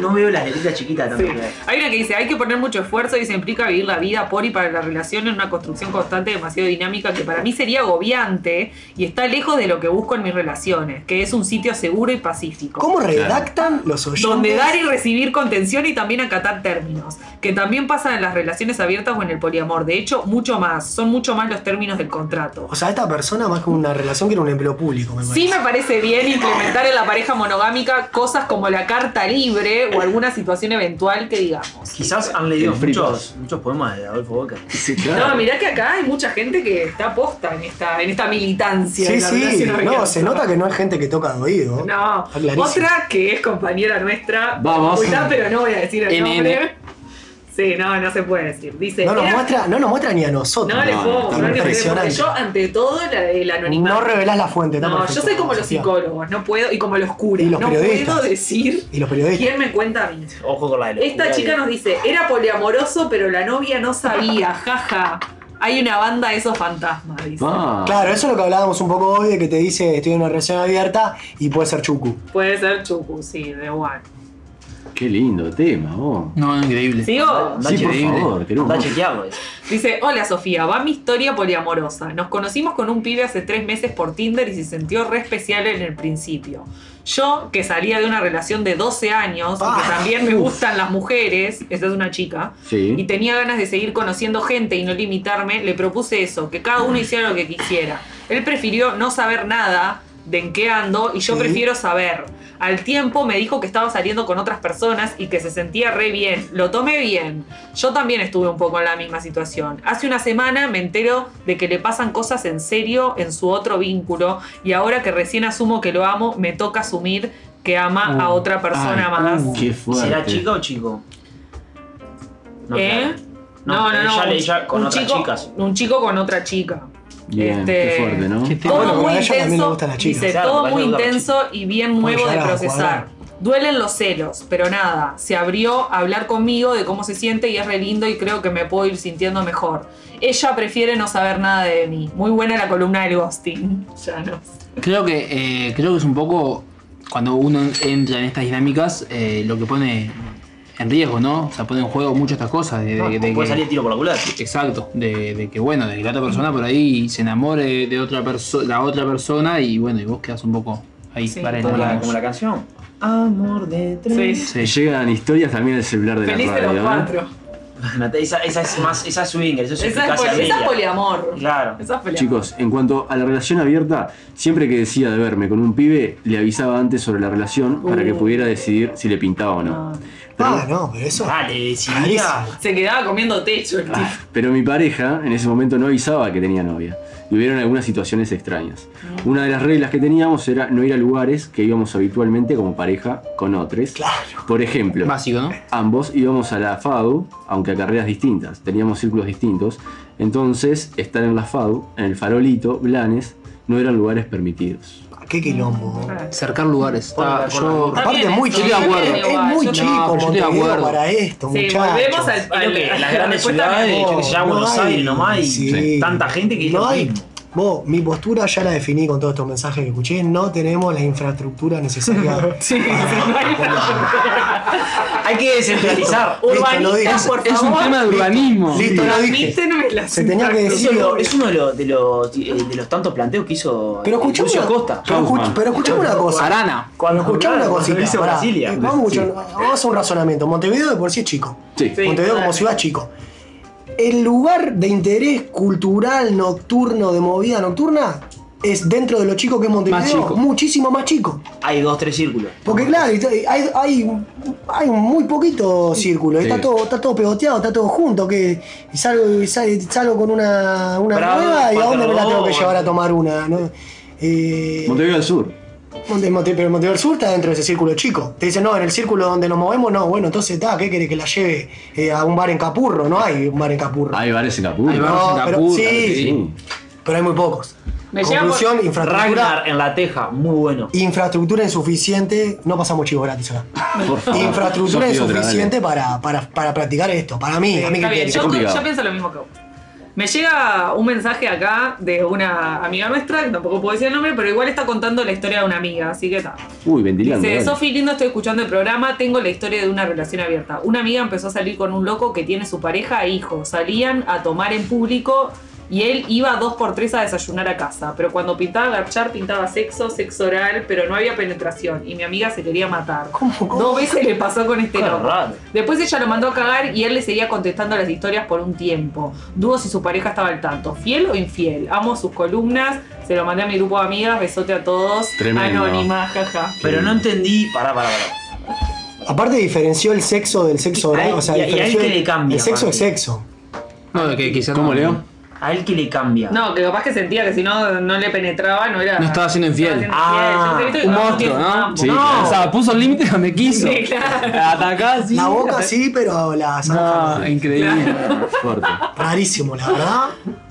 D: no veo las letritas chiquitas tanto que hay.
J: Hay una que dice, hay que poner mucho esfuerzo y se implica vivir la vida por y para la relación en una construcción constante demasiado dinámica que para mí sería agobiante y está lejos de lo que busco en mis relaciones, que es un sitio seguro y pacífico.
E: ¿Cómo redactan los oyentes?
J: Donde dar y recibir contención y también acatar términos, que también pasa en las relaciones abiertas o en el poliamor. De hecho, mucho más, son mucho más los términos del contrato.
E: O sea, esta persona más que una relación que era un empleo público, me parece.
J: Sí me parece bien implementar en la pareja monogámica cosas como la carta libre o alguna situación eventual que digamos.
D: Quizás han leído
B: El Free
D: muchos, muchos poemas de Adolfo Boca.
B: Sí,
J: No, mirá que acá hay mucha gente que está aposta en esta, en esta militancia. de
E: Sí,
J: la
E: sí,
J: relación abierta.
E: no, se nota que no es gente que toca de oído.
J: No,
E: Está clarísimo.
J: otra que es compañera nuestra.
E: Vamos.
J: facultad, pero no voy a decir el
E: NN.
J: nombre. Sí, no, no se puede decir. Dice.
E: No nos
J: era-
E: muestra, no nos muestra ni a nosotros.
J: No, le puedo mostrar ni a ustedes, porque
E: impresionante.
J: yo, ante todo, la- el anonimato.
E: No revelás la fuente, está
J: No,
E: perfecto.
J: yo soy como los
E: Sofía.
J: psicólogos, no puedo, y como los curas,
E: los
J: no
E: periodistas.
J: puedo decir
E: Y los periodistas.
J: quién me cuenta a mí.
D: Ojo con la de los
J: Esta
D: curas,
J: chica nos dice, era poliamoroso, pero la novia no sabía, jaja. Hay una banda de esos fantasmas, dice.
E: Claro, eso es lo que hablábamos un poco hoy, de que te dice estoy en una relación abierta y puede ser chucu.
J: Puede ser Chucu, sí, de igual.
B: Qué lindo tema, vos.
C: No, increíble.
J: ¿Sigo?
B: Sí, por favor, queremos. más.
D: ¿eh?
J: Dice, hola Sofía, va mi historia poliamorosa. Nos conocimos con un pibe hace tres meses por Tinder y se sintió re especial en el principio. Yo, que salía de una relación de 12 años y que también me gustan las mujeres, esta es una chica,
B: Sí.
J: y tenía ganas de seguir conociendo gente y no limitarme, le propuse eso, que cada uno hiciera lo que quisiera. Él prefirió no saber nada, de en qué ando y yo
E: Sí.
J: prefiero saber. Al tiempo me dijo que estaba saliendo con otras personas y que se sentía re bien. Lo tomé bien. Yo también estuve un poco en la misma situación. Hace una semana me entero de que le pasan cosas en serio en su otro vínculo y ahora que recién asumo que lo amo, me toca asumir que ama a otra persona más.
B: Qué fuerte.
D: ¿Será chica o chico? No,
J: ¿Eh?
D: claro.
J: No, no, no.
D: ella-
J: un-
D: ella con
J: un
D: otras
J: chico-
D: chicas.
J: Un chico con otra chica.
B: Bien,
J: Este,
B: qué fuerte, ¿no?
J: Todo muy intenso, dice,
D: Claro,
J: todo
D: a ella
J: muy
D: le gustan las
J: intenso y bien nuevo
D: llegar
J: de
D: a
J: procesar. Duelen los celos, pero nada, se abrió a hablar conmigo de cómo se siente y es re lindo y creo que me puedo ir sintiendo mejor. Ella prefiere no saber nada de mí. Muy buena la columna del ghosting. Ya no.
C: Creo que, eh, creo que es un poco cuando uno entra en estas dinámicas eh, lo que pone en riesgo, ¿no? O sea, pone en juego muchas estas cosas. De, de-
D: No,
C: de
D: puede
C: que-
D: salir tiro por la culata.
C: Exacto, de, de que bueno, de que la otra persona por ahí se enamore de otra persona, la otra persona y bueno, y vos quedás un poco ahí para el
D: como la- como la canción. Amor de tres.
B: Se llegan historias también al celular de la radio. ¿no?
D: Nat- Esa, esa es más, esa es swinger, esa es
J: Esa es,
D: eficacia
J: poli- esa es
D: media.
J: poliamor.
D: Claro.
J: Esa es poliamor.
B: Chicos, en cuanto a la relación abierta, siempre que decía de verme con un pibe, le avisaba antes sobre la relación para que pudiera decidir si le pintaba o no.
E: Ah, no, pero eso.
D: Dale,
J: Se quedaba comiendo techo el tipo.
B: Pero mi pareja en ese momento no avisaba que tenía novia. Y hubieron algunas situaciones extrañas. Una de las reglas que teníamos era no ir a lugares que íbamos habitualmente como pareja con otros. Por ejemplo, ambos íbamos a la FADU, aunque a carreras distintas, teníamos círculos distintos. Entonces, estar en la FADU, en el farolito, Blanes, no eran lugares permitidos.
E: Qué quilombo.
C: Cercar lugares. Ah. Está- yo,
E: Está Aparte bien es muy esto, chico, yo estoy de acuerdo. es muy
C: No,
E: chico
C: pero yo estoy de
E: Montevideo
C: acuerdo.
E: para esto,
J: Sí,
E: muchachos.
J: volvemos al-
D: Creo
J: al-
D: que
J: a
D: las
J: la
D: grandes
J: respuesta
D: ciudades,
J: no.
D: yo que sé, ya
E: No
D: Buenos
E: hay,
D: Aires nomás, y tanta gente que es
E: no
D: lo
E: hay.
D: mismo.
E: Vos, mi postura ya la definí con todos estos mensajes que escuché. No tenemos la infraestructura necesaria. sí,
D: Hay que descentralizar. Urbanista, por
C: es un
D: favor.
C: tema de urbanismo.
D: Listo, lo dije.
J: la
E: Se tenía que decir.
D: Es uno, es uno de, los, de, los, eh, de los tantos planteos que hizo
E: Pero escuchame
D: Lucio
E: una-
D: Costa.
E: pero escuch- pero escuchame una cosa.
C: Arana.
E: Cuando escuchamos una cosita,
D: Dice
E: pará.
D: Brasilia.
E: Eh, vamos, a escuchar- vamos a hacer un razonamiento. Montevideo de por sí es chico.
B: Sí.
J: Sí,
E: Montevideo como
J: totalmente.
E: ciudad es chico. El lugar de interés cultural nocturno, de movida nocturna, es dentro de lo chico que es Montevideo,
D: Más chico.
E: muchísimo más chico.
D: Hay dos, tres círculos.
E: Porque claro, hay, hay, hay muy poquito círculo,
D: Sí.
E: está, todo, está todo pegoteado, está todo junto, que y salgo, y sal- salgo con una, una
D: Bravo,
E: nueva y a dónde me la tengo que
D: Patarrobo.
E: llevar a tomar una. ¿no? Eh,
B: Montevideo del Sur.
E: Monte, Monte- pero Montevideo del Sur está dentro de ese círculo chico. Te dicen, no, en el círculo donde nos movemos, no, bueno, entonces está, ¿qué querés que la lleve eh, a un bar en Capurro? No hay un bar en Capurro.
B: Hay bares en Capurro.
E: Hay bares en No, pero- Capurro, sí. sí. Pero hay muy pocos.
J: Me llega por-
E: Conclusión, infraestructura.
D: Ragnar en la teja, muy bueno.
E: Infraestructura insuficiente, no pasamos chivo gratis acá.
D: Por favor.
E: infraestructura
D: Sos idiota,
E: insuficiente para, para, para practicar esto. Para mí, a mí
J: Está
E: que
J: bien,
E: quiere.
J: yo, yo pienso lo mismo que vos. Me llega un mensaje acá de una amiga nuestra, que tampoco puedo decir el nombre, pero igual está contando la historia de una amiga, así que está.
B: Uy, ventilando.
J: Dice,
B: dale.
J: Sofi, lindo, estoy escuchando el programa, tengo la historia de una relación abierta. Una amiga empezó a salir con un loco que tiene su pareja e hijo. Salían a tomar en público y él iba dos por tres a desayunar a casa. Pero cuando pintaba garchar, pintaba sexo, sexo oral, pero no había penetración. Y mi amiga se quería matar. Dos veces le pasó con este
D: Qué
J: loco.
D: raro.
J: Después ella lo mandó a cagar y él le seguía contestando las historias por un tiempo. Dudo si su pareja estaba al tanto. ¿Fiel o infiel? Amo sus columnas. Se lo mandé a mi grupo de amigas. Besote a todos.
E: Tremendo.
J: Anónima, jaja.
D: Pero no entendí. Pará, pará, pará.
E: Aparte diferenció el sexo del sexo oral.
D: Ay,
E: O sea,
D: y- y
E: diferenció
D: ahí que le cambia,
E: El sexo es
D: Martín.
E: sexo.
C: No, que quizás.
D: ¿Cómo,
C: Leo?
D: A él que le cambia.
J: No, que capaz que sentía que si no, no le penetraba, no era.
C: No estaba siendo infiel.
J: Ah, Yo te he visto que
C: un
J: cuando
C: monstruo,
J: tienes
C: ¿no?
J: campo.
C: Sí,
J: No.
C: claro. O sea, puso el límite donde quiso.
J: Sí, claro.
C: Atacá, sí.
E: La boca sí, pero la
C: No, increíble.
E: Rarísimo, la verdad.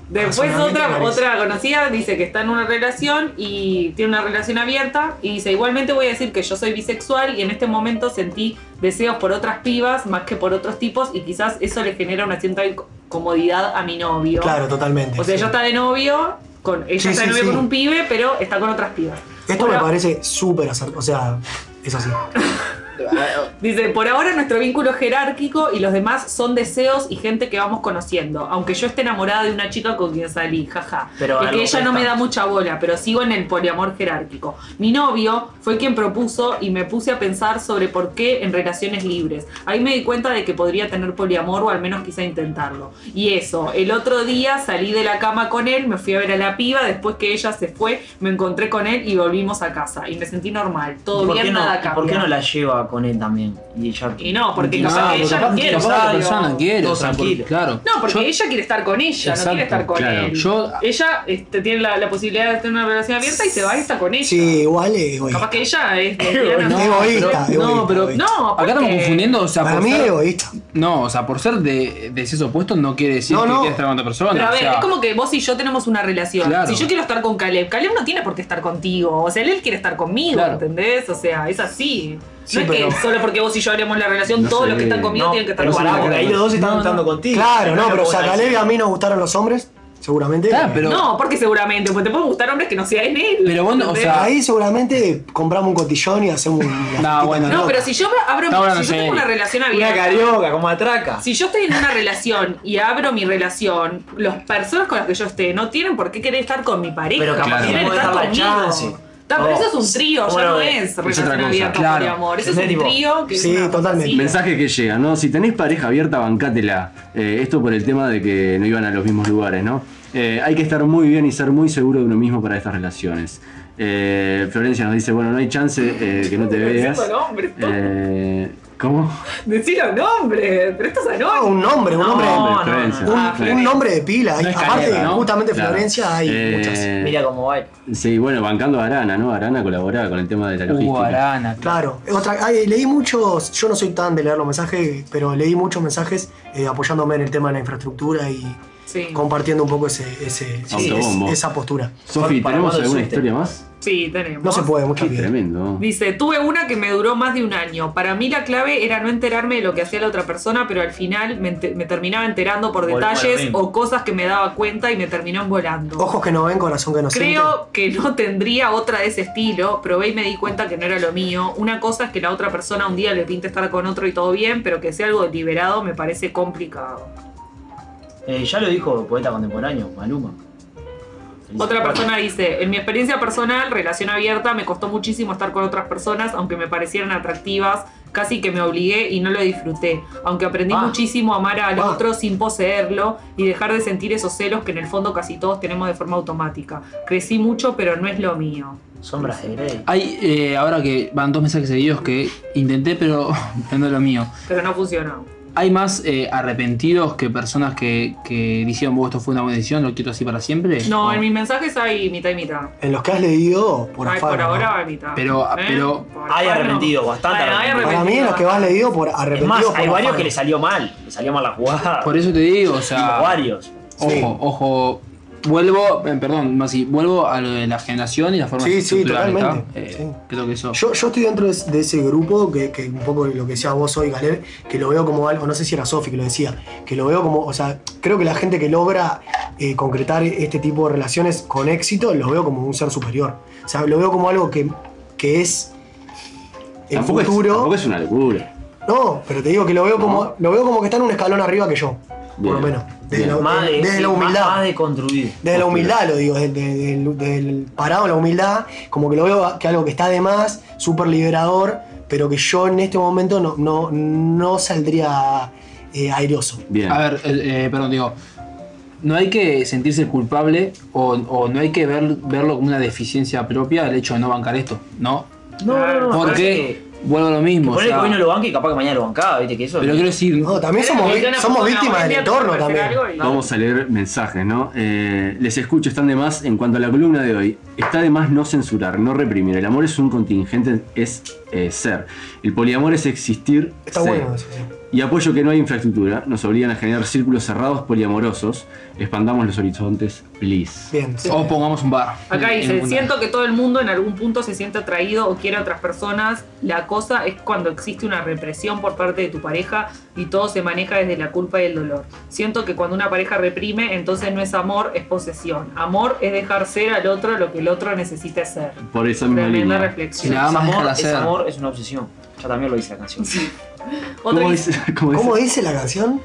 J: Después
E: Razonablemente
J: otra,
E: parece.
J: otra conocida dice que está en una relación y tiene una relación abierta y dice, igualmente voy a decir que yo soy bisexual y en este momento sentí deseos por otras pibas más que por otros tipos y quizás eso le genera una cierta incomodidad a mi novio.
E: Claro, totalmente.
J: O sea, ella está de novio, con, ella
E: Sí,
J: está de
E: sí,
J: novio
E: sí.
J: con un pibe, pero está con otras pibas.
E: Esto me parece súper acertado. O sea, es así.
J: Dice, por ahora nuestro vínculo es jerárquico y los demás son deseos y gente que vamos conociendo. Aunque yo esté enamorada de una chica con quien salí, jaja.
D: Pero
J: es
D: algo
J: que ella no me
D: falta.
J: da mucha bola, pero sigo en el poliamor jerárquico. Mi novio fue quien propuso y me puse a pensar sobre por qué en relaciones libres. Ahí me di cuenta de que podría tener poliamor o al menos quise intentarlo. Y eso, el otro día salí de la cama con él, me fui a ver a la piba, después que ella se fue, me encontré con él y volvimos a casa. Y me sentí normal, todo
D: ¿Por qué
J: bien,
D: no-
J: nada
D: ¿Por qué
J: cambia.
D: no la lleva con él también? Y, ella-
J: Y no, porque
D: capaz
J: capaz que ella no quiere,
D: capaz la
J: claro.
D: persona quiere,
C: Todo
D: o sea, por-
C: tranquilo.
D: claro.
J: No, porque ella quiere estar con ella, no quiere
C: Exacto,
J: estar con
C: claro.
J: él.
C: Yo-
J: ella este, tiene la, la posibilidad de tener una relación abierta y se va y está con ella.
E: Sí, igual es egoísta.
J: Capaz que ella es lesbiana,
C: No,
E: egoísta,
C: pero- no,
E: egoísta,
C: pero
E: egoísta.
J: No,
C: acá
J: aparte-
C: estamos confundiendo. O sea,
E: Para
C: por
E: mí
C: ser-
E: egoísta.
C: No, o sea, por ser de, de sexo opuesto no quiere decir
E: No,
C: que
E: no.
C: quieras estar con otra persona.
J: Pero a
C: o
J: ver,
C: sea,
J: es como que vos y yo tenemos una relación.
C: Claro.
J: Si yo quiero estar con Caleb, Caleb no tiene por qué estar contigo. O sea, él quiere estar conmigo, ¿entendés? O sea, es así.
D: Sí,
J: no es
D: pero-
J: que solo porque vos y yo hablemos la relación,
D: No
J: todos
D: se
J: los que
D: ve.
J: están conmigo
D: No,
J: tienen que estar
D: pero
J: con
D: pará,
J: vos.
D: porque ahí los dos están estando contigo.
E: Claro, no,
D: Claro,
E: pero o
D: vos
E: sea,
D: estás
E: Caleb y a mí nos gustaron los hombres, seguramente.
J: No, porque seguramente, porque te pueden gustar hombres que no sean él. ¿entendés?
E: ahí seguramente compramos un cotillón y hacemos un.
C: No,
J: No, pero si yo abro
E: Está hablando
J: si yo
E: en
J: tengo
E: serio.
J: una relación
E: Una
J: abierta.
E: carioca, como atraca.
J: Si yo estoy en una relación y abro mi relación, las personas con las que yo esté no tienen por qué querer estar con mi pareja.
D: Pero capaz que
J: quieren
D: no puede
J: estar
D: dar la
J: conmigo.
D: chance.
J: Ta, pero
D: No.
J: eso es un trío, ya
D: Bueno,
J: no
D: es
J: es
D: otra
J: relación
B: cosa,
J: abierta
B: claro.
J: por amor. Eso es un
B: Entendés, tipo,
J: trío que es
E: sí,
J: una-
E: totalmente.
B: Mensaje que llega, ¿no? Si tenés pareja abierta, bancátela. Eh, esto por el tema de que no iban a los mismos lugares, ¿no? Eh, hay que estar muy bien y ser muy seguro de uno mismo para estas relaciones. Eh, Florencia nos dice, bueno, no hay chance eh, que no te veas.
J: Decilo nombre,
B: Eh, ¿Cómo?
J: decilo nombre, pero esto es anónimo.
E: un nombre, un nombre.
B: no, Florencia.
E: Un,
B: Ah,
E: un nombre de pila.
B: No es
E: Aparte,
B: Caleb, ¿no?
E: justamente
B: Claro.
E: Florencia hay
B: Eh,
E: muchas.
B: Mira
D: cómo va.
B: Sí, bueno, bancando a Arana, ¿no? Arana colaboraba con el tema de la logística.
C: Uh, Arana.
E: Claro, otra, ay, leí muchos, yo no soy tan de leer los mensajes, pero leí muchos mensajes eh, apoyándome en el tema de la infraestructura y compartiendo un poco ese, ese-
B: Sí.
E: es-
B: Autobombo.
E: esa postura.
B: Sofi,
E: Para
B: ¿tenemos
E: cuando
B: alguna
E: existe.
B: historia más?
J: Sí, tenemos.
E: No se puede, mucha
B: Qué
E: vida.
B: tremendo.
J: Dice, tuve una que me duró más de un año. Para mí la clave era no enterarme de lo que hacía la otra persona, pero al final me, ente- me terminaba enterando por
E: Volvemos al
J: detalles
E: mismo.
J: o cosas que me daba cuenta y me terminó volando.
E: Ojos que no ven, corazón que no siente.
J: Creo que no tendría otra de ese estilo. Probé y me di cuenta que no era lo mío. Una cosa es que la otra persona un día le pinte estar con otro y todo bien, pero que sea algo deliberado me parece complicado.
D: Eh, ya lo dijo poeta contemporáneo, Maluma.
J: Otra persona dice, en mi experiencia personal, relación abierta, me costó muchísimo estar con otras personas, aunque me parecieran atractivas, casi que me obligué y no lo disfruté. Aunque aprendí muchísimo a amar al otro sin poseerlo y dejar de sentir esos celos que en el fondo casi todos tenemos de forma automática. Crecí mucho, pero no es lo mío.
D: Sombras de Grey.
C: Hay, eh, ahora que van dos mensajes seguidos que intenté, pero no es lo mío.
J: Pero no funcionó.
C: Hay más eh, arrepentidos que personas que, que dijeron, vos, esto fue una buena decisión, lo quiero así para siempre.
J: No,
C: O-
J: en mis mensajes hay mitad y mitad.
E: En los que has leído, por
J: Ay,
E: afán.
J: por ahora
E: ¿no?
J: va mitad.
C: Pero,
J: ¿Eh?
C: pero
D: Hay arrepentidos, bastante
J: Bueno, hay
D: arrepentidos.
E: Para mí, en los que has leído, por
D: Es
E: arrepentido.
D: más,
E: por
D: hay varios
E: afán.
D: que le salió mal. Le salió mal la jugada.
C: Por eso te digo, o sea.
D: Digo, varios.
C: Ojo,
D: Sí.
C: ojo. Vuelvo, eh, perdón, Masi, vuelvo a lo de la generación y las formas
E: Sí, sí,
C: estructurales,
E: totalmente.
C: ¿está? Eh, Creo que eso.
E: Yo, yo estoy dentro de, de ese grupo que, que un poco lo que decías vos hoy, Galer, que lo veo como algo, no sé si era Sofi que lo decía, que lo veo como, o sea, creo que la gente que logra eh, concretar este tipo de relaciones con éxito, lo veo como un ser superior. O sea, lo veo como algo que, que es el
B: Tampoco es,
E: futuro.
B: tampoco es una locura.
E: No, pero te digo que lo veo como lo veo como que está en un escalón arriba que yo, por lo
B: Bien.
E: menos. Desde,
B: Bien.
E: la,
D: Más de-
E: desde la
D: más-
E: humildad.
D: Más de construir.
E: Desde la humildad lo digo, desde, desde el- del parado en la humildad, como que lo veo que algo que está de más, súper liberador, pero que yo en este momento no, no, no saldría eh, airoso.
C: A ver, eh, eh, perdón, digo. No hay que sentirse culpable o, o no hay que ver- verlo como una deficiencia propia el hecho de no bancar esto, ¿no?
D: No, no, no.
C: Porque vuelvo a lo mismo.
D: Por
C: o
D: el que
C: sea,
D: hoy no lo banca y capaz que mañana lo bancaba, viste que eso.
C: Pero quiero decir.
E: No, también somos, vi- somos víctimas del entorno también.
B: Vamos a leer mensajes, ¿no? Eh, les escucho, están de más. En cuanto a la columna de hoy, está de más no censurar, no reprimir. El amor es un contingente, es eh, ser. El poliamor es existir.
E: Está
B: ser.
E: bueno eso.
B: Y apoyo que no hay infraestructura, nos obligan a generar círculos cerrados poliamorosos. Expandamos los horizontes, please.
E: Bien.
C: O pongamos un bar.
J: Acá
B: En- en
J: dice,
B: un-
J: siento que todo el mundo en algún punto se siente atraído o quiere a otras personas. La cosa es cuando existe una represión por parte de tu pareja y todo se maneja desde la culpa y el dolor. Siento que cuando una pareja reprime, entonces no es amor, es posesión. Amor es dejar ser al otro lo que el otro necesita ser.
B: Por esa misma
J: Tremenda
B: línea.
J: reflexión. Si la amas,
D: amor,
J: déjala
D: es
J: ser.
D: amor amor es una obsesión. Ya también lo dice la canción.
E: ¿Cómo dice, cómo dice? ¿Cómo dice la canción?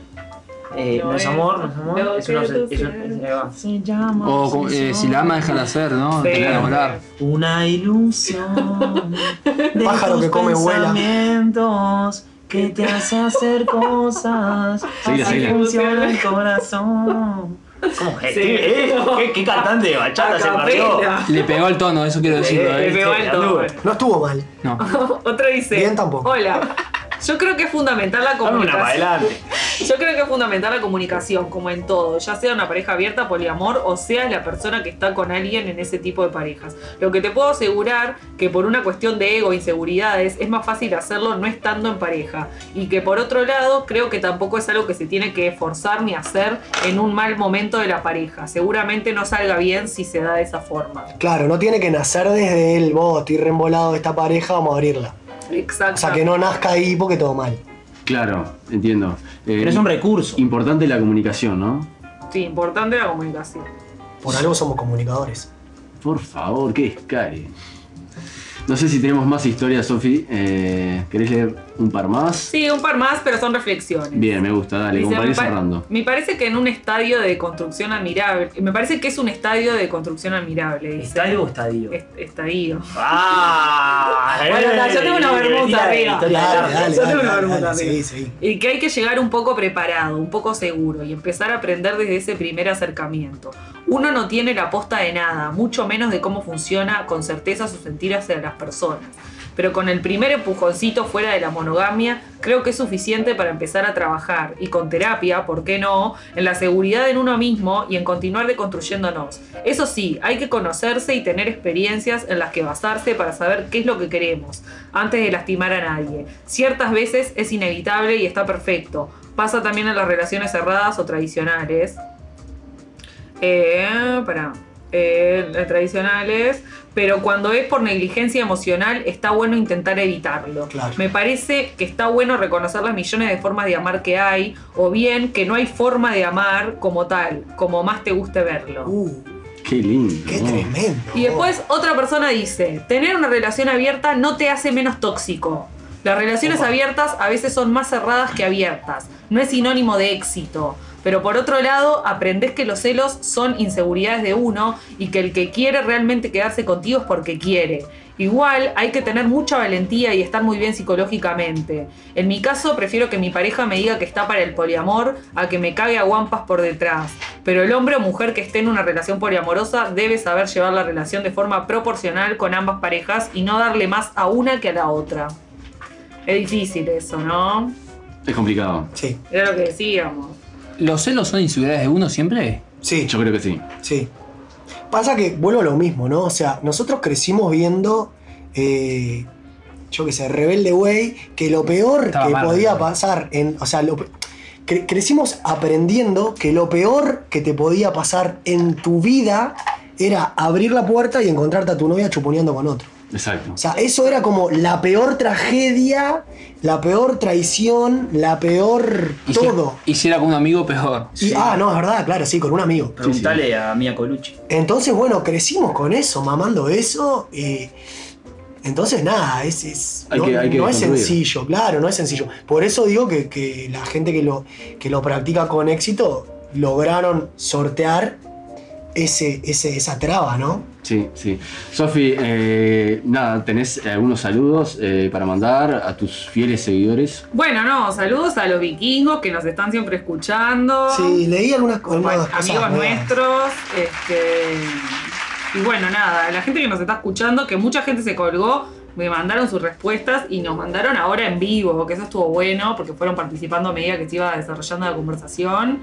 D: Eh, no es amor, no es amor, es una obsesión. es una-
J: Se llama.
C: O como, eh, si la ama, déjala ser, ¿no?
D: Sí.
C: Te la enamorar.
D: Una ilusión. de
E: Pájaro que
D: tus
E: come vuela.
D: pensamientos que te hace hacer cosas.
E: Seguila,
D: así
E: seguila.
D: funciona el corazón. ¿Cómo que?
C: Sí.
D: ¿Qué, eh? ¿Qué- qué cantante de
J: Ah,
D: bachata se perdió?
C: Le pegó el tono, eso quiero decirlo.
D: Eh,
C: ¿eh?
D: le pegó el tono.
E: No estuvo mal.
C: No.
J: Otro dice. Hola. Yo creo que es fundamental la
D: Dame una
J: comunicación.
D: para adelante.
J: Yo creo que es fundamental la comunicación, como en todo, ya sea una pareja abierta, poliamor, o sea la persona que está con alguien en ese tipo de parejas. Lo que te puedo asegurar que por una cuestión de ego, e inseguridades, es más fácil hacerlo no estando en pareja. Y que por otro lado, creo que tampoco es algo que se tiene que esforzar ni hacer en un mal momento de la pareja. Seguramente no salga bien si se da de esa forma.
E: Claro, no tiene que nacer desde el vos, estoy re embolado de esta pareja, vamos a abrirla.
J: Exacto.
E: O sea, que no nazca ahí porque todo mal.
B: Claro, entiendo.
E: Pero es un
B: recurso. Importante la comunicación, ¿no?
J: Sí, importante la comunicación.
E: Por algo somos comunicadores.
B: Por favor, qué escae. No sé si tenemos más historias, Sofi. Eh, ¿Querés leer un par más?
J: Sí, un par más, pero son reflexiones.
B: Bien, me gusta, dale, como
J: Dice,
B: para ir
J: me pa-
B: cerrando.
J: Me parece que en un estadio de construcción admirable. Me parece que es un estadio de construcción admirable. Dice.
D: ¿Estadio o estadio?
J: Est- estadio.
D: ¡Ah!
J: Bueno, no, yo tengo una bermuda
C: Ah,
J: arriba.
D: Dale, dale,
J: yo
D: dale,
J: tengo una
D: dale,
J: bermuda
D: dale,
J: arriba.
E: Sí, sí.
J: Y que hay que llegar un poco preparado, un poco seguro y empezar a aprender desde ese primer acercamiento. Uno no tiene la posta de nada, mucho menos de cómo funciona con certeza su sentir hacia las personas. Pero con el primer empujoncito fuera de la monogamia, creo que es suficiente para empezar a trabajar y con terapia, ¿por qué no?, en la seguridad en uno mismo y en continuar deconstruyéndonos. Eso sí, hay que conocerse y tener experiencias en las que basarse para saber qué es lo que queremos, antes de lastimar a nadie. Ciertas veces es inevitable y está perfecto. Pasa también en las relaciones cerradas o tradicionales. Eh, para. tradicionales, pero cuando es por negligencia emocional está bueno intentar evitarlo. Me parece que está bueno reconocer las millones de formas de amar que hay, o bien que no hay forma de amar como tal, como más te guste verlo.
B: Qué lindo. Qué
E: Uh, tremendo.
J: Y después otra persona dice, tener una relación abierta no te hace menos tóxico. Las relaciones abiertas a veces son más cerradas que abiertas. No es sinónimo de éxito. Pero por otro lado, aprendés que los celos son inseguridades de uno y que el que quiere realmente quedarse contigo es porque quiere. Igual hay que tener mucha valentía y estar muy bien psicológicamente. En mi caso, prefiero que mi pareja me diga que está para el poliamor a que me cague a guampas por detrás. Pero el hombre o mujer que esté en una relación poliamorosa debe saber llevar la relación de forma proporcional con ambas parejas y no darle más a una que a la otra. Es difícil eso, ¿no?
B: Es complicado.
E: Sí.
J: Era lo que decíamos.
C: ¿Los celos son inseguridades de uno siempre?
E: Sí.
B: Yo creo que sí.
E: Sí. Pasa que vuelvo a lo mismo, ¿no? O sea, nosotros crecimos viendo, eh, yo qué sé, Rebelde Way, que lo peor
C: Estaba
E: que
C: mal,
E: podía pasar en. O sea, lo pe- cre- crecimos aprendiendo que lo peor que te podía pasar en tu vida era abrir la puerta y encontrarte a tu novia chuponeando con otro.
B: Exacto.
E: O sea, eso era como la peor tragedia, la peor traición, la peor
C: Y si-
E: todo.
C: Y si era con un amigo, peor.
E: Y, Ah, no, es verdad, claro, sí, con un amigo.
D: Preguntale a Mia Colucci.
E: Entonces, bueno, crecimos con eso, mamando eso. eh, entonces, nada, es, es-
B: Hay
E: no,
B: que- hay que
E: no es
B: construir.
E: sencillo, claro, no es sencillo. Por eso digo que, que la gente que lo, que lo practica con éxito lograron sortear ese, ese- esa traba, ¿no?
B: Sí, sí. Sofi, eh, nada, ¿tenés algunos saludos eh, para mandar a tus fieles seguidores?
J: Bueno, no, saludos a los vikingos que nos están siempre escuchando.
E: Sí, leí algunas, algunas
J: Bueno,
E: cosas.
J: Ah. Pues, amigos
E: nuevas.
J: nuestros, este, y bueno, nada, la gente que nos está escuchando, que mucha gente se colgó, me mandaron sus respuestas y nos mandaron ahora en vivo, que eso estuvo bueno, porque fueron participando a medida que se iba desarrollando la conversación.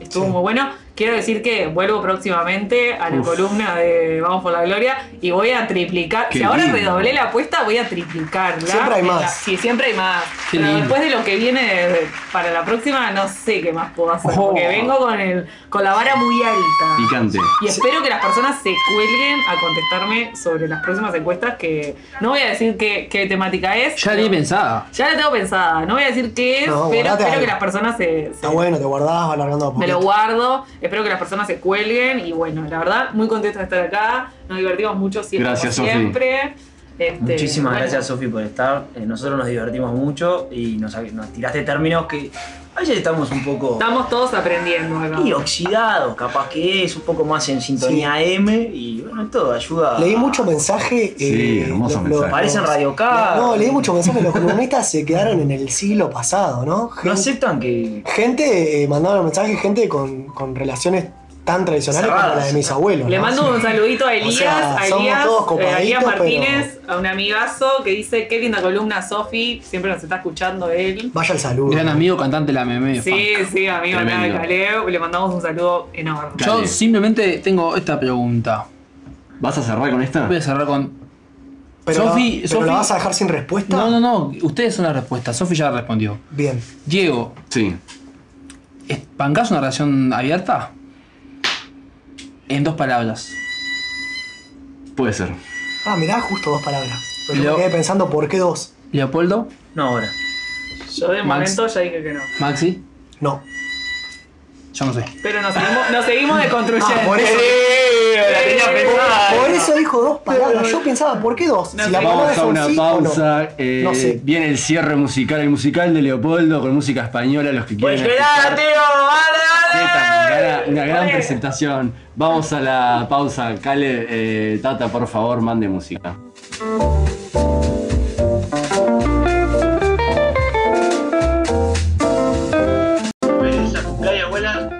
J: Estuvo muy bueno. Quiero decir que vuelvo próximamente a la
C: Uf.
J: columna de Vamos por la Gloria y voy a triplicar.
C: Qué
J: si ahora
C: lindo.
J: redoblé la apuesta, voy a triplicarla.
E: Siempre hay
J: En la-
E: más.
J: sí, siempre hay más.
E: Qué
J: Pero
E: lindo.
J: después de lo que viene de- para la próxima, no sé qué más puedo hacer. Porque vengo con, el, con la vara muy alta.
B: Picante.
J: Y espero que las personas se cuelguen a contestarme sobre las próximas encuestas que no voy a decir qué, qué temática es.
C: Ya ni pensaba.
J: Ya la tengo pensada. No voy a decir qué es,
E: No,
J: pero
E: guardate
J: espero que
E: algo.
J: las personas se,
E: Está bueno, te guardás, va alargando a
J: me lo
E: poquito.
J: guardo. Espero que las personas se cuelguen. Y bueno, la verdad, muy contenta de estar acá. Nos divertimos mucho siempre.
B: Gracias,
J: como
B: Sofi.
J: siempre. Este,
D: Muchísimas
J: bueno,
D: gracias, Sofi, por estar. Eh, nosotros nos divertimos mucho y nos, nos tiraste términos que a veces estamos un poco
J: Estamos todos aprendiendo acá.
D: y oxidados, capaz que es un poco más en sintonía M y bueno, esto ayuda.
E: Leí mucho mensaje. eh,
D: Sí, hermoso mensaje. Parecen Radio K.
E: No, leí mucho mensaje. Los columnistas se quedaron en el siglo pasado, ¿no? Gen-
D: No aceptan que.
E: Gente eh, mandaba mensajes, gente con, con relaciones tan tradicionales como
J: Cerradas.
E: la de mis abuelos.
J: Le
E: ¿no?
J: mando un saludito a
E: O
J: Elías,
E: sea,
J: a
E: somos
J: Elías,
E: todos
J: eh,
E: copaditos,
J: a Elías
E: pero-
J: Martínez, a un amigazo que dice, qué linda columna, Sofi, siempre nos está escuchando él.
E: Vaya el saludo.
C: Gran amigo cantante de la meme.
J: Sí, sí, amigo acá de
C: Tremendo.
J: Caleb, le mandamos un saludo enorme.
C: Yo simplemente tengo esta pregunta.
B: ¿Vas a cerrar con esta?
C: Voy a cerrar con.
E: Pero,
C: Sofi,
E: pero
C: Sofi-
E: la vas a dejar sin respuesta.
C: No, no, no. Ustedes son la respuesta. Sofi ya respondió.
E: Bien.
C: Diego.
B: Sí.
C: ¿Bancás una relación abierta? En dos palabras.
B: Puede ser.
E: Ah, mirá, justo dos palabras. Pero yo
C: Leo-
E: me quedé pensando por qué dos.
C: ¿Leopoldo?
D: No, ahora.
J: Yo de
C: Max.
J: momento ya dije que no.
C: ¿Maxi?
E: No.
C: Yo no sé.
J: Pero nos seguimos, nos seguimos deconstruyendo.
E: Ah, por eso- Por eso dijo dos palabras. Yo pensaba, ¿por qué dos? Si la palabra
B: Vamos
E: es
B: a
E: un
B: una
E: sí o no.
B: pausa. eh,
E: No sé.
B: Viene el cierre musical, el musical de Leopoldo con música española, los que
D: Pues
B: quieren.
D: ¡Esperá, tío!
B: Sí,
D: ¡Dale,
B: también, era Una gran
D: Oye.
B: presentación. Vamos a la pausa. Cale, eh, Tata, por favor, mande música.
G: Playa, abuela.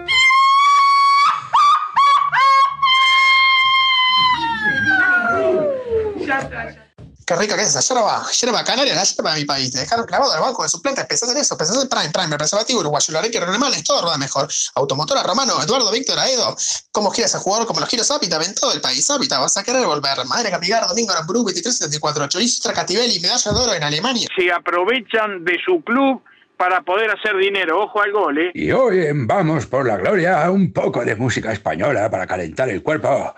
M: Qué rica que es esa yerba. Yerba canaria, la yerba de mi país. Te dejaron clavado al banco de suplentes. Pensás en eso, pensás en Prime, Prime, el preservativo uruguayo, Loreto y Renemales, todo rueda mejor. Automotora Romano, Eduardo Víctor Aedo. ¿Cómo giras a jugador? Como los giros Hábitat en todo el país. Hábitat, vas a querer volver. Madre Capigar, Domingo Aramburu, 2374, Chorizo, Tracativelli, Medalla de Oro en Alemania.
N: se aprovechan de su club para poder hacer dinero. Ojo al gol, ¿eh?
H: Y hoy en Vamos por la Gloria un poco de música española para calentar el cuerpo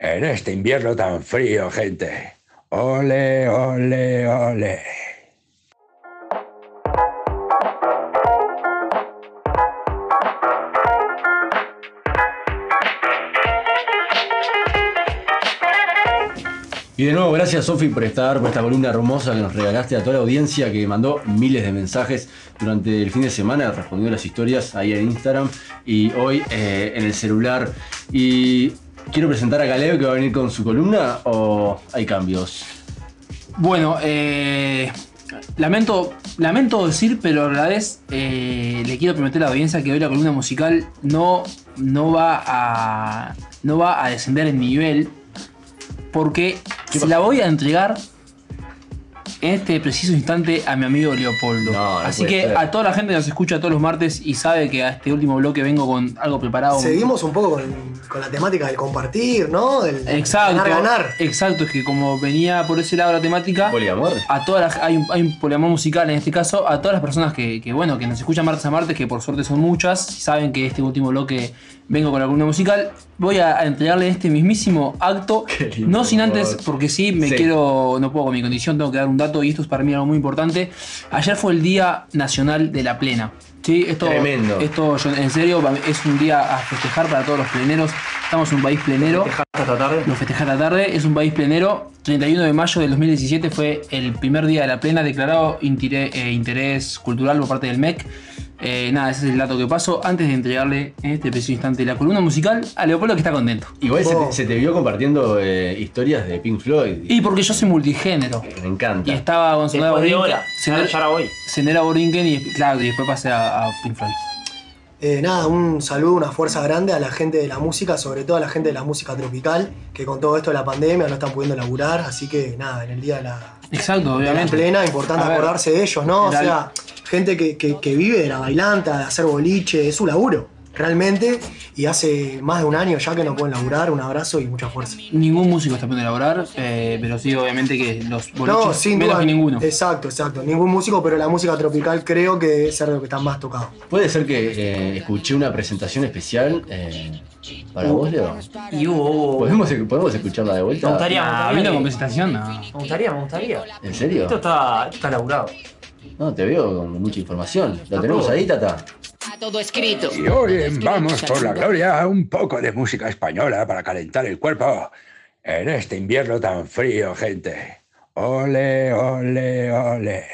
H: en este invierno tan frío, gente. Ole, ole, ole.
B: Y de nuevo, gracias Sofi por estar, por esta columna hermosa que nos regalaste a toda la audiencia que mandó miles de mensajes durante el fin de semana, respondió las historias ahí en Instagram y hoy eh, en el celular. Y quiero presentar a Caleb que va a venir con su columna o hay cambios.
C: Bueno, eh, lamento, lamento decir, pero a la vez eh, le quiero prometer a la audiencia que hoy la columna musical no, no, va, a, no va a descender en nivel porque se la voy a entregar en este preciso instante a mi amigo Leopoldo. Así
E: puede
C: que
E: ser.
C: a toda la gente que nos escucha todos los martes y sabe que a este último bloque vengo con algo preparado.
E: Seguimos un poco con, con la temática del compartir, ¿no? Del
C: Exacto.
E: ganar, ganar.
C: Exacto, es que como venía por ese lado la temática.
B: Poliamor.
C: A todas las- hay, un, hay un poliamor musical en este caso. A todas las personas que, que, bueno, que nos escuchan martes a martes, que por suerte son muchas, saben que este último bloque vengo con la columna musical. Voy a, a entregarle este mismísimo acto. No sin antes, porque sí, me
B: Sí.
C: quiero. No puedo con mi condición, tengo que dar un dato y esto es para mí algo muy importante. Ayer fue el Día Nacional de la Plena. Sí, esto,
B: Tremendo.
C: esto yo- en serio pa- es un día a festejar para todos los pleneros. Estamos en un país plenero.
D: esta tarde?
C: Lo festejar la tarde, es un país plenero. 31 de mayo del 2017 fue el primer día de la plena declarado intire- eh, interés, cultural por parte del MEC. Eh, nada, ese es el dato que paso antes de entregarle en este preciso instante la columna musical a Leopoldo que está contento.
B: Igual se,
D: Oh.
B: te, se te vio compartiendo eh, historias de Pink Floyd.
C: Y porque yo soy multigénero.
B: Me encanta.
C: Y estaba Gonzalo
B: Después de
C: Borinquen-
B: hora.
C: Senera-
B: Ah, ya la voy.
C: Senera Borinquen y claro, y después pasé a, a Pink Floyd.
E: Eh, nada, un saludo, una fuerza grande a la gente de la música, sobre todo a la gente de la música tropical, que con todo esto de la pandemia no están pudiendo laburar, así que nada, en el día de la,
C: Exacto,
E: de la
C: obviamente.
E: plena, importante
C: A ver,
E: acordarse de ellos, ¿no? O
C: la-
E: sea, gente que, que- que vive de la bailanta, de hacer boliche, es su laburo, realmente, y hace más de un año ya que no pueden laburar, un abrazo y mucha fuerza.
C: Ningún músico está pudiendo elaborar, eh, pero sí, obviamente que los boliches,
E: no, sin
C: menos
E: duda.
C: que ninguno.
E: Exacto, exacto, ningún músico, pero la música tropical creo que debe ser de lo que está más tocado.
B: ¿Puede ser que eh, escuché una presentación especial eh, para vos, Leo?
D: Y hubo.
E: Pues,
B: ¿Podemos, podemos escucharla de vuelta?
D: Uh. Me gustaría, me
C: Ah,
D: gustaría
C: vino
D: que-
C: con presentación, no.
D: Me gustaría, me gustaría.
B: ¿En serio?
D: Esto está, esto está laburado.
B: No, te veo con mucha información. ¿Lo tenemos ahí, Tata?
O: Todo escrito.
H: Y hoy en Vamos por la Gloria un poco de música española para calentar el cuerpo en este invierno tan frío, gente. Ole, ole, ole.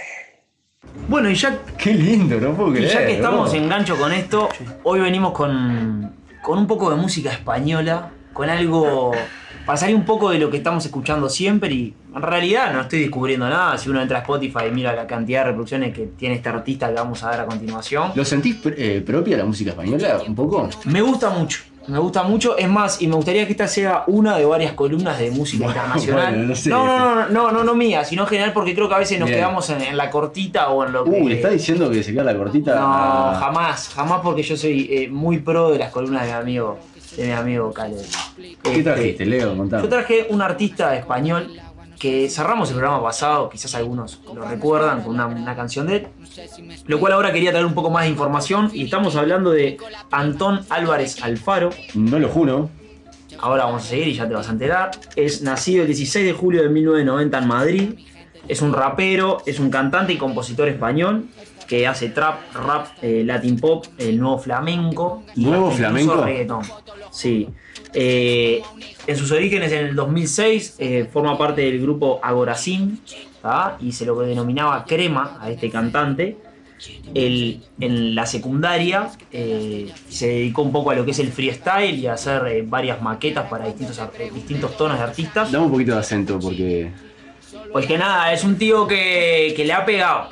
D: Bueno, y ya.
B: Qué lindo, no puedo
D: Y
B: creer.
D: ya que estamos
B: bro.
D: en gancho con esto, hoy venimos con, con un poco de música española, con algo para salir un poco de lo que estamos escuchando siempre y en realidad no estoy descubriendo nada. Si uno entra a Spotify y mira la cantidad de reproducciones que tiene este artista que vamos a ver a continuación.
B: ¿Lo sentís pr- eh, propia la música española un poco?
D: Me gusta mucho, me gusta mucho. Es más, y me gustaría que esta sea una de varias columnas de música internacional.
B: bueno, no sé.
D: no, no, no, no, no, no mía, sino en general porque creo que a veces nos
B: Bien.
D: quedamos en, en la cortita o en lo que.
B: Uh, le está diciendo que se queda la cortita.
D: No,
B: Ah.
D: jamás, jamás porque yo soy eh, muy pro de las columnas de mi amigo, de mi amigo Caleb.
B: ¿Qué trajiste, Leo? Contame.
D: Este, Yo traje un artista español que cerramos el programa pasado, quizás algunos lo recuerdan, con una, una canción de él, lo cual ahora quería traer un poco más de información y estamos hablando de Antón Álvarez Alfaro.
B: No lo juro.
D: Ahora vamos a seguir y ya te vas a enterar. Es nacido el 16 de julio de 1990 en Madrid. Es un rapero, es un cantante y compositor español que hace trap, rap, eh, latin pop, el nuevo flamenco. y
B: ¿Nuevo
D: hasta incluso
B: flamenco?
D: reggaetón. Sí. Eh, en sus orígenes, en el 2006, eh, forma parte del grupo Agorazín ¿tá? y se lo denominaba crema a este cantante. Él, en la secundaria eh, se dedicó un poco a lo que es el freestyle y a hacer eh, varias maquetas para distintos, ar- eh, distintos tonos de artistas.
B: Dame un poquito de acento porque.
D: Pues que nada, es un tío que, que le ha pegado.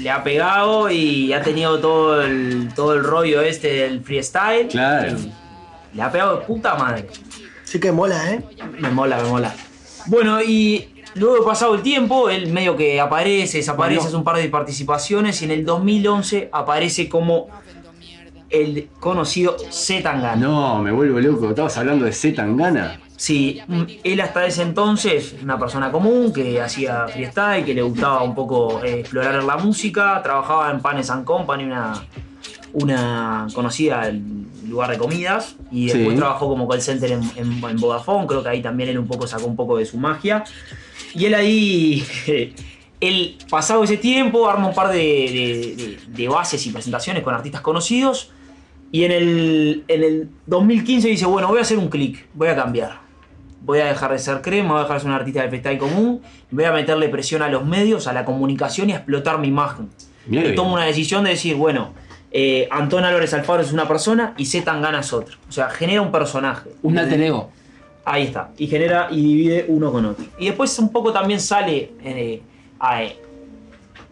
D: Le ha pegado y ha tenido todo el, todo el rollo este del freestyle.
B: Claro.
D: Le ha pegado de puta madre.
E: Sí que mola, ¿eh?
D: Me mola, me mola. Bueno, y luego de pasado el tiempo, él medio que aparece, desaparece,
C: Volvió.
D: hace un par de participaciones y en el 2011 aparece como el conocido Z Tangana.
B: No, me vuelvo loco. Estabas hablando de Z Tangana.
D: Sí, mm, él hasta ese entonces una persona común que hacía freestyle, que le gustaba un poco eh, explorar la música, trabajaba en Panes and Company, una, una conocida mm, lugar de comidas, y después
C: Sí.
D: trabajó como call center en, en- en Vodafone, creo que ahí también él un poco sacó un poco de su magia. Y él ahí, él pasado ese tiempo, arma un par de, de- de- de bases y presentaciones con artistas conocidos. Y en el, en el 2015 dice, bueno, voy a hacer un clic, voy a cambiar. Voy a dejar de ser crema, voy a dejar de ser un artista de freestyle común, voy a meterle presión a los medios, a la comunicación y a explotar mi imagen.
B: Mirá
D: Y
B: que
D: tomo
B: bien.
D: una decisión de decir, bueno, eh, Antón Álvarez Alfaro es una persona y Z Tangana es otra. O sea, genera un personaje.
C: Un alter ego.
D: Ahí está. Y genera y divide uno con otro. Y después un poco también sale eh, a,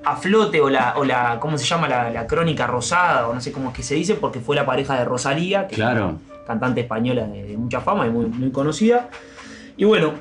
D: a flote o la, o la, ¿cómo se llama? La, la crónica rosada o no sé cómo es que se dice, porque fue la pareja de Rosalía, que
B: Claro.
D: cantante española de, de mucha fama y muy, muy conocida. Y bueno,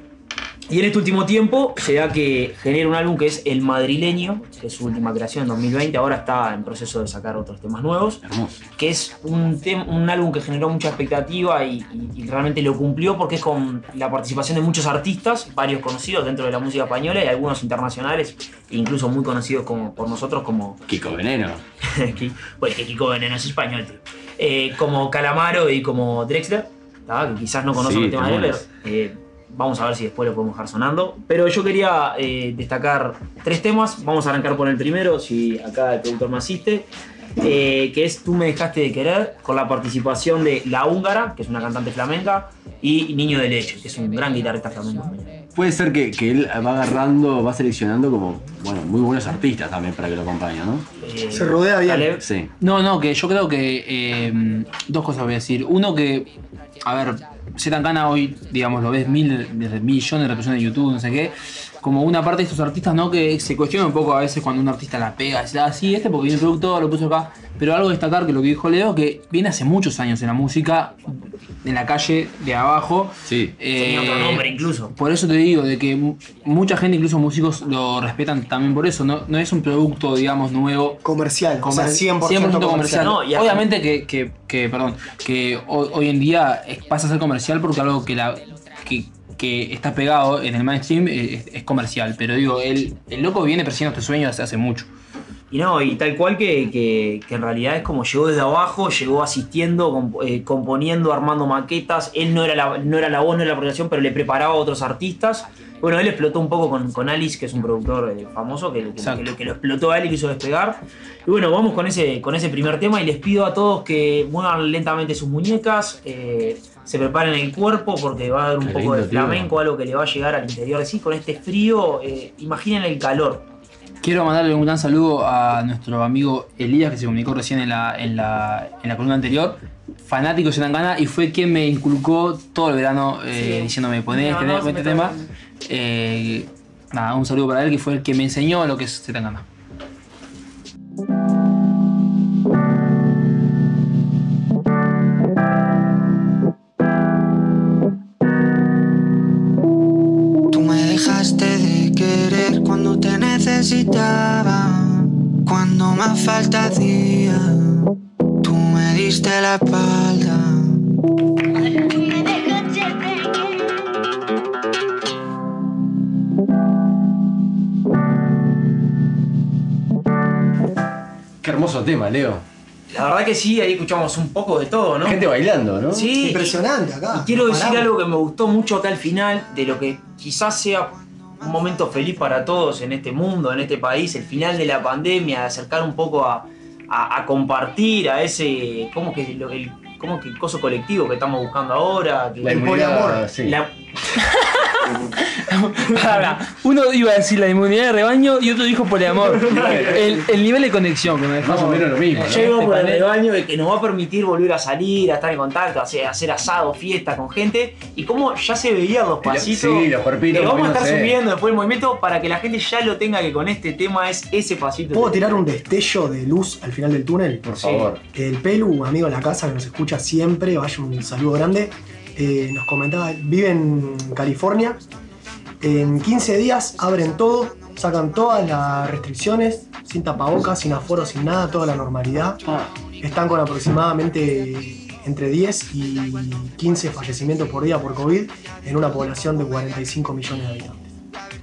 D: y en este último tiempo se da que genera un álbum que es El Madrileño, que es su última creación en 2020, ahora está en proceso de sacar otros temas nuevos,
B: Hermoso.
D: que es un, tem- un álbum que generó mucha expectativa y, y- y realmente lo cumplió porque es con la participación de muchos artistas, varios conocidos dentro de la música española y algunos internacionales, e incluso muy conocidos como, por nosotros como
B: Kiko Veneno.
D: Ki- bueno, que Kiko Veneno es español, tío. Eh, como Calamaro y como Drexler, ¿tá? que quizás no conocen
B: Sí,
D: el tema de
B: temones.
D: Drexler. Eh, vamos a ver si después lo podemos dejar sonando. Pero yo quería eh, destacar tres temas. Vamos a arrancar por el primero, si acá el productor me asiste. eh, que es Tú me dejaste de querer, con la participación de La Húngara, que es una cantante flamenca, y Niño de Leche, que es un gran guitarrista flamenco.
B: Puede ser que, que él va agarrando, va seleccionando como, bueno, muy buenos artistas también para que lo acompañen, ¿no?
D: Eh,
E: Se rodea bien.
B: Sí.
C: No, no, que yo creo que eh, dos cosas voy a decir. Uno que, a ver, Zetangana hoy, digamos, lo ves mil, desde millones de reproducciones de YouTube, no sé qué. Como una parte de estos artistas, ¿no? Que se cuestiona un poco a veces cuando un artista la pega, dice, ah, sí, este porque viene el productor, lo puso acá. Pero algo a destacar que lo que dijo Leo, que viene hace muchos años en la música, en la calle de abajo. Eh,
B: Sí.
D: Tenía otro nombre incluso.
C: Por eso te digo, de que mu- mucha gente, incluso músicos, lo respetan también por eso. No, no es un producto, digamos, nuevo.
E: Comercial. o sea,
C: Comer-
E: 100%, comercial.
C: No, y Obviamente que, que- que, perdón, que ho- hoy en día es- pasa a ser comercial porque algo que, la, que, que está pegado en el mainstream eh, es, es comercial. Pero digo, el, el loco viene persiguiendo este sueño hace, hace mucho.
D: Y no, y tal cual que, que- que en realidad es como llegó desde abajo, llegó asistiendo, comp- eh, componiendo, armando maquetas. Él no era, la, no era la voz, no era la producción, pero le preparaba a otros artistas. Bueno, él explotó un poco con, con Alice, que es un productor eh, famoso, que, que- que lo, que lo explotó a él y lo hizo despegar. Y bueno, vamos con ese, con ese primer tema y les pido a todos que muevan lentamente sus muñecas, eh, se preparen el cuerpo porque va a haber un
B: Qué
D: poco de
B: lindo, tío.
D: flamenco, algo que le va a llegar al interior. Sí, con este frío, eh, imaginen el calor.
C: Quiero mandarle un gran saludo a nuestro amigo Elías, que se comunicó recién en la, en la, en la columna anterior. Fanático de Tangana y fue quien me inculcó todo el verano eh, diciéndome: poné
J: Me
C: este,
J: mandó,
C: este
J: me
C: tema. Eh, nada, un saludo para él, que fue el que me enseñó lo que es Tangana.
O: Tú me dejaste de querer cuando te necesitaba, cuando más falta hacía. Tú me diste la espalda.
B: Qué hermoso tema, Leo.
D: La verdad que sí, ahí escuchamos un poco de todo, ¿no?
B: Gente bailando, ¿no?
D: Sí.
E: Impresionante acá.
D: Y quiero decir
E: Paramos.
D: algo que me gustó mucho acá al final, de lo que quizás sea un momento feliz para todos en este mundo, en este país, el final de la pandemia, de acercar un poco a, a- a compartir, a ese, ¿cómo que lo- el, cómo que el coso colectivo que estamos buscando ahora? que-
B: La inmunidad, sí.
D: La-
C: Ahora, uno iba a decir la inmunidad de rebaño y otro dijo poliamor. El, el nivel de conexión que me dejó.
D: Más o menos
B: lo mismo,
D: yo iba por el rebaño de que nos va a permitir volver a salir, a estar en contacto, a hacer, a hacer asado, fiesta con gente. Y como ya se veían los pasitos.
B: sí, los cuerpitos,
D: que vamos a estar
B: moviéndose.
D: subiendo después el movimiento para que la gente ya lo tenga que con este tema es ese pasito.
E: ¿Puedo tirar un destello de luz al final del túnel? Por
D: favor.
E: El Pelu, amigo de la casa que nos escucha siempre, vaya un saludo grande. eh, nos comentaba, vive en California. En 15 días abren todo, sacan todas las restricciones, sin tapabocas, sin aforo, sin nada, toda la normalidad.
C: Ah,
E: Están con aproximadamente entre 10 y 15 fallecimientos por día por COVID en una población de 45 millones de habitantes.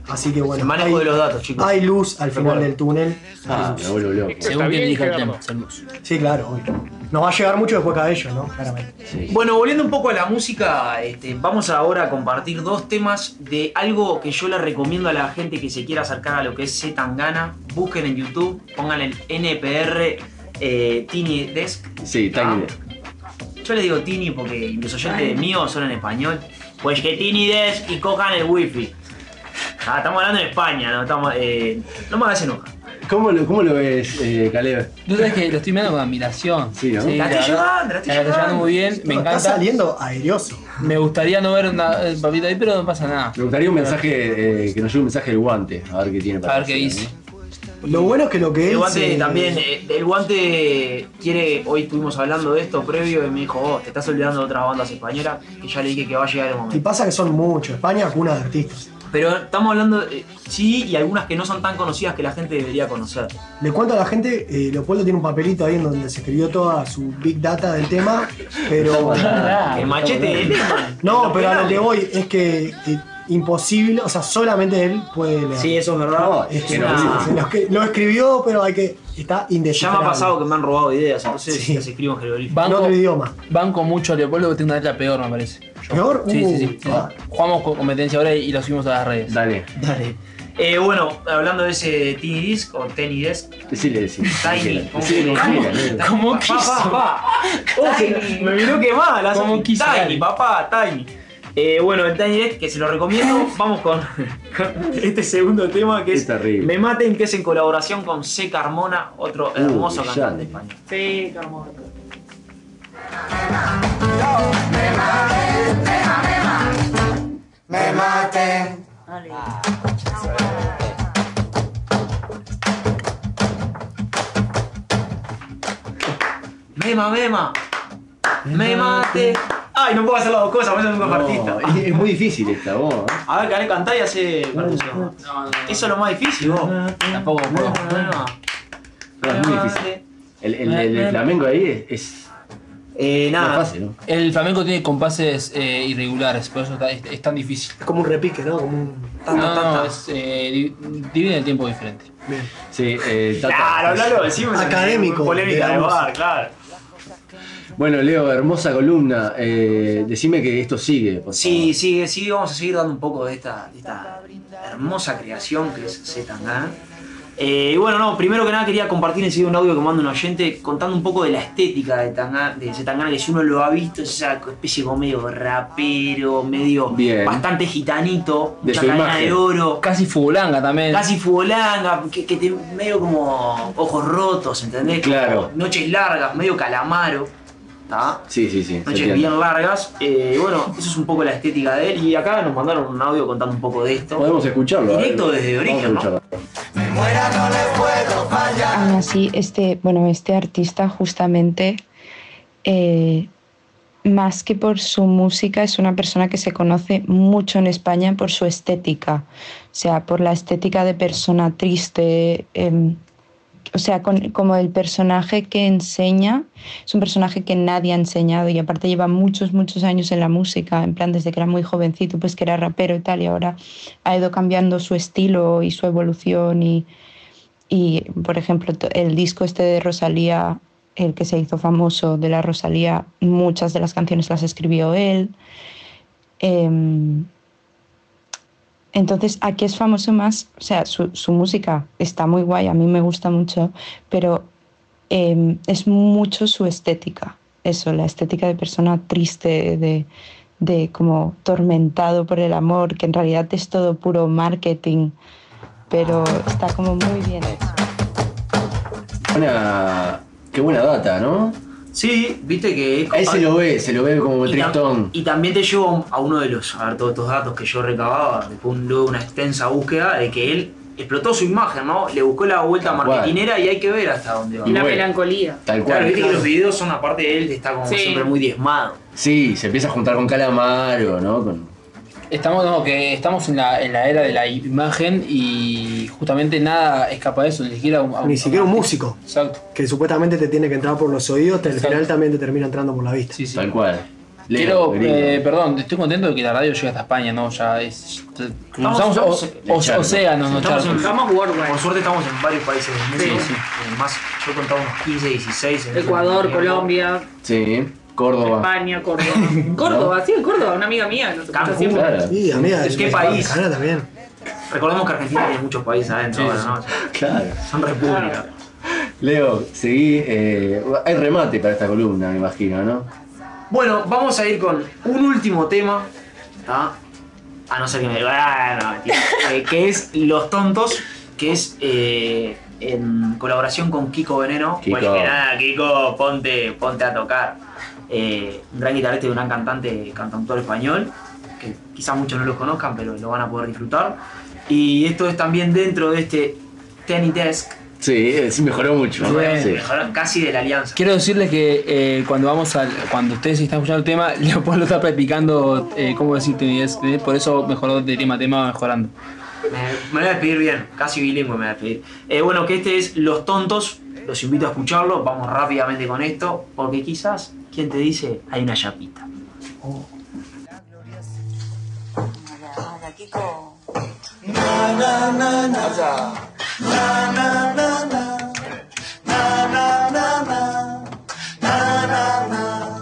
E: Así que bueno,
D: El manejo de los datos, chicos.
E: hay luz al final
D: Recuerden.
E: del túnel.
B: Ah, me vuelvo loco.
E: Según quien elija el tema, Sí, claro, obvio. Nos va a llegar mucho después cada ellos, ¿no? Claramente.
D: Bueno, volviendo un poco a la música, este, vamos ahora a compartir dos temas de algo que yo le recomiendo a la gente que se quiera acercar a lo que es C. Tangana. Busquen en YouTube, pongan el NPR eh, Tiny Desk.
B: Sí, Tiny
D: Yo le digo Tini porque mis oyentes míos son en español. Pues que Tini des y cojan el wifi. Ah, estamos hablando en España, no estamos. eh, no me hagas enojar.
B: ¿Cómo lo, cómo lo ves, eh, Caleb?
C: Tú sabes que lo estoy mirando con admiración.
B: Sí, ¿no?
C: la
B: La estoy
C: verdad,
B: llevando, la estoy
C: estoy llevando
B: llevando.
C: muy bien, me
B: No, está
C: encanta.
E: saliendo aeroso.
C: Me gustaría no ver una el papito ahí, pero no pasa nada.
B: Me gustaría un mensaje, eh, que nos llegue un mensaje del guante, a ver qué tiene para
C: A ver qué
B: decir,
C: dice.
E: Lo bueno es que lo que
D: El
E: él
D: guante
E: se-
D: también, eh, el guante quiere, hoy estuvimos hablando de esto previo y me dijo, oh, te estás olvidando de otras bandas españolas, que ya le dije que va a llegar el
E: Y
D: momento.
E: pasa que son muchos. España, cuna de artistas.
D: Pero estamos hablando, eh, sí, y algunas que no son tan conocidas que la gente debería conocer.
E: Le cuento a la gente, eh, Leopoldo tiene un papelito ahí en donde se escribió toda su big data del tema, pero...
D: El machete de Lehman.
E: No, pero a lo que voy es que eh, imposible, o sea, solamente él puede leer.
D: Sí, eso es verdad.
E: Es que
D: Es
E: no,
D: una-
E: se lo, escri- lo escribió, pero hay que... Está
D: Ya me
E: indescifrable.
D: ha pasado que me han robado ideas, entonces las escribo en jeroglífico.
C: Banco,
E: idioma.
C: Banco mucho a Leopoldo que tiene una letra peor, me parece.
E: ¿Peor?
C: Sí, sí,
D: Uh,
C: sí. sí. Jugamos con competencia ahora y lo subimos a las redes.
B: Dale.
D: Dale. Eh, bueno, hablando de ese Tiny Disc o Tiny Desk,
B: Decile, decile.
D: Tiny.
B: Decile, decile, decile.
D: ¿Cómo
C: quiso?
D: Me miró quemada la
C: ¿Cómo
D: Sofía.
C: quiso?
D: Tiny, papá, Tiny. Eh, bueno, el Tiny Desk, que se lo recomiendo, vamos con este segundo tema que es
B: terrible.
D: Me Maten, que es en colaboración con C. Carmona, otro
B: Uh,
D: hermoso
B: brillante.
D: cantante español.
J: Sí, qué hermoso.
O: Me maten.
D: Mema, mema, me mate. Ay, no puedo hacer las dos cosas, por eso vengo
B: No,
D: artista.
B: es, es muy difícil esta voz. ¿eh?
D: A ver, Canel, cantá y hace percusión. Eso es lo más difícil, vos.
C: Tampoco puedo.
B: No, es muy difícil. El, el- el- el flamenco ahí es. es-
D: eh, nada.
B: no es fácil, ¿no?
C: El flamenco tiene compases eh, irregulares, por eso está- es, es tan difícil.
E: Es como un repique, ¿no? Como un...
C: No, no, es, eh, di- divide el tiempo diferente.
B: Sí, eh, Tata.
D: Claro, hablalo, decimos.
E: Académico,
D: Polémica de
E: digamos.
D: bar, Ah, claro.
B: Bueno, Leo, hermosa columna. eh, decime que esto sigue. por
D: Sí, sí, sí, vamos a seguir dando un poco de esta, de esta hermosa creación que es Z Tangana. Eh, y bueno, no, primero que nada quería compartir enseguida un audio que manda un oyente contando un poco de la estética de, Tangana, de ese Tangana, que si uno lo ha visto, es esa especie como medio rapero, medio
C: Bien.
D: bastante gitanito,
C: De
D: mucha
C: su
D: cadena
C: imagen.
D: de oro.
C: Casi futbolanga también.
D: Casi futbolanga, que, que te- medio como ojos rotos, ¿entendés?
B: Claro.
D: Noches largas, medio calamaro. ¿tá?
B: Sí, sí, sí. se
D: Noches
B: entiende.
D: bien largas. Eh, bueno, eso es un poco la estética de él. Y acá nos mandaron un audio contando un poco de esto.
B: Podemos escucharlo. a ver.
D: Directo desde
B: Vamos a
D: origen, ¿no?
B: escucharlo.
P: Aún así, este, bueno, este artista justamente, eh, más que por su música, es una persona que se conoce mucho en España por su estética, o sea, por la estética de persona triste, em, o sea, con- como el personaje que enseña, es un personaje que nadie ha enseñado y aparte lleva muchos, muchos años en la música, en plan desde que era muy jovencito, pues que era rapero y tal, y ahora ha ido cambiando su estilo y su evolución y... Y, por ejemplo, to- el disco este de Rosalía, el que se hizo famoso de la Rosalía, muchas de las canciones las escribió él. Em, entonces, aquí es famoso más, o sea, su, su música está muy guay, a mí me gusta mucho, pero em, es mucho su estética, eso, la estética de persona triste, de, de como tormentado por el amor, que en realidad es todo puro marketing, pero está como muy bien hecho.
B: Buena- Qué buena data, ¿no?
D: Sí, viste que es
B: Ahí se lo ve, se lo ve como
D: Y, tam-
B: tristón.
D: y también te llevo a uno de los, a ver, todos estos datos que yo recababa, después de un- luego de una extensa búsqueda, de que él explotó su imagen, ¿no? Le buscó la vuelta
B: cual.
D: marketinera y hay que ver hasta dónde va.
J: Y la melancolía.
B: Tal
D: Claro,
B: cual.
D: viste que los videos son aparte de él, está como
J: Sí.
D: siempre muy diezmado.
B: Sí, se empieza a juntar con Calamaro, ¿no? Con-
C: Estamos, no, que estamos en la, en la era de la imagen y justamente nada escapa de eso, ni siquiera un, a un-
E: Ni siquiera un músico.
C: Exacto.
E: Que supuestamente te tiene que entrar por los oídos, te- al final también te termina entrando por la vista.
B: Tal cual.
C: Quiero,
B: gringo.
C: eh, perdón, estoy contento de que la radio llegue hasta España, ¿no? Ya es. Cruzamos
D: estamos
C: o-
D: en-
C: o-
D: en charco.
C: océanos, no
D: Estamos en-
C: charcos.
D: estamos worldwide. Por suerte estamos en varios países del mundo.
C: Sí,
D: ¿no?
C: sí.
D: Eh, Más, yo contaba unos 15, 16. en
J: Ecuador,
D: ese
J: Colombia,
B: Sí, Córdoba.
J: España, Córdoba. Córdoba, sí, en Córdoba, una amiga mía. Nos escucha
D: Cancún.
J: siempre.
B: Claro.
E: Sí, amiga,
D: ¿De qué
E: de-
D: país?
E: Canadá también.
D: Recordemos que Argentina tiene muchos países adentro,
B: Sí,
D: ahora,
B: sí.
D: ¿no? O sea,
B: Claro.
D: Son repúblicas.
B: Leo, seguí. eh, hay remate para esta columna, me imagino, ¿no?
D: Bueno, vamos a ir con un último tema. ¿tá? A no ser que me. Ah, no, mentira. Eh, que es Los Tontos, que es eh, en colaboración con Kiko Veneno.
B: Kiko.
D: Bueno, que nada, Kiko, ponte, ponte a tocar. Eh, un gran guitarrista y un gran cantante, cantautor español, que quizás muchos no los conozcan, pero lo van a poder disfrutar. Y esto es también dentro de este Tenny Desk,
B: Sí, eh, sí mejoró mucho.
C: Bien.
B: Sí.
D: mejor casi de la alianza.
C: Quiero decirles que eh, cuando vamos al, cuando ustedes están escuchando el tema, Leopoldo está practicando, eh, ¿cómo decirte? Y es- eh, Por eso mejoró de tema a tema, va mejorando.
D: Me, me voy a despedir bien, casi bilingüe me voy a despedir. Eh, bueno, que este es Los Tontos, los invito a escucharlo, vamos rápidamente con esto, porque quizás, ¿quién te dice? Hay una chapita.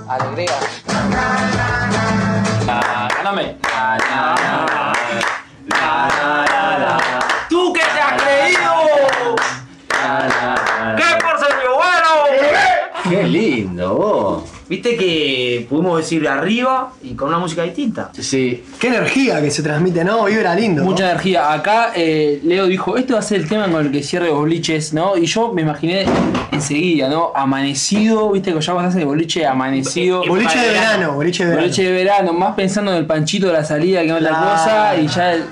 C: Alegría. Ganame. La, la, la, la, la,
D: ¡Tú que te has creído! ¡Qué porcenio bueno!
B: Qué lindo, vos.
D: Viste que pudimos decir arriba y con una música distinta.
B: Sí.
E: Qué energía que se transmite, ¿no? Vibra lindo. ¿no?
C: Mucha energía. Acá eh, Leo dijo, este va a ser el tema con el que cierre boliches, ¿no? Y yo me imaginé enseguida, ¿no? Amanecido, viste que ya vas a hacer el boliche amanecido.
E: Eh, boliche de verano, boliche de verano.
C: Boliche de verano, más pensando en el panchito de la salida que en otra
E: Claro.
C: cosa y ya eh,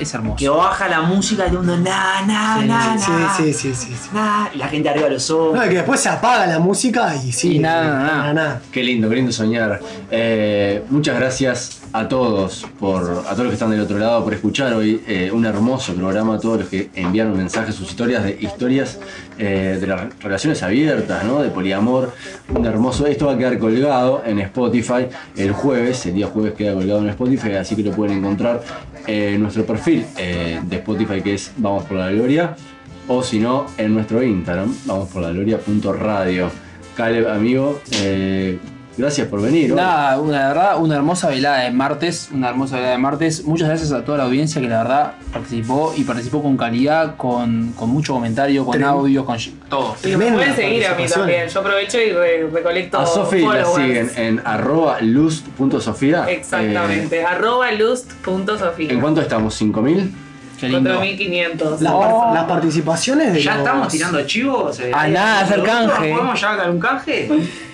C: es hermoso.
D: Que baja la música y todo el mundo na, na, na,
E: Sí,
D: na,
E: sí, sí, sí, sí.
D: na, y la gente arriba de los ojos.
E: No, y que después se apaga la música y sí. nada, nada.
B: Qué lindo, qué lindo soñar. Eh, muchas gracias a todos, por, a todos los que están del otro lado, por escuchar hoy eh, un hermoso programa, a todos los que enviaron mensajes, sus historias de historias eh, de las relaciones abiertas, ¿no? de poliamor. Un hermoso. Esto va a quedar colgado en Spotify el jueves, el día jueves queda colgado en Spotify, así que lo pueden encontrar en nuestro perfil eh, de Spotify que es Vamos por la Gloria, o si no, en nuestro Instagram, vamos por la gloria.radio. Caleb, amigo, eh, Gracias por venir. hoy.
C: Nada, una, la verdad, una hermosa velada de martes, una hermosa velada de martes. Muchas gracias a toda la audiencia que la verdad participó y participó con calidad, con, con mucho comentario, con
J: Trem-
C: audio, con todo.
J: Y me pueden seguir a mí también. Yo aprovecho y re- recolecto.
B: A Sofi la
J: followers.
B: siguen en arroba luz.sofía.
J: Exactamente.
B: Eh,
J: Arroba lust.sofía.
B: ¿En cuánto estamos? ¿5.000?
C: Qué
J: 4500.
E: Las, par- las participaciones de
D: ¿Ya
E: los-
D: estamos tirando chivos? eh,
E: A nada, hacer
D: ¿Nosotros
E: canje.
D: ¿Podemos ya dar un canje?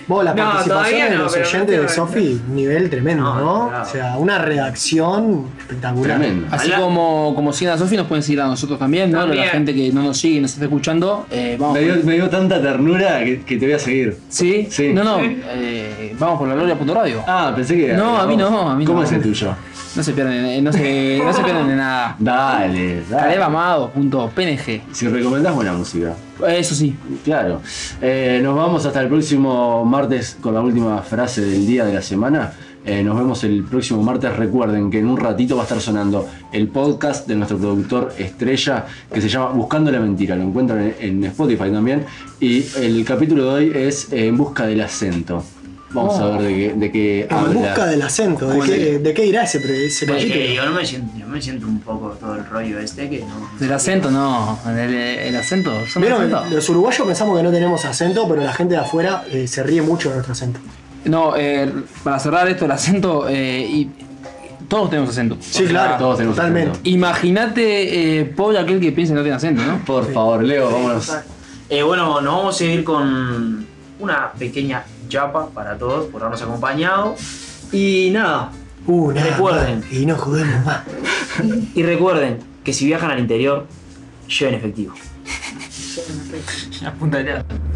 E: Vos, las
D: No,
E: participaciones
D: todavía
E: de
D: no,
E: los
D: pero no
E: oyentes
D: te
E: de
D: va a
E: Sofi, nivel tremendo, ¿no? O sea, una redacción espectacular.
C: Así como, como siguen a Sofi, nos pueden seguir a nosotros también, ¿no?
E: También.
C: La gente que no nos sigue y nos está escuchando, eh, vamos.
B: Me dio, me dio tanta ternura que, que te voy a seguir.
C: ¿Sí?
B: Sí.
C: No, no, eh, vamos por la gloria.radio.
B: Ah, pensé que.
C: No, a mí no, a mí
B: ¿Cómo
C: no.
B: es el tuyo?
C: No se pierden, eh, no se, no se pierden de nada.
B: Dale, dale.
C: Alevamado.png
B: Si recomendás buena música.
C: Eh, Eso sí.
B: Claro. Eh, nos vamos hasta el próximo martes con la última frase del día de la semana. Eh, nos vemos el próximo martes. Recuerden que en un ratito va a estar sonando el podcast de nuestro productor estrella que se llama Buscando la Mentira. Lo encuentran en, en Spotify también. Y el capítulo de hoy es eh, En busca del acento. Vamos
E: Oh.
B: a ver de qué, de qué habla.
E: En busca del acento, ¿de
B: Bueno.
E: qué, de qué irá ese, pre- ese
D: Porque
E: capítulo?
D: yo Eh, me, siento, yo me siento un poco todo el rollo este que no.
C: Del acento, no. El, el acento. ¿son
E: Vieron,
C: acento?
E: los uruguayos pensamos que no tenemos acento, pero la gente de afuera eh, se ríe mucho de nuestro acento.
C: No, eh, para cerrar esto, el acento. eh, y todos tenemos acento.
E: Sí, claro,
B: todos tenemos totalmente. acento.
C: Imagínate, eh, pobre aquel que piensa que no tiene acento, ¿no?
B: Por favor, Leo, vámonos.
D: Eh, bueno, nos vamos a ir con una pequeña chapa para todos por habernos acompañado. Y nada,
E: Una.
D: recuerden.
E: Y no juguemos Uh, más.
D: Y recuerden que si viajan al interior, lleven efectivo.
J: Apunta ya.